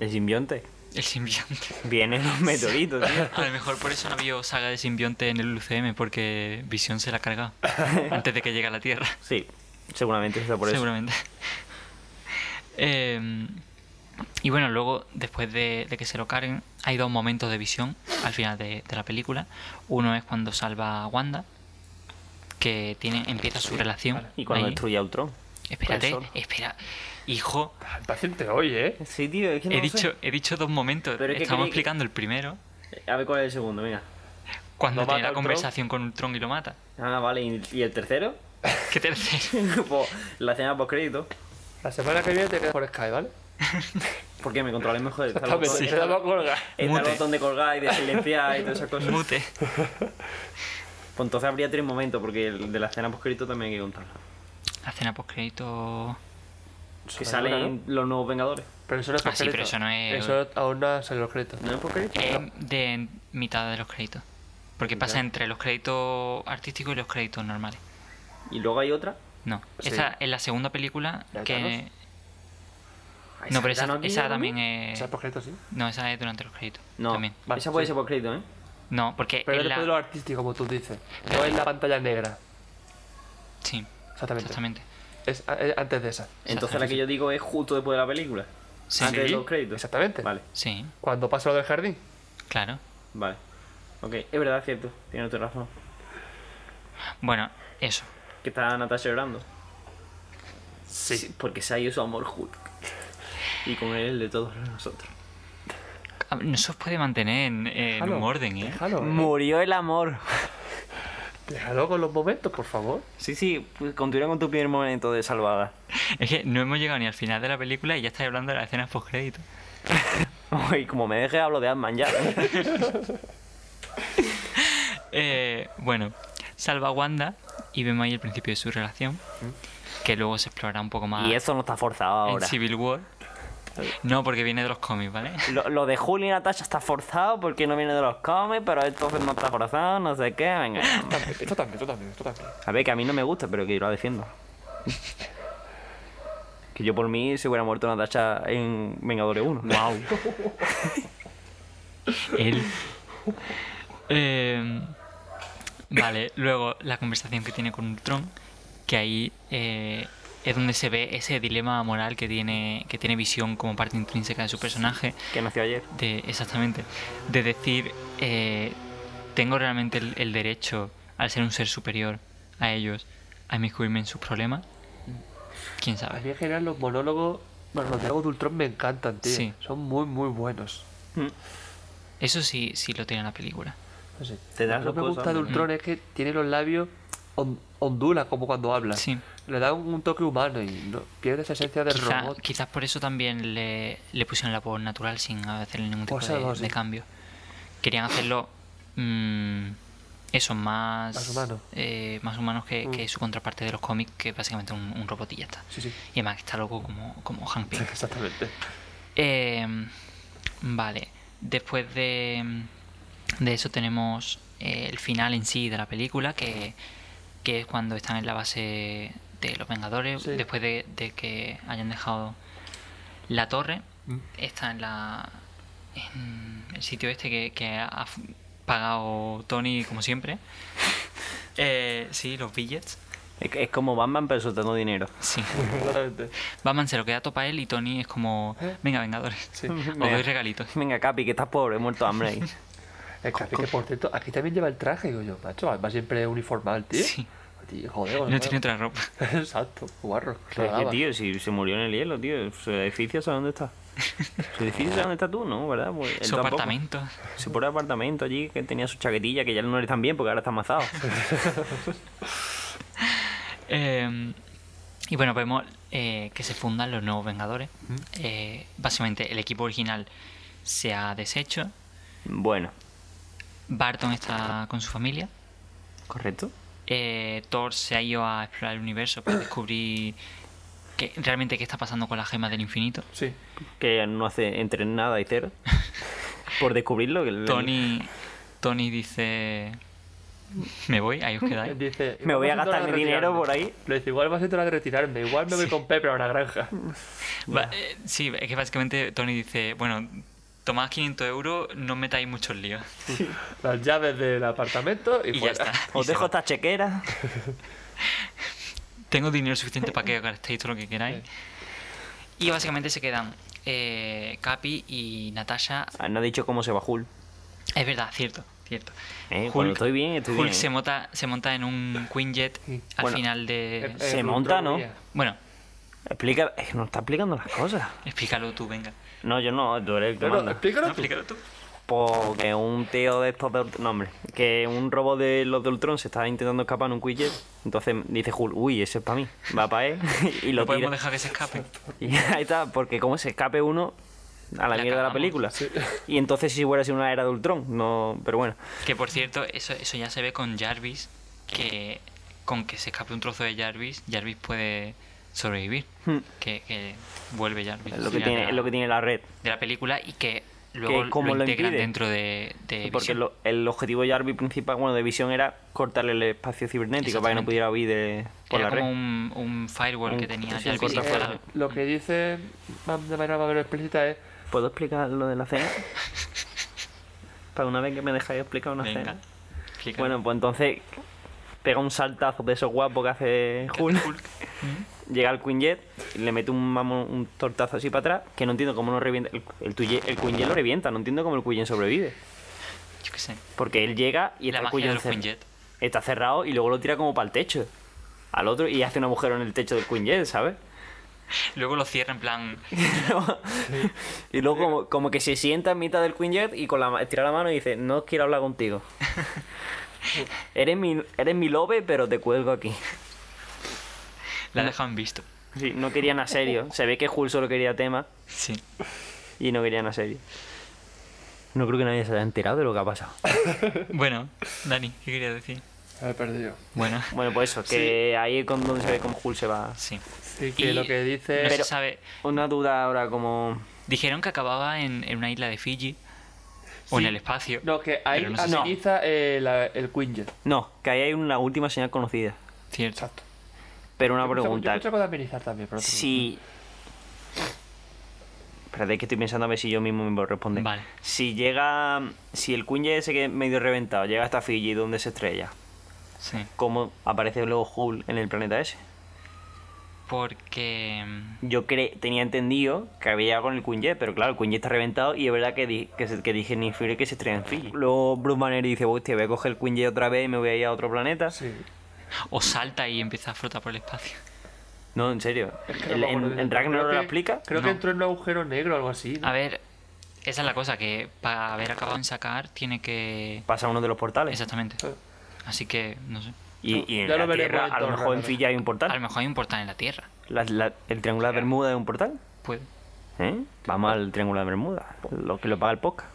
El simbionte.
El simbionte.
Vienen los meteoritos, tío.
A lo mejor por eso no había saga de simbionte en el UCM, porque Visión se la carga antes de que llegue a la Tierra.
Sí, seguramente está por eso.
Seguramente. [laughs] Em, Y bueno, luego, después de, de que se lo carguen, hay dos momentos de visión al final de, de la película. Uno es cuando salva a Wanda, que tiene, empieza su relación.
Y cuando
ahí.
destruye a Ultron.
Espérate,
Con Sol.
espera. Hijo,
El paciente hoy, ¿eh?
Sí, tío, es que no
he
lo
dicho,
sé.
he dicho dos momentos.
Pero es que
Estamos
creí que-
explicando el primero,
A ver cuál es el segundo, venga.
cuando
¿Lo
tiene
mata
la
Ultron?
conversación con Ultron y lo mata. [laughs]
Ah, vale, ¿y, y el tercero? [laughs]
¿Qué tercero?
Pues, la escena post crédito.
La semana que viene te quedas por Sky, ¿vale?
Porque me controlé mejor. Está el
Exactamente,
botón,
te
está,
damos a colgar.
está el
Mute.
botón de colgar y de silenciar y todas esas cosas.
Mute.
Pues entonces habría tres momentos, porque el de la escena post crédito también hay que contarla.
La escena postcrédito.
Que
Son ahora,
salen los nuevos Vengadores.
Pero eso no es
Ah, sí,
concreto.
pero eso no es-
Eso aún no ha salido los créditos.
¿No es post crédito?
Es Em, de en mitad de los créditos. Porque pasa entre los créditos artísticos y los créditos normales.
Y luego hay otra.
No.
Sí.
Esa es la segunda película
¿La de
que.
Ah,
No, pero esa,
no tiene
esa
nombre?
también
O
es.
sea, por crédito sí.
No, esa es durante los créditos.
No,
También.
Vale,
esa puede
sí.
ser post crédito, ¿eh?
No, porque.
Pero
es
después
la...
de lo artístico, como tú dices. No es la pantalla negra.
Sí,
Exactamente.
exactamente.
Es, a- es antes de esa.
Entonces la que yo digo es justo después de la película.
Sí.
Antes de
Sí,
los créditos.
exactamente.
Vale,
Sí,
Cuando pasa lo del jardín.
claro.
vale. Ok, es verdad, es cierto. Tiene tu razón.
Bueno, eso.
Que está Natasha llorando.
Sí.
Porque se ha ido su amor Hulk. Y con él el de todos nosotros.
Ah, No se os puede mantener en, en un orden, ¿eh?
Déjalo. eh.
Murió el amor. [laughs]
Déjalo con los momentos, por favor.
Sí, sí, pues continúa con tu primer momento de salvada. [laughs]
Es que no hemos llegado ni al final de la película y ya estáis hablando de las escenas postcrédito.
Y como me dejes, hablo de Ant-Man ya.
Eh, bueno, salva a Wanda y vemos ahí el principio de su relación, que luego se explorará un poco más
Y eso no está forzado
en
ahora.
Civil War. No, porque viene de los cómics, ¿vale?
Lo, lo de Julio y Natasha está forzado porque no viene de los cómics, pero entonces no está forzado, no sé qué, venga.
También, esto también, esto también, esto también.
A ver, que a mí no me gusta, pero que yo la defiendo. [laughs] Que yo por mí se hubiera muerto Natasha en Vengadores 1. Wow.
Él. Eh, vale, luego la conversación que tiene con Ultron, que ahí eh, es donde se ve ese dilema moral que tiene, que tiene visión como parte intrínseca de su personaje.
[laughs] Que nació ayer.
de exactamente de decir eh, tengo realmente el, el derecho al ser un ser superior a ellos a inmiscuirme en sus problemas quién
A
sabe
mí en general los monólogos, bueno, los diálogos de Ultron me encantan, tío.
Sí.
Son muy, muy buenos.
Mm.
eso sí sí lo tiene la película
No sé.
Te das
Lo que
dos
me
cosas,
gusta de
¿no?
Mm.
Ultron es que tiene los labios on- ondula como cuando habla.
Sí.
Le da un, un toque humano y no, pierde esa esencia del
Quizá-
robot.
quizás por eso también le, le pusieron la voz natural sin hacerle ningún tipo
Pues algo
de,
así.
de cambio querían hacerlo mm, eso más
Más humano.
eh, más humanos que,
Mm.
que su contraparte de los cómics que es básicamente un, un robot y ya está
Sí, [laughs] sí.
y además está loco como, como Hank Pym
Exactamente.
Eh, vale, después de, de eso tenemos eh, el final en sí de la película, que, que es cuando están en la base de los Vengadores,
Sí.
después de, de que hayan dejado la torre,
Mm.
está en la en el sitio este que, que ha f- pagado Tony como
[laughs]
siempre. Eh, sí, los billets.
Es, es como Batman, pero soltando dinero. [laughs]
[laughs]
Sí.
Exactamente.
Batman se lo queda topa él y Tony es como, venga, Vengadores.
¿Eh?
[laughs]
Sí.
Os doy regalitos.
Venga, Capi, que estás pobre, he muerto de hambre ahí.
El café que, por cierto, aquí también lleva el traje, digo yo, macho. Además, siempre uniformal, tío.
Sí.
Tío, joder,
No
bueno.
tiene otra ropa.
[laughs] Exacto, guarro.
Pero es que,
clavaba.
tío, si se murió en el hielo, tío, su edificio, ¿sabes
[laughs]
dónde está? Su edificio, ¿sabes dónde está tú? No, ¿verdad? Pues, él
Su
tampoco.
apartamento.
Su pobre apartamento allí, que tenía su chaquetilla, que ya no le están bien porque ahora
[laughs]
está amazado.
Eh, y bueno, vemos eh, que se fundan los nuevos Vengadores. Eh, básicamente, el equipo original se ha deshecho.
bueno,
Barton está con su familia.
¿correcto?
Eh, Thor se ha ido a explorar el universo para descubrir que, realmente qué está pasando con la gema del infinito.
Sí.
Que no hace entre nada y
[laughs]
cero. Por descubrirlo. Que le-
Tony, Tony dice: Me voy, ahí os
[laughs]
quedáis.
Dice,
Me voy a
"Igual me siento
gastar
la
mi
de
dinero
retirarme".
por ahí.
Le dice, igual más siento la de retirarme, igual me voy con Pepe a una
[laughs]
granja.
Ba- eh, sí, es que básicamente Tony dice: Bueno, tomad 500 euros, no os metáis muchos líos.
Las llaves del apartamento y,
Y ya
fuera.
está.
[laughs]
Os
Y se
dejo
va.
esta chequera.
Tengo dinero suficiente para que gastéis todo lo que queráis. Y básicamente se quedan eh, Capi y Natasha.
Ah, No ha dicho cómo se va Hulk.
Es verdad, cierto, cierto.
Eh, cuando estoy bien, estoy
Hulk
bien,
se
eh.
monta, se monta en un Quinjet al
Bueno,
final
Eh,
de.
eh,
se
Ruth
monta, ¿no?
Romería.
Bueno,
Explica, es que no está explicando las cosas.
explícalo tú, venga.
No, yo no, tú eres el que
No, no,
manda.
explícalo
No,
tú.
explícalo tú.
Porque un tío de estos de Ultron. No, hombre. Que un robot de los de Ultron se está intentando escapar en un Quidget. Entonces dice Hulk, uy, ese es para mí. Va para él [laughs] y lo
no podemos
tira.
dejar que se escape.
[laughs] Y ahí está, porque como se escape uno a la,
La
mierda de
cagamos.
la película. Y entonces si hubiera sido una era de Ultron, no, pero bueno. [laughs]
Que por cierto, eso, eso ya se ve con Jarvis, que con que se escape un trozo de Jarvis, Jarvis puede sobrevivir.
Hmm.
Que, que vuelve Jarvis.
Es lo que
Ya de
tiene,
la-
es lo que tiene la red.
De la película y que luego
cómo
lo,
lo
integran
impide?
dentro de, de
Porque
Eh, Visión.
lo- el objetivo de Jarvis principal, bueno, de visión era cortarle el espacio cibernético para que no
Exactamente.
pudiera huir de, por
Era
la red.
como un, un firewall que
Un-
tenía
sí, un
Jarvis.
Eh,
cortafuegos.
instalado.
lo que dice más- de manera más o menos explícita es
¿Puedo explicar lo de la
[laughs]
cena? Para una vez que me dejáis explicar una
Venga.
cena.
explícalo.
Bueno, pues entonces pega un saltazo de esos guapos que hace Hulk. [laughs] Llega al Quinjet, le mete un, mamo- un tortazo así para atrás, que no entiendo cómo no revienta. El, el, Tuye- el Quinjet lo revienta, no entiendo cómo el Quinjet sobrevive.
Yo qué sé.
Porque él llega y
La
está, el
magia del
cer-
Quinjet.
está cerrado y luego lo tira como para el techo. Al otro y hace un agujero en el techo del Quinjet, ¿sabes? [laughs]
Luego lo cierra en plan.
Y luego como, como que se sienta en mitad del Quinjet y con la ma- estira la mano y dice, no quiero hablar contigo. eres, mi, eres mi lobe, pero te cuelgo aquí.
La dejan visto.
Sí, no querían a serio. Se ve que Hulk solo quería tema
Sí.
y no querían a serio. No creo que nadie se haya enterado de lo que ha pasado.
Bueno, Dani, ¿qué querías decir?
he perdido
Bueno,
Bueno, pues eso, que ahí es con- donde se ve cómo Hulk se va.
sí.
sí que
Y
lo que dice
No se
Pero-
sabe.
Una duda ahora como...
Dijeron que acababa en, en una isla de Fiji o en el espacio.
no que ahí
Pero no se sabe.
analiza eh, la- el Quinjet
No, que ahí hay una última señal conocida.
Cierto.
exacto
Pero una
Yo escucho- yo
pregunta.
escucho con amenizar también pero no te
Si. Espérate, que estoy pensando a ver si yo mismo me voy a responder.
Vale.
Si llega. Si el Quinjet ese que es medio reventado llega hasta Fiji, donde se estrella,
Sí.
¿cómo aparece luego Hulk en el planeta ese?
Porque. mm,
Yo cre- tenía entendido que había llegado con el Quinjet, pero claro, el Quinjet está reventado y es verdad que, di- que, se- que dije ni Fury que se estrella en Fiji. Luego Bruce Banner dice: Hostia, voy a coger el Quinjet otra vez y me voy a ir a otro planeta.
preocupes. sí
O salta y empieza a flotar por el espacio.
No, en serio.
Es que no
El-
me
en,
acuerdo de-
en
creo
Ragnarok lo
que-
explica.
Creo
No.
que entró en un agujero negro o algo así. ¿no?
A ver, esa es la cosa, que para haber acabado en sacar tiene que.
Pasa uno de los portales.
Exactamente. Así que, no sé.
Y, y en
Ya lo
la
veremos
Tierra,
en
a lo
Thor
mejor en
Ragnarok.
Fiji hay un portal.
A lo mejor hay un portal en la Tierra.
La- la- ¿El triangular de Bermuda es un portal?
Puede.
¿Eh? Vamos al triangular de Bermuda, lo que lo paga el podcast.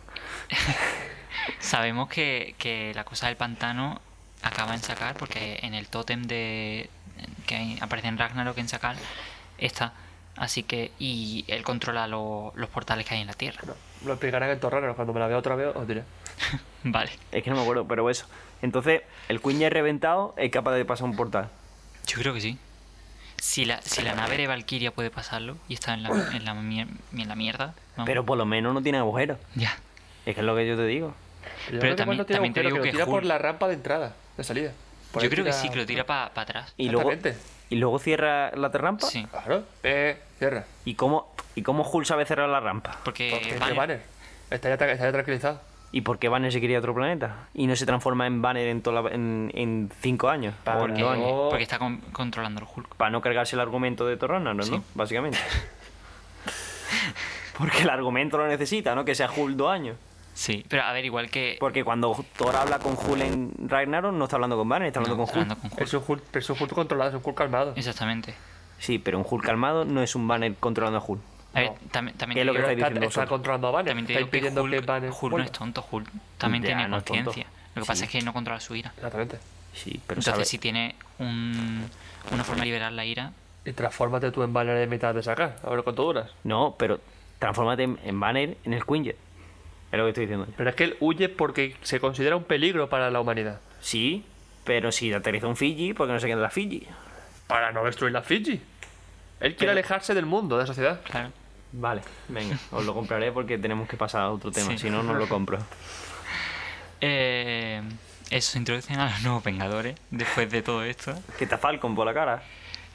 Sabemos que, que la cosa del pantano acaba en sacar porque en el tótem de que hay- aparece en Ragnarok en sacar está. Así que. Y él controla lo- los portales que hay en la Tierra.
No, lo explicarán en Torrano. Cuando me la vea otra vez os diré.
Vale.
Es que no me acuerdo, pero eso. Entonces, el cuña reventado es capaz de pasar un portal.
Yo creo que sí. Si la, si la nave de Valkyria puede pasarlo y está en la, en la, mier- en la mierda. vamos.
Pero por lo menos no tiene agujero.
Ya.
Es que es lo que yo te digo.
Pero, yo
Pero
creo que
también-
Mando tiene
también te
agujero,
digo
que lo
que
tira por
Hulk-
la rampa de entrada, de salida. Por
Yo
ahí
creo que
tira-
sí, que lo tira para atrás.
Y luego,
Exactamente.
y luego cierra la rampa.
Sí.
Claro. Eh, cierra.
¿Y cómo, ¿Y cómo Hulk sabe cerrar la rampa?
Porque
Porque.
es
Eh, Banner-
de banner. Estaría, tra- estaría tranquilizado.
¿Y por qué Banner se quería otro planeta? Y no se transforma en Banner en, toda la- en, en cinco años. o
Para
en
Porque,
dos años.
no.
porque está con- controlando el Hulk.
para no cargarse el argumento de Torrana, ¿no?
Sí. [laughs]
Básicamente. Porque el argumento lo necesita, ¿no? Que sea Hulk dos años.
Sí, pero a ver, igual que.
Porque cuando Thor habla con Hulk en Ragnarok, no está hablando con Banner, está hablando
no,
con Hulk.
hablando con Hulk.
Es un Hulk, pero es un Hulk controlado, es un Hulk calmado.
Exactamente.
Sí, pero un Hulk calmado no es un Banner controlando a Hulk.
A ver,
No.
tam- también,
¿Qué es
te
lo que
digo,
Pero
estáis
está,
diciendo
está
vosotros?
controlando a Banner.
también te
está
digo que
impidiendo
Hulk,
que Banner
Hulk no
vuelva.
es tonto, Hulk también
Ya,
tiene
no es tonto.
conciencia. Lo que pasa es
Sí.
que no controla su ira.
Exactamente.
Sí, pero
Entonces,
sabe.
si tiene un- una forma de liberar la ira,
Y transfórmate tú en Banner de mitad de sacar. A ver cuánto duras.
No, pero transfórmate en, en Banner en el Quinjet. Es lo que estoy diciendo. yo.
Pero es que él huye porque se considera un peligro para la humanidad.
Sí, pero si aterriza un Fiji, porque no se queda en la Fiji.
Para no destruir la Fiji. Él quiere
Pero-
alejarse del mundo, de la sociedad.
claro.
Vale, venga, os lo compraré porque tenemos que pasar a otro tema,
Sí.
si no, no lo compro.
Eh, eso, introducen a los nuevos Vengadores después de todo esto.
Que está Falcon por la cara.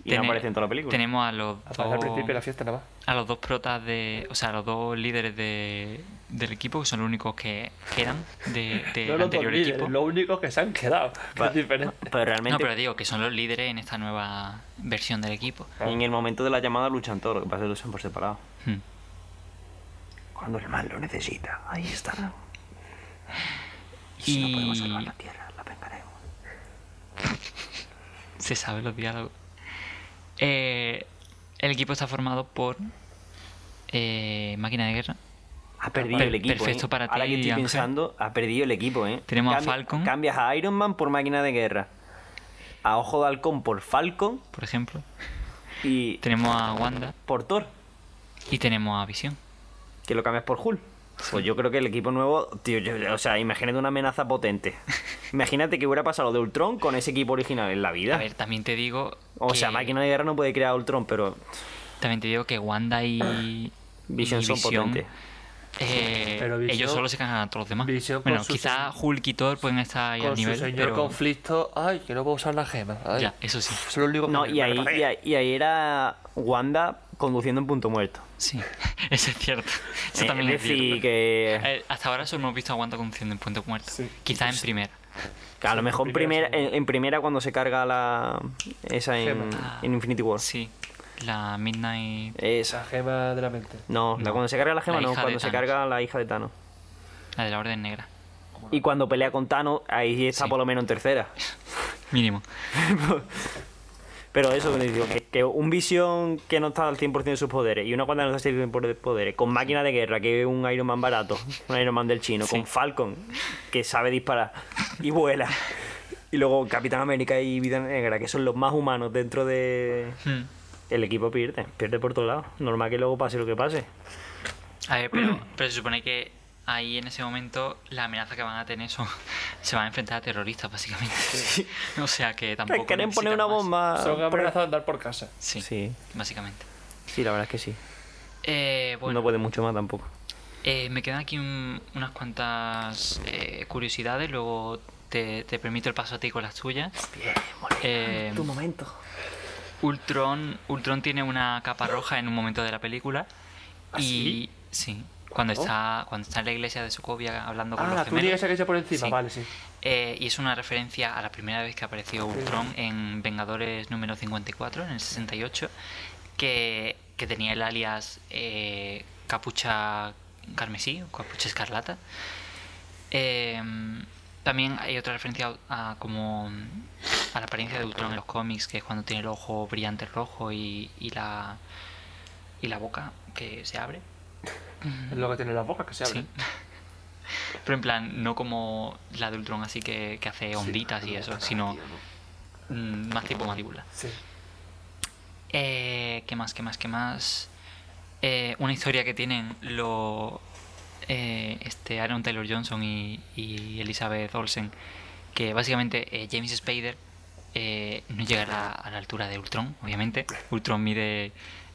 y no aparece en toda la película.
Tenemos a los
Aparece al principio de la
dos,
fiesta nada más.
a los dos protas de. O sea, a los dos líderes de, del equipo, que son los únicos que quedan de- del
No los dos
Eh, anterior
líderes,
equipo.
los únicos que se han quedado. que
Va-
es diferente.
Pero realmente
No, pero digo que son los líderes en esta nueva versión del equipo.
en el momento de la llamada luchan todos, lo que pasa es que luchan por separado.
Hmm.
Cuando el mal lo necesita, ahí estará.
si no podemos salvar la
tierra, la vengaremos.
Se sabe los diálogos. Eh, el equipo está formado por eh, Máquina de Guerra.
Ha perdido
Per-
el equipo.
perfecto
¿eh?
para
Ahora
ti,
que estoy
Ángel.
pensando, ha perdido el equipo, ¿eh?
Tenemos a Falcon.
Cambias a Iron Man por máquina de guerra. A Ojo de Halcón por Falcon
por ejemplo.
y
Tenemos a Wanda
por Thor,
y tenemos a Visión.
que lo cambias por Hulk. Pues yo creo que el equipo nuevo, tío, yo- yo- o sea, imagínate una amenaza
[laughs]
potente. Imagínate que hubiera pasado de Ultron con ese equipo original en la vida.
A ver, también te digo.
o
que-
sea, máquina de guerra no puede crear a Ultron, pero
También te digo que Wanda y.
Vision
y
son potentes.
eh,
Pero Vision-
ellos solo se cansan a todos los demás.
Vision con
bueno,
su
quizá Hulk y Thor pueden estar ahí
Con
al nivel.
su señor
pero-
conflicto, ay, que no puedo usar la gema. ay.
Ya, eso sí.
Es lo único que
No,
Pues me-
y
me
ahí,
parece.
y ahí- y ahí era Wanda conduciendo en punto muerto.
Sí, [laughs] eso es cierto. Eso
Eh,
también es
es decir,
cierto.
que
Eh, hasta ahora solo hemos visto a Wanda conduciendo en Puente Muerto.
Sí.
Quizá en primera.
que a lo mejor en
primera,
primera, en, en primera cuando se carga la esa en,
Gema.
en Infinity War.
Sí, la Midnight.
La
Esa.
gema de la mente.
No, la-
No.
cuando se carga la gema
La
no,
hija
cuando
de
se
Thanos.
carga la hija de Thanos.
La de la Orden Negra.
Y cuando pelea con Thanos, ahí está
Sí.
por lo menos en tercera.
Mínimo.
Pero eso, digo, que, que un visión que no está al 100% de sus poderes y una Wanda que no está al 100% de sus poderes, con máquina de guerra, que es un Iron Man barato, un Iron Man del chino, con Falcon, que sabe disparar y vuela. Y luego Capitán América y Vida Negra, que son los más humanos dentro de...
Hmm.
El equipo pierde, pierde por todos lados. Normal que luego pase lo que pase.
A ver,
[clears throat]
pero, pero se supone que ahí en ese momento la amenaza que van a tener son. [laughs] Se van a enfrentar a terroristas, básicamente. [laughs] O sea que tampoco.
Quieren poner
necesitan
una
más.
bomba.
Son amenazas de andar por casa.
Sí,
Sí.
básicamente.
Sí, la verdad es que sí.
Eh, bueno,
No puede mucho más tampoco.
eh, me quedan aquí un- unas cuantas eh, curiosidades. Luego te, te permito el paso a ti con las tuyas.
Bien,
Eh,
Tu momento.
Ultron, Ultron tiene una capa roja en un momento de la película. Y. Sí. Cuando está, cuando está en la iglesia de Sokovia hablando con
Ah,
los
la
gemelos.
túnica esa que se pone encima.
Sí.
Vale, sí.
Eh, y es una referencia a la primera vez que apareció Ultron en Vengadores número 54, en el 68, que, que tenía el alias eh, Capucha Carmesí o Capucha Escarlata. Eh, también hay otra referencia a, a como a la apariencia de Ultron en los cómics, que es cuando tiene el ojo brillante rojo y, y la, y la boca que se abre.
Es lo que tiene la boca que se abre.
Mm. Sí. [laughs] Pero en plan, no como la de Ultron así que, que hace onditas y eso, sino mm, más tipo mandíbula.
Sí.
Eh, ¿Qué más, qué más, qué más? Eh, una historia que tienen lo, eh, este Aaron Taylor Johnson y, y Elizabeth Olsen, que básicamente eh, James Spader eh, no llegará a la altura de Ultron, obviamente. Ultron mide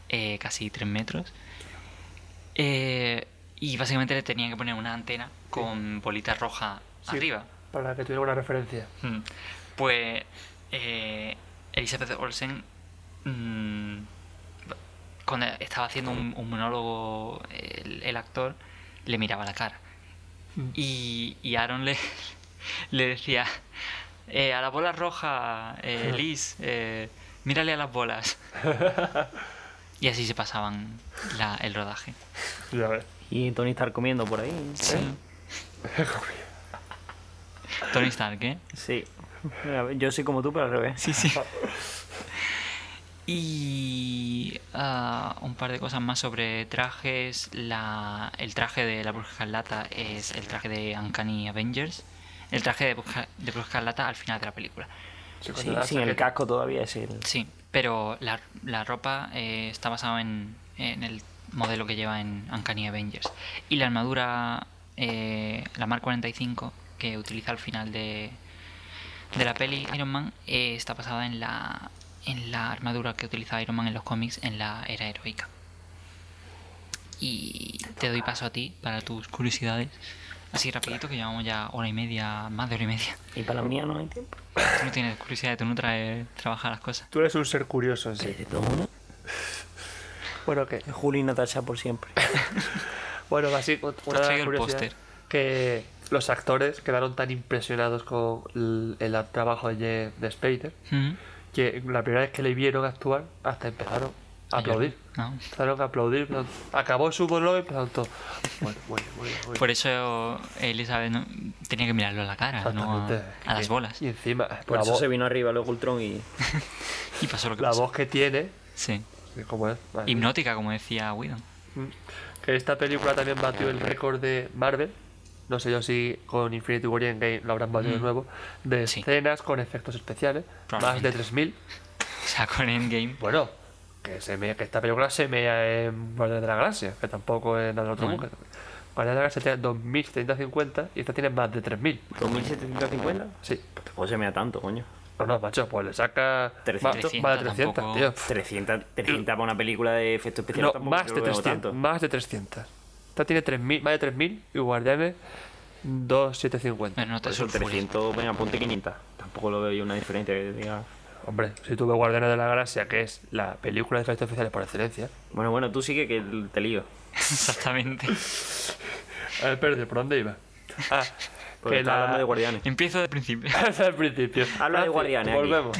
eh, casi 3 metros. Eh, y básicamente le tenían que poner una antena con bolita roja
Sí.
arriba.
Para que tuviera una referencia.
Mm. Pues eh, Elizabeth Olsen, mm, cuando estaba haciendo un, un monólogo, el, el actor le miraba la cara. Y, y Aaron le, [laughs] le decía, "Eh, a la bola roja, eh, Liz, eh, mírale a las bolas. Y así se pasaban la- el rodaje.
Ya ves.
Y Tony estar comiendo por ahí.
Tony Stark, ¿eh?
Sí. A ver, Yo soy como tú, pero al revés.
Sí, sí. Y ah, un par de cosas más sobre trajes. La, el traje de la Bruja Escarlata es el traje de Uncanny Avengers. El traje de Bruja, de Bruja Escarlata al final de la película.
Sí, cuando
Sí,
la
sin el
chaqueta.
casco todavía es el.
Sí, pero la, la ropa eh, está basada en, en el modelo que lleva en Uncanny Avengers. Y la armadura, eh, la Mark 45, que utiliza al final de, de la peli Iron Man, eh, está basada en la, en la armadura que utiliza Iron Man en los cómics en la era heroica. Y te doy paso a ti para tus curiosidades Así rapidito que llevamos ya hora y media, más de hora y media.
Y para la mía no hay tiempo.
Tú no tienes curiosidad, tú no traes trabajar las cosas.
Tú eres un ser curioso en sí.
Perdona.
[laughs] Bueno, que
Juli y Natasha por siempre.
Bueno, así, una de las
traigo el
curiosidades
póster.
que los actores quedaron tan impresionados con el, el trabajo de, de Spader
Ujú.
que la primera vez que le vieron actuar, hasta empezaron a aplaudir.
No.
Empezaron a aplaudir, empezaron- acabó su monólogo y empezaron todos. Bueno, bueno, bueno, bueno.
Por eso Elizabeth no- tenía que mirarlo [laughs] a la cara, no a,
Exactamente.
a las bolas.
Y encima,
Por
la,
eso
voz,
se vino arriba luego Ultron y.
Y pasó lo que
la
pasó.
voz que tiene,
Sí.
como es, Madre mía.
Hipnótica, como decía Whedon.
Mm. que esta película también batió el récord de Marvel. No sé yo si con Infinity War y Endgame lo habrán batido de nuevo. De
Mm. Sí.
escenas con efectos especiales, más de
Probablemente.
3.000.
O sea, con Endgame.
Bueno, que, se me, que esta película se mea en Guardianes de la Galaxia, que tampoco es nada del otro mundo. Guardianes de la Galaxia tiene 2.350 y esta tiene más de 3.000.
2750.
Sí.
Tampoco Pues se me da tanto, coño.
No, no, macho, pues le saca más-
300.
más de 300,
Tampoco-
tío.
300, 300 para una película de efectos
No,
especiales. tampoco
más
yo
de
lo veo
300.
tanto.
Más de 300. Esta tiene 3.000, más de 3.000 y Guardianes 2.750.
Bueno, no te
Por eso
sulfures.
300, venga, ponte 500. Tampoco lo veo yo una diferencia que diga.
Hombre, si tuve Guardianes de la Galaxia, que es la película de efectos especiales por excelencia,
Bueno, bueno, tú sigue que te lío.
[laughs] Exactamente.
a ver, perdí, ¿por dónde iba? Ah,
Porque
que
Pues está hablando
la...
de guardianes.
Empiezo del principio.
[laughs] Hasta el principio.
Habla de
Francis,
guardianes aquí.
Volvemos.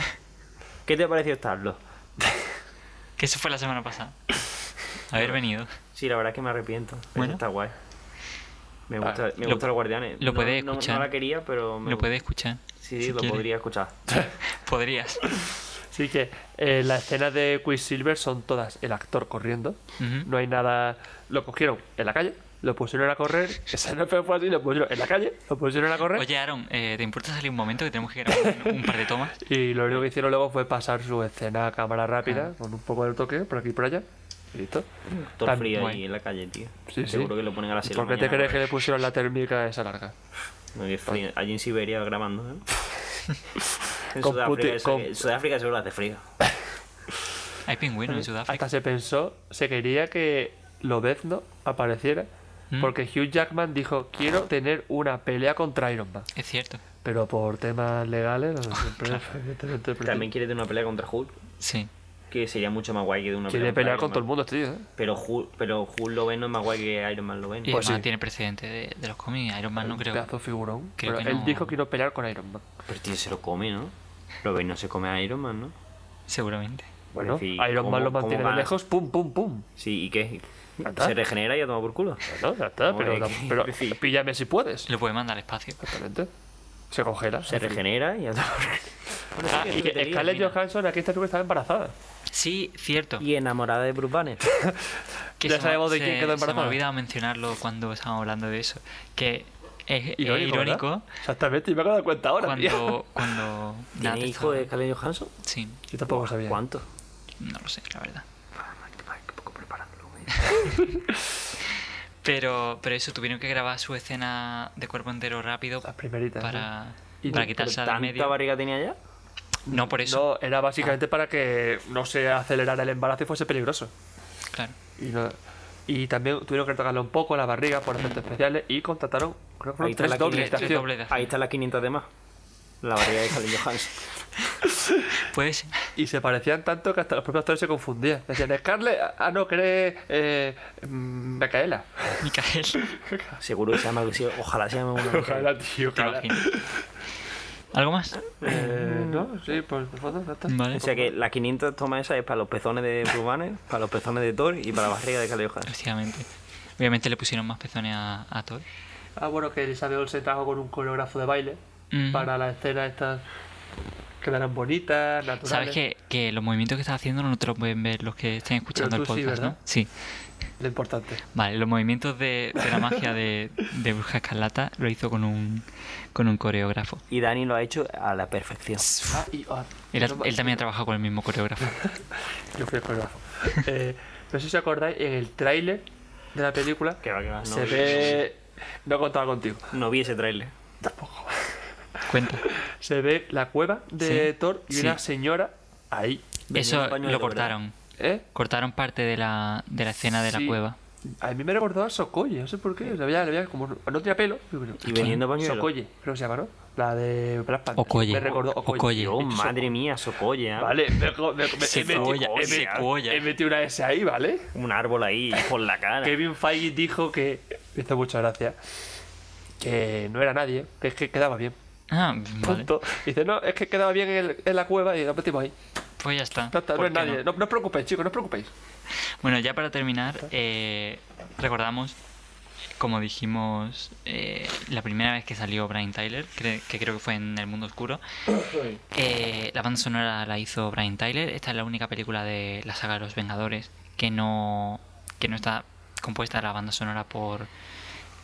¿Qué te ha parecido estarlo?
Que eso fue la semana pasada. Haber venido.
Sí, la verdad es que me arrepiento.
Bueno.
Está guay. Me gusta, me
Lo-
gusta los guardianes.
lo
No-
puedes
no, no
escuchar.
la quería, pero. me
Lo
gusta.
puedes escuchar.
Sí,
si
lo
quieres.
podría escuchar.
Podrías.
Así que eh, las escenas de Quicksilver son todas el actor corriendo.
Ujú.
No hay nada. Lo cogieron en la calle, lo pusieron a correr. [laughs] Esa no fue así, lo pusieron en la calle, lo pusieron a correr.
Oye, Aaron, eh, ¿te importa salir un momento que tenemos que grabar un, un par de tomas?
Y lo único que hicieron luego fue pasar su escena a cámara rápida,
Ah.
con un poco de toque, por aquí y por allá. y listo.
Todo
Tan-
frío
guay.
ahí en la calle, tío.
Sí, sí.
Seguro que lo ponen a las 6 de la
¿Por qué te
mañana.
crees que
pues.
le pusieron la térmica esa larga?
No, que frío. Allí en Siberia grabando,
[laughs]
¿eh? en
Con Putin-
Sudáfrica, eso
con-
que- Sudáfrica seguro hace frío.
Hay pingüinos en Sudáfrica.
Hasta se pensó, se quería que Lobezno apareciera,
Mm.
porque Hugh Jackman dijo: Quiero tener una pelea contra Iron Man.
Es cierto.
Pero por temas legales,
[laughs]
no, siempre, evidentemente,
También quiere tener una pelea contra Hulk,
Sí.
que sería mucho más guay que de una
quiere
pelea
pelear
contra
con todo el
Iron Man.
mundo, este tío. ¿eh?
Pero Hulk, pero Hulk lo ven no es más guay que Iron Man lo ven.
Y
Pues
además
sí.
tiene precedente de, de los cómics. Iron Man no
Un
creo.
Pedazo de figurón.
creo
Pero
que
él
no.
dijo: Quiero pelear con Iron Man.
Pero este tío, se lo come, ¿no? Lo ven no se come a Iron Man, ¿no?
Seguramente.
Bueno,
decir,
Iron
¿cómo-
Man lo mantiene
cómo
de
van?
lejos, pum, pum, pum.
Sí, ¿y qué?
Ya está.
Se regenera y a tomar por culo.
Bueno, ya está,
No, [laughs]
pero,
es
tam-
que-
pero
sí.
píllame si puedes.
Lo puede mandar al espacio.
Exactamente. Se congela.
Se regenera y a tomar
[laughs]
por culo.
Ah, y que Scarlett
mira.
Johansson aquí esta película estaba embarazada.
Eh, Sí, cierto.
Y enamorada de Bruce
[laughs]
Banner.
Que
Ya
se me-
sabemos de
se-
quién quedó
Se me
embarazada.
ha olvidado mencionarlo cuando estábamos hablando de eso. Que es es
Irónico.
irónico,
¿verdad? Exactamente, y me he dado cuenta ahora, tío.
cuando. [laughs]
[laughs]
cuando
¿Tiene
Nat
hijo de
estaba-
Scarlett Johansson?
Sí,
Yo tampoco Pues sabía.
¿Cuánto?
no lo sé, la verdad.
Ay, qué poco preparándolo. güey.
[laughs] Pero, pero eso, tuvieron que grabar su escena de cuerpo entero rápido
Las primeritas. ¿no?
para,
Y
para
no-
¿Pero
quitarse de
¿Tanta
en medio.
barriga tenía ya?
No por eso, Ah.
No, era básicamente para que no se acelerara el embarazo y fuese peligroso.
claro.
Y, no- y también tuvieron que tocarle un poco la barriga por
Mm.
efectos especiales y contrataron, creo que
Ahí
fueron
está la
tres dobles de
Tres-
quiniela,
tres
acción.
dobles de acción.
Ahí están las 500 de más. La barriga de Scarlett
[laughs]
Johansson.
Puede ser. [laughs]
Y se parecían tanto que hasta los propios actores se confundían. Decían, Scarlett, ah, no, que eres eh, mm,
[laughs]
Micaela.
Micael,
Seguro que se llama algo así. Ojalá se llame una mujer.
Ojalá, tío,
te
ojalá.
imagino. ¿Algo más?
Eh, no, sí, pues por fondo, ya está.
Mm. Vale.
O sea que las 500 tomas esas es para los pezones de Bruce Banner, para los pezones de Thor y para la barriga de Scarlett Johansson.
Efectivamente. Obviamente le pusieron más pezones a, a Thor.
Ah, bueno, que Elizabeth Olsen trajo con un coreógrafo de baile
Mm.
para las escenas estas quedaran bonitas, naturales.
Sabes que, que los movimientos que estás haciendo no te los pueden ver los que estén escuchando
Pero
el
tú sí,
podcast,
¿verdad?
¿no? Sí.
Lo importante.
Vale, los movimientos de, de la magia de, de Bruja Escarlata lo hizo con un, con un coreógrafo.
Y Dani lo ha hecho a la perfección.
Ah, y, ah,
Él,
no me-
él también ha trabajado con el mismo
[laughs]
coreógrafo.
Yo fui el coreógrafo. Eh, no sé si os acordáis, en el tráiler de la película
Que va, que va, no
se
vi-
ve... No contaba contigo.
[laughs] No vi ese trailer.
Cuenta.
Se ve la cueva de
Sí,
Thor y
sí.
una señora ahí.
Venía
Eso
un pañuelo,
lo cortaron.
¿Eh?
Cortaron parte de la, de la escena de
Sí.
la cueva.
A mí me recordó a Sokoye, no sé por qué. O sea, había- había como, no tenía pelo. Y, bueno,
Y vendiendo pañuelos.
Sokoye, creo que se llama, ¿no? La de Black Panther.
Okoye.
Me recordó Okoye.
Okoye.
Dios, madre mía, Socolle, ¿eh?
Vale, me, me- me- he
Secoya,
metido- he metido-
secoya.
he metido una S ahí, ¿vale?
Un árbol ahí [laughs] por la cara.
Kevin Feige dijo que. Me hizo mucha gracia. Que no era nadie, que es que quedaba bien.
Ah, vale.
Punto. Dice, no, es que quedaba bien en, el- en la cueva y lo metimos ahí.
Pues ya está.
No, está, no
¿Por
es
qué
nadie. No? no os preocupéis, chicos, no os preocupéis.
Bueno, ya para terminar, eh, recordamos, como dijimos, eh, la primera vez que salió Brian Tyler, cre- que creo que fue en El Mundo Oscuro. Eh, la banda sonora la hizo Brian Tyler. Esta es la única película de la saga de los Vengadores que no, que no está compuesta la banda sonora por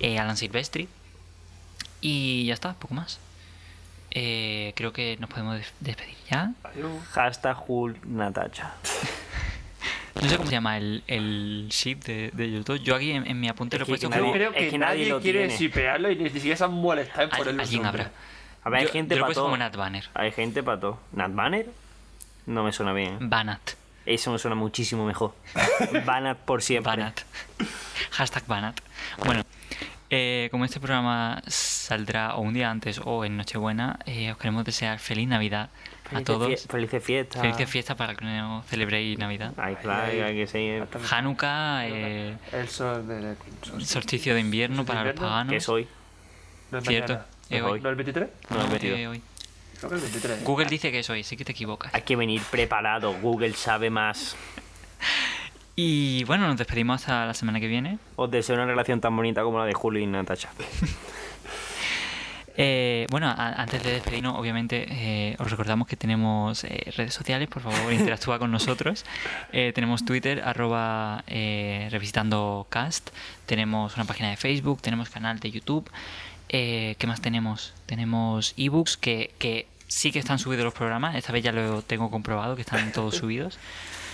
eh, Alan Silvestri. Y ya está, poco más. Eh, creo que nos podemos des- despedir ya.
Hashtag Hulk Natacha.
No sé cómo se llama el, el ship de, de ellos dos. Yo aquí en, en mi apunte
Es
lo he
que
puesto
nadie-
como...
Yo creo
es
que,
que nadie
nadie,
lo
quiere
tiene.
shipearlo y ni siquiera se han molestado en
Al-
ponerle un
alguien
nombre.
habrá.
A ver, hay
Yo-
gente
yo lo he
para
puesto
todo.
como Nat Banner.
Hay gente para todo. ¿Nat Banner? No me suena
Mm.
bien.
Banat.
Eso me suena
[laughs]
muchísimo mejor. Banat por siempre.
Banat. [laughs] Hashtag Banat. Bueno, eh, como este programa saldrá o un día antes o en Nochebuena, eh, os queremos desear feliz Navidad a
Felices
todos.
fie- Felices fiestas. Ah,
Felices fiestas para que no celebréis Navidad.
Ay, claro, hay que seguir.
Hanukkah, eh,
El sol de la...
solsticio de invierno para los
invierno?
¿Qué
paganos.
soy?
No es
Cierto,
mañana.
es hoy.
¿No el 23?
No me he
No,
metido.
tío, hoy.
Creo que el 23.
Google dice que es hoy, sí que te equivocas.
Hay que venir preparado. Google sabe más.
Y bueno, nos despedimos hasta la semana que viene.
Os deseo una relación tan bonita como la de Julio y Natacha.
Eh, bueno, a- antes de despedirnos, obviamente eh, os recordamos que tenemos eh, redes sociales, por
[laughs]
favor, interactúa con nosotros. Eh, tenemos Twitter, arroba eh, revisitando cast, tenemos una página de Facebook, tenemos canal de YouTube. Eh, ¿Qué más tenemos? Tenemos ebooks que, que sí que están subidos los programas, esta vez ya lo tengo comprobado, que están
[laughs]
todos subidos.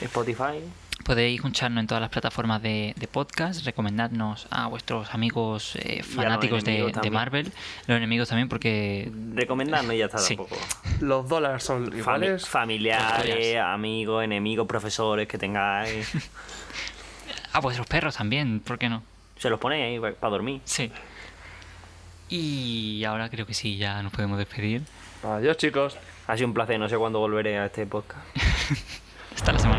Spotify.
Podéis escucharnos en todas las plataformas de, de podcast, recomendadnos a vuestros amigos eh, fanáticos de,
enemigos
de
también.
Marvel, los enemigos también, porque
Recomendando y ya está
Sí.
tampoco.
Los dólares son
Fami-
iguales.
familiares,
Historias.
amigos, enemigos, profesores que tengáis.
a vuestros Ah, pues perros también, ¿por qué no?
Se los ponéis ahí para dormir.
Sí. Y ahora creo que sí, ya nos podemos despedir.
Adiós, chicos.
Ha sido un placer. No sé cuándo volveré a este podcast.
Hasta la semana